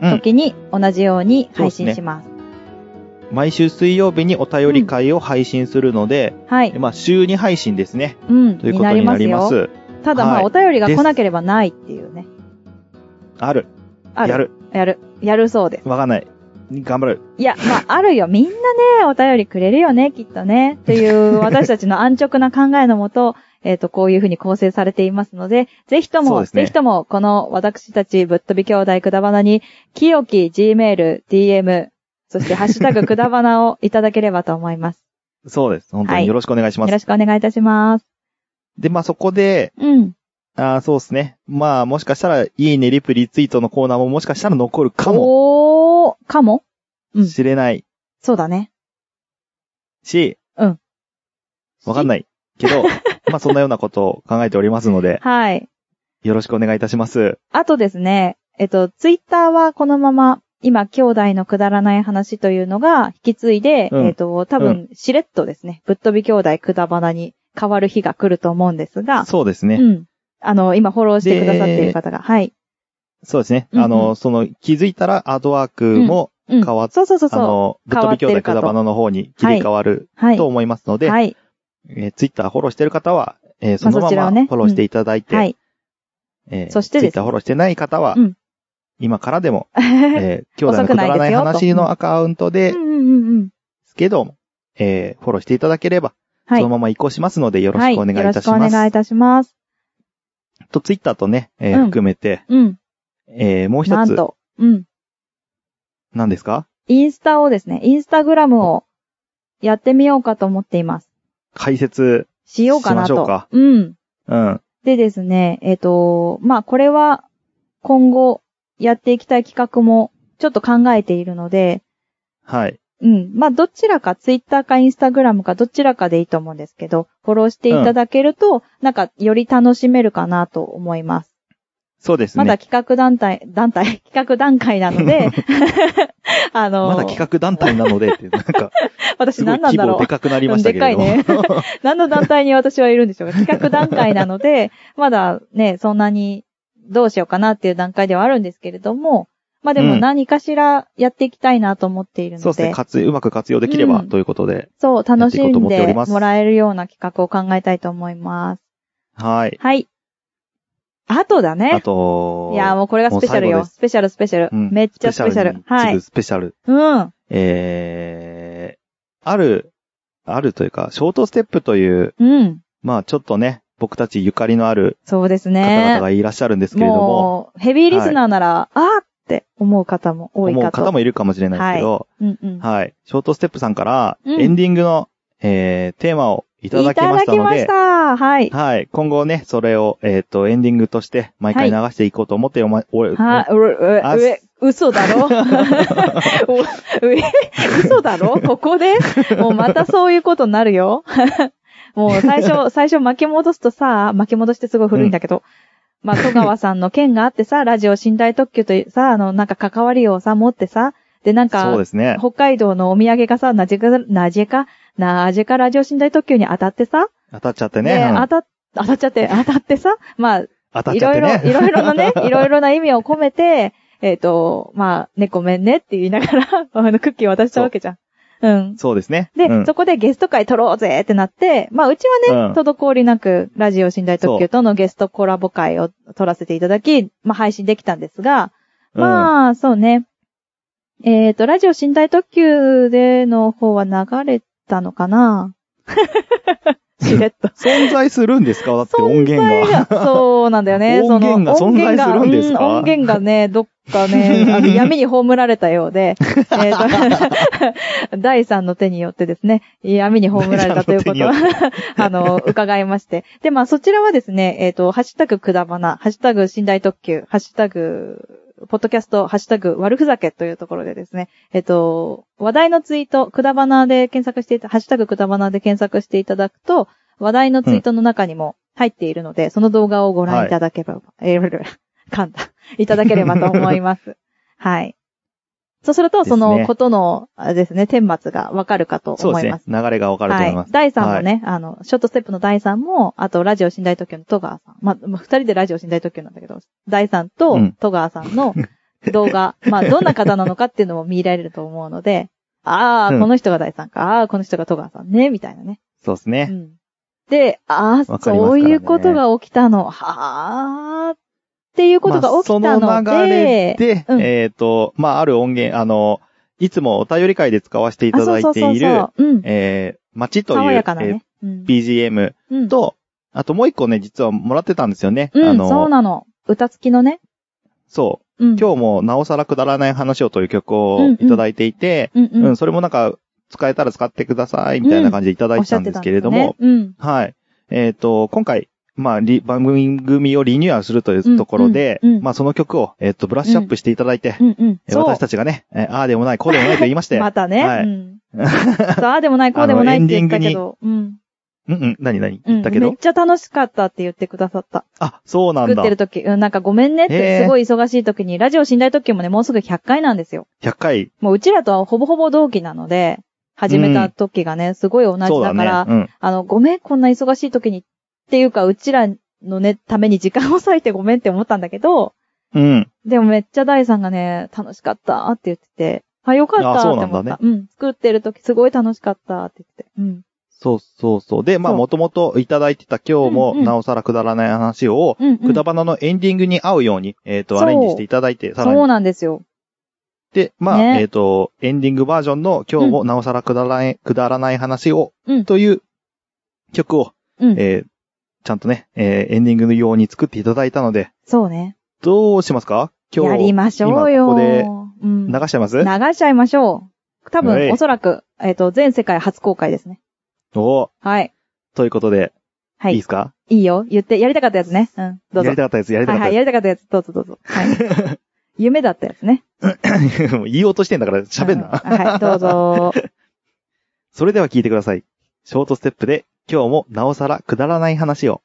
[SPEAKER 1] うん
[SPEAKER 2] 時に同じように配
[SPEAKER 1] そうで
[SPEAKER 2] 信
[SPEAKER 1] すね
[SPEAKER 2] します。
[SPEAKER 1] 毎週水曜日にお便り会を配信するので、
[SPEAKER 2] はい。
[SPEAKER 1] まあ、週2配信ですね。
[SPEAKER 2] うん。
[SPEAKER 1] ということになります。
[SPEAKER 2] よ。ただま
[SPEAKER 1] はい
[SPEAKER 2] あ、お便りが
[SPEAKER 1] です
[SPEAKER 2] 来なければないっていうね。
[SPEAKER 1] ある。
[SPEAKER 2] ある。
[SPEAKER 1] やる。
[SPEAKER 2] やる。やるそうです。
[SPEAKER 1] わかんない。頑張る。
[SPEAKER 2] いや、まあ、 [laughs] あるよ。みんなね、お便りくれるよね、きっとね。っていう、私たちの安直な考えのもと、 [laughs] えっ、と、こういうふうに構成されていますので、ぜひと
[SPEAKER 1] そう
[SPEAKER 2] も、
[SPEAKER 1] ですね
[SPEAKER 2] ぜひとも、この私たちぶっ飛び兄弟くだばなに、清き Gmail、DM、そしてハッシュタグくだばなをいただければと思います。
[SPEAKER 1] そうです。本当
[SPEAKER 2] は
[SPEAKER 1] に
[SPEAKER 2] い
[SPEAKER 1] よろしくお願いしま
[SPEAKER 2] よ
[SPEAKER 1] す。
[SPEAKER 2] ろしくお願いいたします。
[SPEAKER 1] で、まあ、そこで、
[SPEAKER 2] うん。
[SPEAKER 1] あーそうですね。まあ、もしかしたら、いいね、リプ、リツイートのコーナーももしかしたら残るかも
[SPEAKER 2] おー、かもうん
[SPEAKER 1] しれない
[SPEAKER 2] そうだね。
[SPEAKER 1] し、
[SPEAKER 2] うん。
[SPEAKER 1] わかんないけ
[SPEAKER 2] [laughs]
[SPEAKER 1] ど、まあ、そんなようなことを考えておりますので、
[SPEAKER 2] はい。
[SPEAKER 1] よろしくお願いいたします。
[SPEAKER 2] あとですね、えっと、ツイッターはこのまま、今、兄弟のくだらない話というのが引き継いで、
[SPEAKER 1] うん
[SPEAKER 2] えっと、多分、しれっとですね、ぶっ飛び兄弟くだばなに変わる日が来ると思うんですが、
[SPEAKER 1] そうです
[SPEAKER 2] う
[SPEAKER 1] ね。
[SPEAKER 2] ん。あの、今、フォローしてくださっている方が、はい。
[SPEAKER 1] そうですね。
[SPEAKER 2] うんうん
[SPEAKER 1] あの、その、気づいたら、アートワークも、
[SPEAKER 2] うん。
[SPEAKER 1] 変わっ
[SPEAKER 2] そうそうそう
[SPEAKER 1] あ
[SPEAKER 2] そ
[SPEAKER 1] の、ぶっ飛び兄弟くだばなの方に切り替わる
[SPEAKER 2] う。はい
[SPEAKER 1] と。思いますので、
[SPEAKER 2] はい。
[SPEAKER 1] えーツイッターフォローしてる方は、えーその
[SPEAKER 2] まあ
[SPEAKER 1] ま
[SPEAKER 2] そちら
[SPEAKER 1] ま
[SPEAKER 2] を
[SPEAKER 1] フ
[SPEAKER 2] ね
[SPEAKER 1] ォローしていただいて、
[SPEAKER 2] はい。
[SPEAKER 1] えー
[SPEAKER 2] そし
[SPEAKER 1] ツ
[SPEAKER 2] て
[SPEAKER 1] イ
[SPEAKER 2] で
[SPEAKER 1] ッ
[SPEAKER 2] す
[SPEAKER 1] ターフォローしてない方は、
[SPEAKER 2] うん
[SPEAKER 1] 今からでも、えー、兄弟の
[SPEAKER 2] 遅
[SPEAKER 1] く
[SPEAKER 2] く
[SPEAKER 1] だ
[SPEAKER 2] ないですよ
[SPEAKER 1] らない話のアカウントで
[SPEAKER 2] [laughs] うんうんうんうん。
[SPEAKER 1] すけども、えー、フォローしていただければ、
[SPEAKER 2] はい。
[SPEAKER 1] そのまま移行しますので、よろしくお願いいたし
[SPEAKER 2] はよろ
[SPEAKER 1] ま
[SPEAKER 2] しくお願いい
[SPEAKER 1] す。
[SPEAKER 2] たします。
[SPEAKER 1] と、ツイッターとね、えー
[SPEAKER 2] うん
[SPEAKER 1] 含めて、
[SPEAKER 2] うん。
[SPEAKER 1] えー、もう一
[SPEAKER 2] なん
[SPEAKER 1] つ、
[SPEAKER 2] と、うん。
[SPEAKER 1] 何ですか
[SPEAKER 2] インスタをですね、インスタグラムをやってみようかと思っています。
[SPEAKER 1] 解説、
[SPEAKER 2] しようかな
[SPEAKER 1] しましょ
[SPEAKER 2] と。
[SPEAKER 1] うか
[SPEAKER 2] うん。
[SPEAKER 1] うん、
[SPEAKER 2] でですね、えっ、と、まあ、これは今後やっていきたい企画もちょっと考えているので、
[SPEAKER 1] はい、
[SPEAKER 2] うん。まあ、どちらか、ツイッターかインスタグラムかどちらかでいいと思うんですけど、フォローしていただけると、なんかより楽しめるかなと思います。
[SPEAKER 1] そうですね。
[SPEAKER 2] まだ企画団体、団体、企画段階な
[SPEAKER 1] [laughs]
[SPEAKER 2] ので、あの、
[SPEAKER 1] まだ企画団体なのでって、なん
[SPEAKER 2] [laughs]
[SPEAKER 1] か、す
[SPEAKER 2] 私
[SPEAKER 1] ごい
[SPEAKER 2] 何な
[SPEAKER 1] 規
[SPEAKER 2] んだ
[SPEAKER 1] 模
[SPEAKER 2] ろ
[SPEAKER 1] で
[SPEAKER 2] う。
[SPEAKER 1] かくなりましたけれども。
[SPEAKER 2] うんで [laughs] 何の団体に私はいるんでしょうか。企画段階なので、 [laughs] まだね、そんなにどうしようかなっていう段階ではあるんですけれども、まあで
[SPEAKER 1] う
[SPEAKER 2] も
[SPEAKER 1] ん
[SPEAKER 2] 何かしらやっていきたいなと思っているので、
[SPEAKER 1] そうですね、活うまく活用できれば、
[SPEAKER 2] うん
[SPEAKER 1] ということで、
[SPEAKER 2] そう、楽し
[SPEAKER 1] やっていこうと
[SPEAKER 2] ん
[SPEAKER 1] 思っており
[SPEAKER 2] で
[SPEAKER 1] ます
[SPEAKER 2] もらえるような企画を考えたいと思います。
[SPEAKER 1] はい。
[SPEAKER 2] はい。あとだ
[SPEAKER 1] あ
[SPEAKER 2] ね。
[SPEAKER 1] と、
[SPEAKER 2] いや、もうこれがスペシャル
[SPEAKER 1] もう最後で
[SPEAKER 2] よ。
[SPEAKER 1] す
[SPEAKER 2] スペシャル、スペシャル。
[SPEAKER 1] うん
[SPEAKER 2] めっちゃスペシャル。
[SPEAKER 1] に
[SPEAKER 2] は
[SPEAKER 1] 次ぐ
[SPEAKER 2] い。
[SPEAKER 1] スペシャル。
[SPEAKER 2] うん。
[SPEAKER 1] えー、ある、あるというか、ショートステップという、
[SPEAKER 2] うん。
[SPEAKER 1] まあちょっとね、僕たちゆかりのある
[SPEAKER 2] そうです
[SPEAKER 1] 方
[SPEAKER 2] ね
[SPEAKER 1] 々。がいらっしゃるんですけれども、
[SPEAKER 2] もう、ヘビーリスナーなら、あーって思う方も多い
[SPEAKER 1] 思う
[SPEAKER 2] か
[SPEAKER 1] 方
[SPEAKER 2] と。
[SPEAKER 1] もいるかもしれないですけど、
[SPEAKER 2] うんうん。
[SPEAKER 1] はい、ショートステップさんから、
[SPEAKER 2] うん
[SPEAKER 1] エンディングの、えー、テーマをいただきましたの
[SPEAKER 2] い
[SPEAKER 1] で
[SPEAKER 2] た、だきました。はい。
[SPEAKER 1] はい。今後ね、それを、えっ、と、エンディングとして、毎回流していこうと思っておま、お
[SPEAKER 2] はいう
[SPEAKER 1] あ
[SPEAKER 2] う、え、嘘だ
[SPEAKER 1] [laughs]
[SPEAKER 2] ろうえ嘘だろここでもうまたそういうことになるよ。 [laughs] もう最
[SPEAKER 1] [laughs]
[SPEAKER 2] 初、最初巻き戻すとさ、巻き戻してすごい古いんだけど、まあ、戸川さんの件があってさ、ラジオ寝台特急というさ、あの、なんか関わりをさ、持ってさ、で、なん
[SPEAKER 1] そう
[SPEAKER 2] か、
[SPEAKER 1] ですね。
[SPEAKER 2] 北海道のお土産がさ、なじか、なじか、なじかラジオ寝台特急に当たってさ、
[SPEAKER 1] 当たっちゃってね。
[SPEAKER 2] で
[SPEAKER 1] うん
[SPEAKER 2] 当たっ、当たっちゃって、当たってさ、まあ、
[SPEAKER 1] 当たっ
[SPEAKER 2] い
[SPEAKER 1] ちゃっ
[SPEAKER 2] ろい
[SPEAKER 1] て
[SPEAKER 2] ろ、
[SPEAKER 1] ね。
[SPEAKER 2] いろいろのね、いろいろな意味を込めて、えっ、と、まあ、ね、ごめんねって言いながら、 [laughs] あの、クッキー渡したわけじゃん。うん。
[SPEAKER 1] [laughs] そうですね。
[SPEAKER 2] で、
[SPEAKER 1] うん
[SPEAKER 2] そこでゲスト会撮ろうぜってなって、まあ、うちはね、
[SPEAKER 1] うん
[SPEAKER 2] 滞りなく、ラジオ寝台特急とのゲストコラボ会を撮らせていただき、まあ、配信できたんですが、
[SPEAKER 1] うん
[SPEAKER 2] まあ、そうね。えっ、と、ラジオ寝台特急での方は流れたのか
[SPEAKER 1] [laughs]
[SPEAKER 2] な [laughs] しれっと。
[SPEAKER 1] 存在するんですかだって音源が。
[SPEAKER 2] そうなんだよね。
[SPEAKER 1] [laughs]
[SPEAKER 2] その
[SPEAKER 1] 音源が存在するんですか
[SPEAKER 2] 音源がうん音源がね、どっ
[SPEAKER 1] [laughs]
[SPEAKER 2] かね、あの闇に葬られたようで、えーと [laughs] 第三の手によってですね、闇に葬られたということを
[SPEAKER 1] 第、
[SPEAKER 2] [laughs] あの、伺いまして。で、まあ、そちらはですね、えっ、と、ハッシュタグくだばな、ハッシュタグ寝台特急、ハッシュタグ、ポッドキャスト、ハッシュタグ、悪ふざけというところでですね、えっ、と、話題のツイート、くだばなで検索していた、ハッシュタグくだばなで検索していただくと、話題のツイートの中にも入っているので、その動画をご覧いただければ、えー、噛んだ。いただければと思い
[SPEAKER 1] [laughs]
[SPEAKER 2] ます。はい。そうすると、
[SPEAKER 1] です
[SPEAKER 2] そ
[SPEAKER 1] ね
[SPEAKER 2] のことの、あれですね、顛末がわかるかと
[SPEAKER 1] そう
[SPEAKER 2] 思
[SPEAKER 1] です
[SPEAKER 2] いま
[SPEAKER 1] ね
[SPEAKER 2] す。。
[SPEAKER 1] 流れがわかると
[SPEAKER 2] は
[SPEAKER 1] 思いま
[SPEAKER 2] い。
[SPEAKER 1] す。
[SPEAKER 2] 第3もね、あの、ショートステップの第3も、あと、ラジオ寝台特急の戸川さん。まあ、まあ二人でラジオ寝台特急なんだけど、第3と
[SPEAKER 1] うん
[SPEAKER 2] 戸川さ
[SPEAKER 1] [laughs]
[SPEAKER 2] んの動画、まあ、どんな方なのかっていうのも見られると思うので、あ
[SPEAKER 1] う
[SPEAKER 2] あ、
[SPEAKER 1] ん
[SPEAKER 2] この人が第3か、ああ、この人が戸川さんね、みたいなね。
[SPEAKER 1] そうです
[SPEAKER 2] う
[SPEAKER 1] ね。
[SPEAKER 2] んで、あ
[SPEAKER 1] わ
[SPEAKER 2] あ、
[SPEAKER 1] かりますからね
[SPEAKER 2] そういうことが起きたの、はあ、っていうことが起きた
[SPEAKER 1] まあ
[SPEAKER 2] の
[SPEAKER 1] その流れ
[SPEAKER 2] で、
[SPEAKER 1] で、
[SPEAKER 2] うん
[SPEAKER 1] えっ、と、まあ、ある音源、あの、いつもお便り会で使わせていただいている、
[SPEAKER 2] あ、そうそうそうそう、うん。
[SPEAKER 1] えー、街と
[SPEAKER 2] 爽
[SPEAKER 1] いう、
[SPEAKER 2] やかなね。うん
[SPEAKER 1] えー BGM
[SPEAKER 2] うん、
[SPEAKER 1] と、あともう一個ね、実はもらってたんですよね。
[SPEAKER 2] うん
[SPEAKER 1] あ
[SPEAKER 2] そう
[SPEAKER 1] の、
[SPEAKER 2] なの。歌付きのね。
[SPEAKER 1] そう。
[SPEAKER 2] うん。
[SPEAKER 1] 今日もなおさらくだらない話をという曲
[SPEAKER 2] うんう
[SPEAKER 1] を
[SPEAKER 2] ん
[SPEAKER 1] いただいていて、
[SPEAKER 2] うん
[SPEAKER 1] うん、
[SPEAKER 2] うん。
[SPEAKER 1] それもなんか、使えたら使ってください、みたいな感じでいただい
[SPEAKER 2] おってしゃ
[SPEAKER 1] た
[SPEAKER 2] っ
[SPEAKER 1] ん
[SPEAKER 2] て
[SPEAKER 1] で
[SPEAKER 2] た
[SPEAKER 1] す
[SPEAKER 2] ん
[SPEAKER 1] け
[SPEAKER 2] です
[SPEAKER 1] れど
[SPEAKER 2] よね
[SPEAKER 1] も、
[SPEAKER 2] うん。
[SPEAKER 1] はい。えっ、と、今回、まあ、リ番組をリニューアルするというところで、
[SPEAKER 2] うんうんうん
[SPEAKER 1] まあ、その曲を、えっ、と、ブラッシュアップしていただいて、
[SPEAKER 2] うんうん。
[SPEAKER 1] えー私たちがね、えーああでもない、こうでもないと言いまして、
[SPEAKER 2] [laughs] またね。
[SPEAKER 1] はい
[SPEAKER 2] うん。
[SPEAKER 1] [laughs]
[SPEAKER 2] そうああでもない、こうでもないって言ったけど。うん。
[SPEAKER 1] うんうん、何何
[SPEAKER 2] う
[SPEAKER 1] 言
[SPEAKER 2] ん。
[SPEAKER 1] ったけど、
[SPEAKER 2] めっちゃ楽しかったって言ってくださった。
[SPEAKER 1] あ、そうなん
[SPEAKER 2] 作っ
[SPEAKER 1] だ
[SPEAKER 2] て。る時、うん、なんかごめんねっ
[SPEAKER 1] へ
[SPEAKER 2] て、
[SPEAKER 1] ー
[SPEAKER 2] すごい忙しい時に、ラジオ寝台特急もね、もうすぐ100回なんですよ。
[SPEAKER 1] 100回。
[SPEAKER 2] もううちらとはほぼほぼ同期なので、始めた時がね、すごい同じだ
[SPEAKER 1] そう
[SPEAKER 2] か
[SPEAKER 1] だね。
[SPEAKER 2] ら、
[SPEAKER 1] うん。
[SPEAKER 2] あの、ごめん、こんな忙しい時に、っていうか、うちらのね、ために時間を割いてごめんって思ったんだけど、
[SPEAKER 1] うん。
[SPEAKER 2] でもめっちゃ大さんがね、楽しかったって言ってて、あ、よかったって思
[SPEAKER 1] あそ
[SPEAKER 2] っ
[SPEAKER 1] うなんだ
[SPEAKER 2] た。うん、作ってる時すごい楽しかったって言ってて。
[SPEAKER 1] そうそうそう。で、まあ、
[SPEAKER 2] そう
[SPEAKER 1] もともといただいてた今日も、
[SPEAKER 2] うんうん
[SPEAKER 1] なおさらくだらない話を、
[SPEAKER 2] うん。うん、う
[SPEAKER 1] く
[SPEAKER 2] ん。
[SPEAKER 1] だばなのエンディングに合うように、えっ、と、
[SPEAKER 2] そう
[SPEAKER 1] アレンジしていただいて、さら
[SPEAKER 2] そう
[SPEAKER 1] に。
[SPEAKER 2] なんですよ。
[SPEAKER 1] で、まあ、
[SPEAKER 2] ね
[SPEAKER 1] えっ、と、エンディングバージョンの今日もなおさらくだらない、くだらない話を、
[SPEAKER 2] うん
[SPEAKER 1] という曲を、
[SPEAKER 2] うん。
[SPEAKER 1] えーちゃんとね、えーエンディングの用に作っていただいたので、
[SPEAKER 2] そうね。
[SPEAKER 1] どうしますか今日。
[SPEAKER 2] やりましょうよ。
[SPEAKER 1] 今ここで
[SPEAKER 2] うん、
[SPEAKER 1] 流しちゃいます
[SPEAKER 2] 流しちゃいましょう。多
[SPEAKER 1] はい
[SPEAKER 2] 分、おそらく、えっ、と、全世界初公開ですね。
[SPEAKER 1] おー
[SPEAKER 2] はい。
[SPEAKER 1] ということで、
[SPEAKER 2] はい
[SPEAKER 1] いで
[SPEAKER 2] い。
[SPEAKER 1] すか
[SPEAKER 2] いいよ。言って、やりたかったやつね。うん。どうぞ。
[SPEAKER 1] やりたかったやつ、やりた
[SPEAKER 2] は
[SPEAKER 1] かった
[SPEAKER 2] いはい、
[SPEAKER 1] や
[SPEAKER 2] やりたかったやつ。どうぞどうぞ。はい。
[SPEAKER 1] [laughs]
[SPEAKER 2] 夢だったやつね。
[SPEAKER 1] つ。 [laughs] もう言い落としてんだから喋んな。
[SPEAKER 2] うんはい、どう
[SPEAKER 1] [laughs]
[SPEAKER 2] ぞ。
[SPEAKER 1] それでは聞いてください。ショートステップで、今日もなおさらくだらない話を。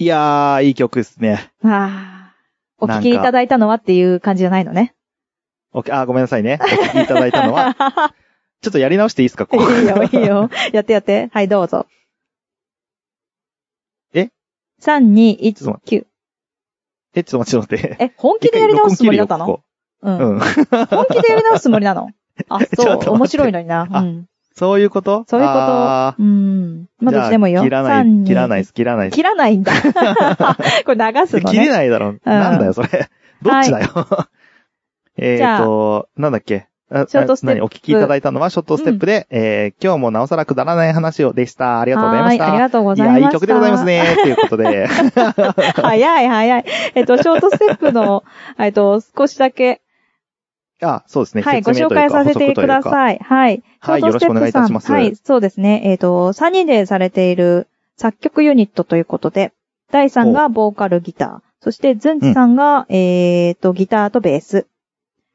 [SPEAKER 1] いやー、いい曲ですね。
[SPEAKER 2] ああ。お
[SPEAKER 1] なん
[SPEAKER 2] 聞
[SPEAKER 1] か
[SPEAKER 2] きいただいたのはっていう感じじゃないのね。
[SPEAKER 1] おきあー、ごめんなさいね。お聞きいただいたのは、ちょっとやり直していいですか、
[SPEAKER 2] い
[SPEAKER 1] ここ。
[SPEAKER 2] [laughs] いよ、いいよ。やってやって。はい、どうぞ。
[SPEAKER 1] え
[SPEAKER 2] ?3、2、
[SPEAKER 1] ちょっ
[SPEAKER 2] 1、9。
[SPEAKER 1] え、ちょっと待って、ちょっと待って。
[SPEAKER 2] え、本気でやり直すつもりだったのう
[SPEAKER 1] 録
[SPEAKER 2] ん。
[SPEAKER 1] 音切るよここ
[SPEAKER 2] 本気でやり直すつもり
[SPEAKER 1] [laughs]
[SPEAKER 2] なのあ、
[SPEAKER 1] ちょ
[SPEAKER 2] そ
[SPEAKER 1] っと待って
[SPEAKER 2] う。面白いのにな。う
[SPEAKER 1] あ
[SPEAKER 2] ん。
[SPEAKER 1] うん。そういうこと
[SPEAKER 2] そういうこと
[SPEAKER 1] あー
[SPEAKER 2] うん。まあ、どっちでもいいよ。
[SPEAKER 1] じゃあ切らな
[SPEAKER 2] 3
[SPEAKER 1] い、切らないで。
[SPEAKER 2] 2
[SPEAKER 1] す、切らないです。
[SPEAKER 2] 切らないんだ。
[SPEAKER 1] [laughs]
[SPEAKER 2] これ流すの
[SPEAKER 1] 切れ
[SPEAKER 2] ね。
[SPEAKER 1] ないだろ。なんだよ、それ。どっちだよ。え
[SPEAKER 2] じゃ
[SPEAKER 1] っと、なんだっけ。あ
[SPEAKER 2] ショートステップ
[SPEAKER 1] あ何お聞きいただいたのはショートステップで、えー今日もなおさらくだらない話をでした。ありがとうございま
[SPEAKER 2] は
[SPEAKER 1] し
[SPEAKER 2] い、あり
[SPEAKER 1] た。
[SPEAKER 2] がとうございま
[SPEAKER 1] や、い
[SPEAKER 2] した。
[SPEAKER 1] い曲でございます。ね。ということ
[SPEAKER 2] [laughs]
[SPEAKER 1] で。
[SPEAKER 2] 早い、早い。えっと、ショートステップの、えっと、少しだけ、
[SPEAKER 1] あ、そうですね。
[SPEAKER 2] はい、ご
[SPEAKER 1] 説明
[SPEAKER 2] 紹
[SPEAKER 1] という
[SPEAKER 2] 介
[SPEAKER 1] か
[SPEAKER 2] させてくだ
[SPEAKER 1] 補足というか
[SPEAKER 2] さい。はい。
[SPEAKER 1] はい、
[SPEAKER 2] ショ
[SPEAKER 1] よろ
[SPEAKER 2] ートステ
[SPEAKER 1] し
[SPEAKER 2] ッ
[SPEAKER 1] くお願
[SPEAKER 2] プ
[SPEAKER 1] いいた
[SPEAKER 2] さん
[SPEAKER 1] します。
[SPEAKER 2] はい、そうですね。えっ、と、3人でされている作曲ユニットということで、第3がボーカルギター、そしてズンチさんが、えっ、と、ギターとベース、
[SPEAKER 1] うん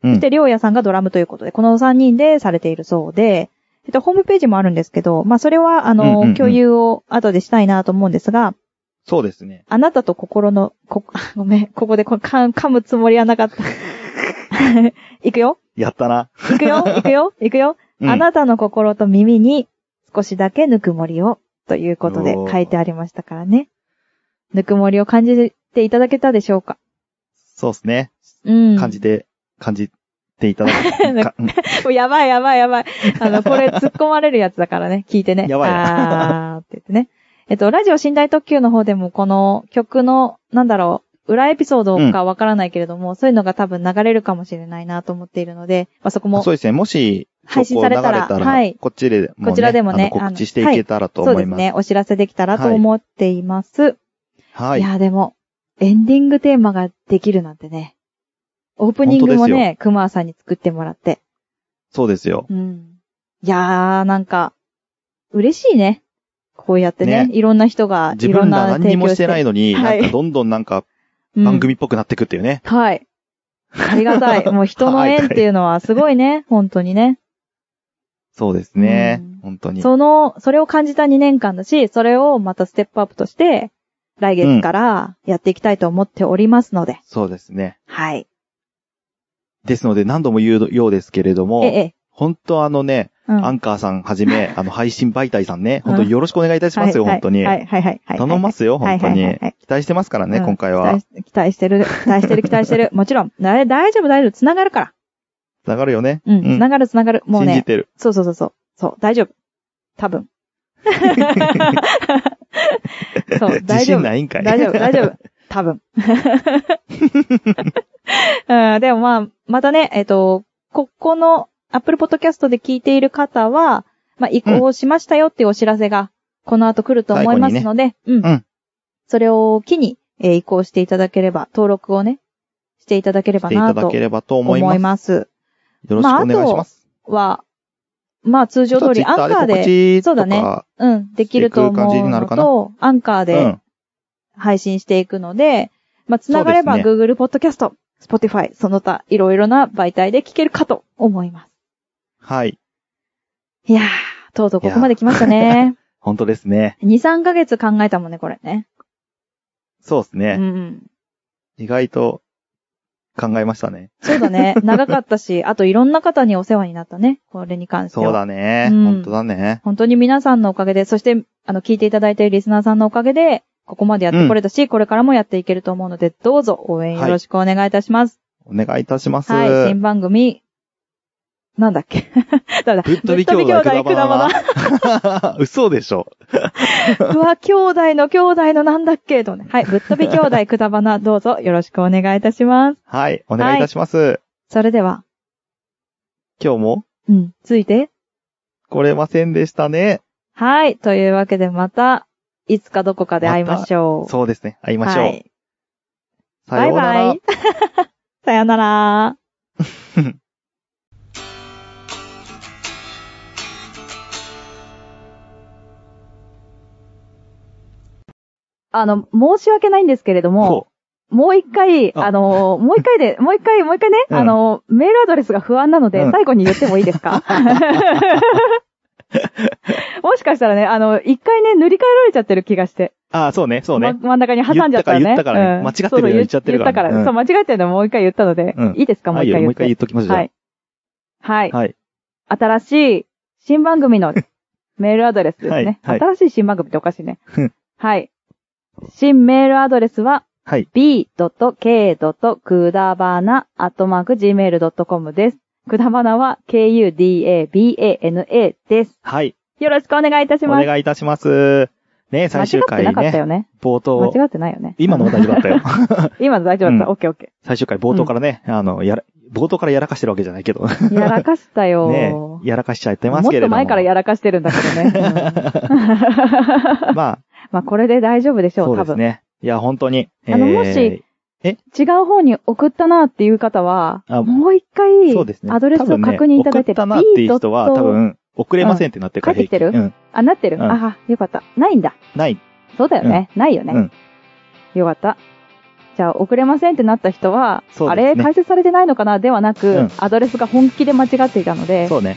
[SPEAKER 2] そしてりょうやさんがドラムということで、この3人でされているそうで、えっ、と、ホームページもあるんですけど、まあ、それは、あの、
[SPEAKER 1] うんうんうん
[SPEAKER 2] 共有を後でしたいなと思うんですが、
[SPEAKER 1] そうですね。
[SPEAKER 2] あなたと心の、こ、 [laughs] ごめん、ここでこ噛噛むつもりはなかった。 [laughs] いくよ
[SPEAKER 1] やったな。
[SPEAKER 2] いくよいくよいくよ
[SPEAKER 1] うん
[SPEAKER 2] あなたの心と耳に少しだけぬくもりをということで
[SPEAKER 1] おー
[SPEAKER 2] 書いてありましたからね。ぬくもりを感じていただけたでしょうか
[SPEAKER 1] そうですね。
[SPEAKER 2] うん。
[SPEAKER 1] 感じて、感じていただ
[SPEAKER 2] ん
[SPEAKER 1] く。
[SPEAKER 2] [laughs]
[SPEAKER 1] かうん
[SPEAKER 2] もう [laughs] やばいやばいやばい。あの、
[SPEAKER 1] [laughs]
[SPEAKER 2] これ突っ込まれるやつだからね、聞いてね。
[SPEAKER 1] やばい
[SPEAKER 2] あーって言ってね。えっと、ラジオ寝台特急の方でもこの曲の、なんだろう、裏エピソードかわからないけれども、そういうのが多分流れるかもしれないなと思っているので、まあ、そこも
[SPEAKER 1] そうですね。もし、
[SPEAKER 2] 配信されたら
[SPEAKER 1] ここ流れ
[SPEAKER 2] はい
[SPEAKER 1] こっちでもね、
[SPEAKER 2] こちらでもね
[SPEAKER 1] あの
[SPEAKER 2] あの
[SPEAKER 1] 告知していけたらと
[SPEAKER 2] そう
[SPEAKER 1] 思
[SPEAKER 2] で
[SPEAKER 1] い
[SPEAKER 2] す
[SPEAKER 1] ます。
[SPEAKER 2] ね、お知らせできたらと思っています。、
[SPEAKER 1] はいい。
[SPEAKER 2] や、でも、エンディングテーマができるなんてね。オープニングも
[SPEAKER 1] 本当です
[SPEAKER 2] ね、熊さんに作ってもらって。
[SPEAKER 1] そうですよ。
[SPEAKER 2] うん。いやー、なんか、嬉しいね。こうやってね、
[SPEAKER 1] ね
[SPEAKER 2] いろんな人が、
[SPEAKER 1] 自
[SPEAKER 2] いろん
[SPEAKER 1] 分
[SPEAKER 2] な
[SPEAKER 1] ら何
[SPEAKER 2] 提
[SPEAKER 1] に
[SPEAKER 2] 供
[SPEAKER 1] も
[SPEAKER 2] し
[SPEAKER 1] しててないのに、
[SPEAKER 2] はい
[SPEAKER 1] なんかどんどんなんか
[SPEAKER 2] うん
[SPEAKER 1] 番組っぽくなってくっていうね。
[SPEAKER 2] はい。ありが
[SPEAKER 1] [laughs]
[SPEAKER 2] たい。もう人の縁っていうのはすごいね、本当にね。
[SPEAKER 1] そうですね。
[SPEAKER 2] うん
[SPEAKER 1] 本当に。
[SPEAKER 2] その、それを感じた2年間だし、それをまたステップアップとして、来月からやっていきたいと思っておりますので。
[SPEAKER 1] そうですね。
[SPEAKER 2] はい。
[SPEAKER 1] ですので何度も言うようですけれど
[SPEAKER 2] ええ
[SPEAKER 1] も、、本当あのね、
[SPEAKER 2] うん
[SPEAKER 1] アンカーさんはじ
[SPEAKER 2] [laughs]
[SPEAKER 1] め、あの配信媒体さんね、
[SPEAKER 2] うん
[SPEAKER 1] 本当よろしくお願いいたしますよ、
[SPEAKER 2] はい
[SPEAKER 1] 本当に。
[SPEAKER 2] はいはいはいはい。
[SPEAKER 1] 頼ますよ、
[SPEAKER 2] はい
[SPEAKER 1] 本当に
[SPEAKER 2] はいはいはい。
[SPEAKER 1] 期待してますからね、
[SPEAKER 2] うん
[SPEAKER 1] 今回
[SPEAKER 2] 期
[SPEAKER 1] は
[SPEAKER 2] 待。し。期待してる、期
[SPEAKER 1] [laughs]
[SPEAKER 2] 待してる、期待してる。もちろん。だ大丈夫、大丈夫。繋がるから。
[SPEAKER 1] 繋がるよね。
[SPEAKER 2] うん。繋がる、繋がる。もう
[SPEAKER 1] 信じ
[SPEAKER 2] ね。
[SPEAKER 1] てる。
[SPEAKER 2] そうそうそうそう。そう、大丈夫。多
[SPEAKER 1] [laughs]
[SPEAKER 2] 分。 [laughs]
[SPEAKER 1] [laughs]
[SPEAKER 2] そう、
[SPEAKER 1] 自
[SPEAKER 2] 大丈
[SPEAKER 1] 信
[SPEAKER 2] 夫。
[SPEAKER 1] ないんかい。
[SPEAKER 2] 大丈夫、
[SPEAKER 1] [laughs]
[SPEAKER 2] 大丈夫。多分。 [laughs] うん、でもまあ、またね、えっ、と、ここの Apple Podcast で聞いている方は、まあ、移行しましたよっていうお知らせが、この後来ると思いますので、うん、
[SPEAKER 1] うん
[SPEAKER 2] それを機に、えー移行していただければ、登録をね、していただけれ
[SPEAKER 1] [laughs] し
[SPEAKER 2] ば
[SPEAKER 1] ていた
[SPEAKER 2] なと
[SPEAKER 1] だければと
[SPEAKER 2] 思
[SPEAKER 1] 思い
[SPEAKER 2] い
[SPEAKER 1] ます。
[SPEAKER 2] ます。
[SPEAKER 1] よろしくお願いします。
[SPEAKER 2] は、まあ、通
[SPEAKER 1] ちょ
[SPEAKER 2] 常
[SPEAKER 1] っと
[SPEAKER 2] 通り、アンカー
[SPEAKER 1] Twitter
[SPEAKER 2] で、
[SPEAKER 1] で告知
[SPEAKER 2] そう
[SPEAKER 1] と
[SPEAKER 2] だね
[SPEAKER 1] か、
[SPEAKER 2] うん、できると思
[SPEAKER 1] していく感じ
[SPEAKER 2] う
[SPEAKER 1] になる
[SPEAKER 2] の
[SPEAKER 1] かな
[SPEAKER 2] と、アンカー
[SPEAKER 1] う
[SPEAKER 2] で
[SPEAKER 1] ん。
[SPEAKER 2] 配信していくので、まあ、つながれば
[SPEAKER 1] そうで
[SPEAKER 2] Google Podcast、Spotify、その他、いろいろな媒体で聞けるかと思います。
[SPEAKER 1] はい。
[SPEAKER 2] いやー、とうとうここまで来ました [laughs] ね。
[SPEAKER 1] 本当ですね。
[SPEAKER 2] 2、3ヶ月考えたもんね、これね。
[SPEAKER 1] そうです
[SPEAKER 2] う
[SPEAKER 1] ね。
[SPEAKER 2] ん。
[SPEAKER 1] 意外と考えましたね。
[SPEAKER 2] そうだね。長かったし、 [laughs] あといろんな方にお世話になったね。これに関しては。
[SPEAKER 1] そうだね。
[SPEAKER 2] うん
[SPEAKER 1] 本当だね。
[SPEAKER 2] 本当に皆さんのおかげで、そして、あの、聞いていただいているリスナーさんのおかげで、ここまでやってこれたし、これからもやっていけると思うので、どうぞ応援よろしくお願いいたします。
[SPEAKER 1] お願いいたします。
[SPEAKER 2] はい、新番組、なんだっけ [laughs] なんだ
[SPEAKER 1] ぶっ飛び兄弟くだばな
[SPEAKER 2] ぶっ飛び兄弟くだばな
[SPEAKER 1] [laughs] 嘘でしょ。
[SPEAKER 2] うわ、兄弟の兄弟のなんだっけとね。はい、ぶっ飛び兄弟くだ
[SPEAKER 1] [laughs]
[SPEAKER 2] ばな、どうぞよろしくお願いいたします。
[SPEAKER 1] はい。お願いいたします。
[SPEAKER 2] それでは、
[SPEAKER 1] 今日も
[SPEAKER 2] うん、ついて。
[SPEAKER 1] 来れませんでしたね。
[SPEAKER 2] はい、というわけでまた、いつかどこかで会いましょう。
[SPEAKER 1] そうですね。会いましょう。
[SPEAKER 2] はい、
[SPEAKER 1] さ
[SPEAKER 2] バ
[SPEAKER 1] よ
[SPEAKER 2] イ
[SPEAKER 1] うなら。
[SPEAKER 2] バイ。
[SPEAKER 1] [laughs]
[SPEAKER 2] さよなら。あの、申し訳ないんですけれども、
[SPEAKER 1] ほ
[SPEAKER 2] もう一回、
[SPEAKER 1] あ
[SPEAKER 2] あの、もう一回
[SPEAKER 1] [laughs]
[SPEAKER 2] で、もう一回、もう一回ね、
[SPEAKER 1] うん
[SPEAKER 2] あの、メールアドレスが不安なので、
[SPEAKER 1] うん
[SPEAKER 2] 最後に言ってもいいで
[SPEAKER 1] [laughs]
[SPEAKER 2] すかもしかしたらね、あの、一回ね、塗り替えられちゃってる気がして。
[SPEAKER 1] ああ、そうね、そうね。
[SPEAKER 2] ま真ん中に挟んじゃったよね。
[SPEAKER 1] 言ったから言ったからね
[SPEAKER 2] うん
[SPEAKER 1] 間違ってるように言っちゃってるからね
[SPEAKER 2] そうそう言
[SPEAKER 1] うん
[SPEAKER 2] ったそう、間違えてるのもう一回言ったので、
[SPEAKER 1] うん
[SPEAKER 2] いいですかもう
[SPEAKER 1] はい
[SPEAKER 2] 一
[SPEAKER 1] よ、
[SPEAKER 2] 回
[SPEAKER 1] もう
[SPEAKER 2] 言っ
[SPEAKER 1] 一回言っと
[SPEAKER 2] て。
[SPEAKER 1] きましょう。じゃ
[SPEAKER 2] は
[SPEAKER 1] あ
[SPEAKER 2] い。はい。
[SPEAKER 1] はい。
[SPEAKER 2] 新しい新番組のメールアドレスですね。
[SPEAKER 1] [laughs] はい
[SPEAKER 2] 新しい新番組っておかしいね
[SPEAKER 1] うん。
[SPEAKER 2] はい。新メールアドレスは
[SPEAKER 1] はい。
[SPEAKER 2] b.k.kudabana.gmail.com です。くだばなは kudabana です。
[SPEAKER 1] はい。
[SPEAKER 2] よろしくお願いいたし
[SPEAKER 1] お
[SPEAKER 2] ます。
[SPEAKER 1] 願いいたします。ね、最終
[SPEAKER 2] 間違
[SPEAKER 1] 回
[SPEAKER 2] ってなかった
[SPEAKER 1] ね、
[SPEAKER 2] よね。
[SPEAKER 1] 冒頭、
[SPEAKER 2] 間違ってないよね。
[SPEAKER 1] 今のは大丈夫だったよ。
[SPEAKER 2] [laughs] 今の大丈夫だった。
[SPEAKER 1] うん
[SPEAKER 2] オッケーオッケ
[SPEAKER 1] 最終回冒頭からね、あの、やら、冒頭からやらかしてるわけじゃないけど。
[SPEAKER 2] ー。やらかしたよ。
[SPEAKER 1] ねやらかしちゃってますけれども。
[SPEAKER 2] もっと前からやらかしてるんだけどね。うん [laughs]
[SPEAKER 1] まあ、
[SPEAKER 2] まあ、これで大丈夫でしょ、
[SPEAKER 1] そうう
[SPEAKER 2] 多
[SPEAKER 1] です
[SPEAKER 2] 分。
[SPEAKER 1] ね。いや、本当に。
[SPEAKER 2] あの
[SPEAKER 1] えー
[SPEAKER 2] もし違う方に送ったなっていう方は、
[SPEAKER 1] あ
[SPEAKER 2] もう一
[SPEAKER 1] そうです
[SPEAKER 2] 回、
[SPEAKER 1] ね。
[SPEAKER 2] アドレスを
[SPEAKER 1] 多分ね
[SPEAKER 2] 確認いただいて、
[SPEAKER 1] 送ったなっていう人は、
[SPEAKER 2] B.
[SPEAKER 1] 多分、送れませんってなってるから、
[SPEAKER 2] うん帰ってきてる
[SPEAKER 1] 平均
[SPEAKER 2] あ、なってる。
[SPEAKER 1] うん
[SPEAKER 2] あ、よかった。ないんだ。
[SPEAKER 1] うん。ない。
[SPEAKER 2] そうだよね。ないよね、
[SPEAKER 1] うん
[SPEAKER 2] よかった。じゃあ、遅れませんってなった人は、
[SPEAKER 1] そう
[SPEAKER 2] あ
[SPEAKER 1] ですね
[SPEAKER 2] れ解説されてないのかなではなく、
[SPEAKER 1] うん
[SPEAKER 2] アドレスが本気で間違っていたので、
[SPEAKER 1] そうね。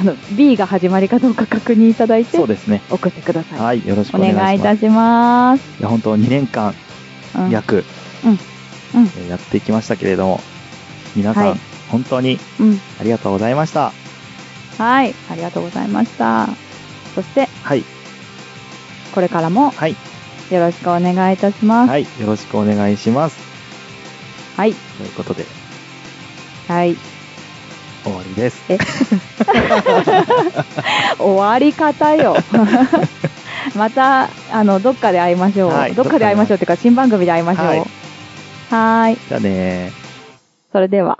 [SPEAKER 2] あの、B が始まりかどうか確認いただいて
[SPEAKER 1] そう、ですね。
[SPEAKER 2] 送ってください。
[SPEAKER 1] はい。よろしく
[SPEAKER 2] お
[SPEAKER 1] お願いします。
[SPEAKER 2] 願いいたします。
[SPEAKER 1] いや、本当2年間、
[SPEAKER 2] うん
[SPEAKER 1] 約、
[SPEAKER 2] うん
[SPEAKER 1] えーやってきましたけれども、皆さん、
[SPEAKER 2] はい
[SPEAKER 1] 本当に
[SPEAKER 2] うん。
[SPEAKER 1] ありがとうございました。
[SPEAKER 2] はい。ありがとうございました。そして、
[SPEAKER 1] はい。
[SPEAKER 2] これからも
[SPEAKER 1] はい。
[SPEAKER 2] よろしくお願いいたします。
[SPEAKER 1] はい。よろしくお願いします。
[SPEAKER 2] はい。
[SPEAKER 1] ということで、
[SPEAKER 2] はい。
[SPEAKER 1] 終わりです。
[SPEAKER 2] 終わり
[SPEAKER 1] [laughs]
[SPEAKER 2] 方よ。また、あの、どっかで会いましょう。
[SPEAKER 1] はい
[SPEAKER 2] どっかで会いましょうっていうか、新番組で会いましょう。
[SPEAKER 1] はい
[SPEAKER 2] はーい。
[SPEAKER 1] じゃあねー。
[SPEAKER 2] それでは。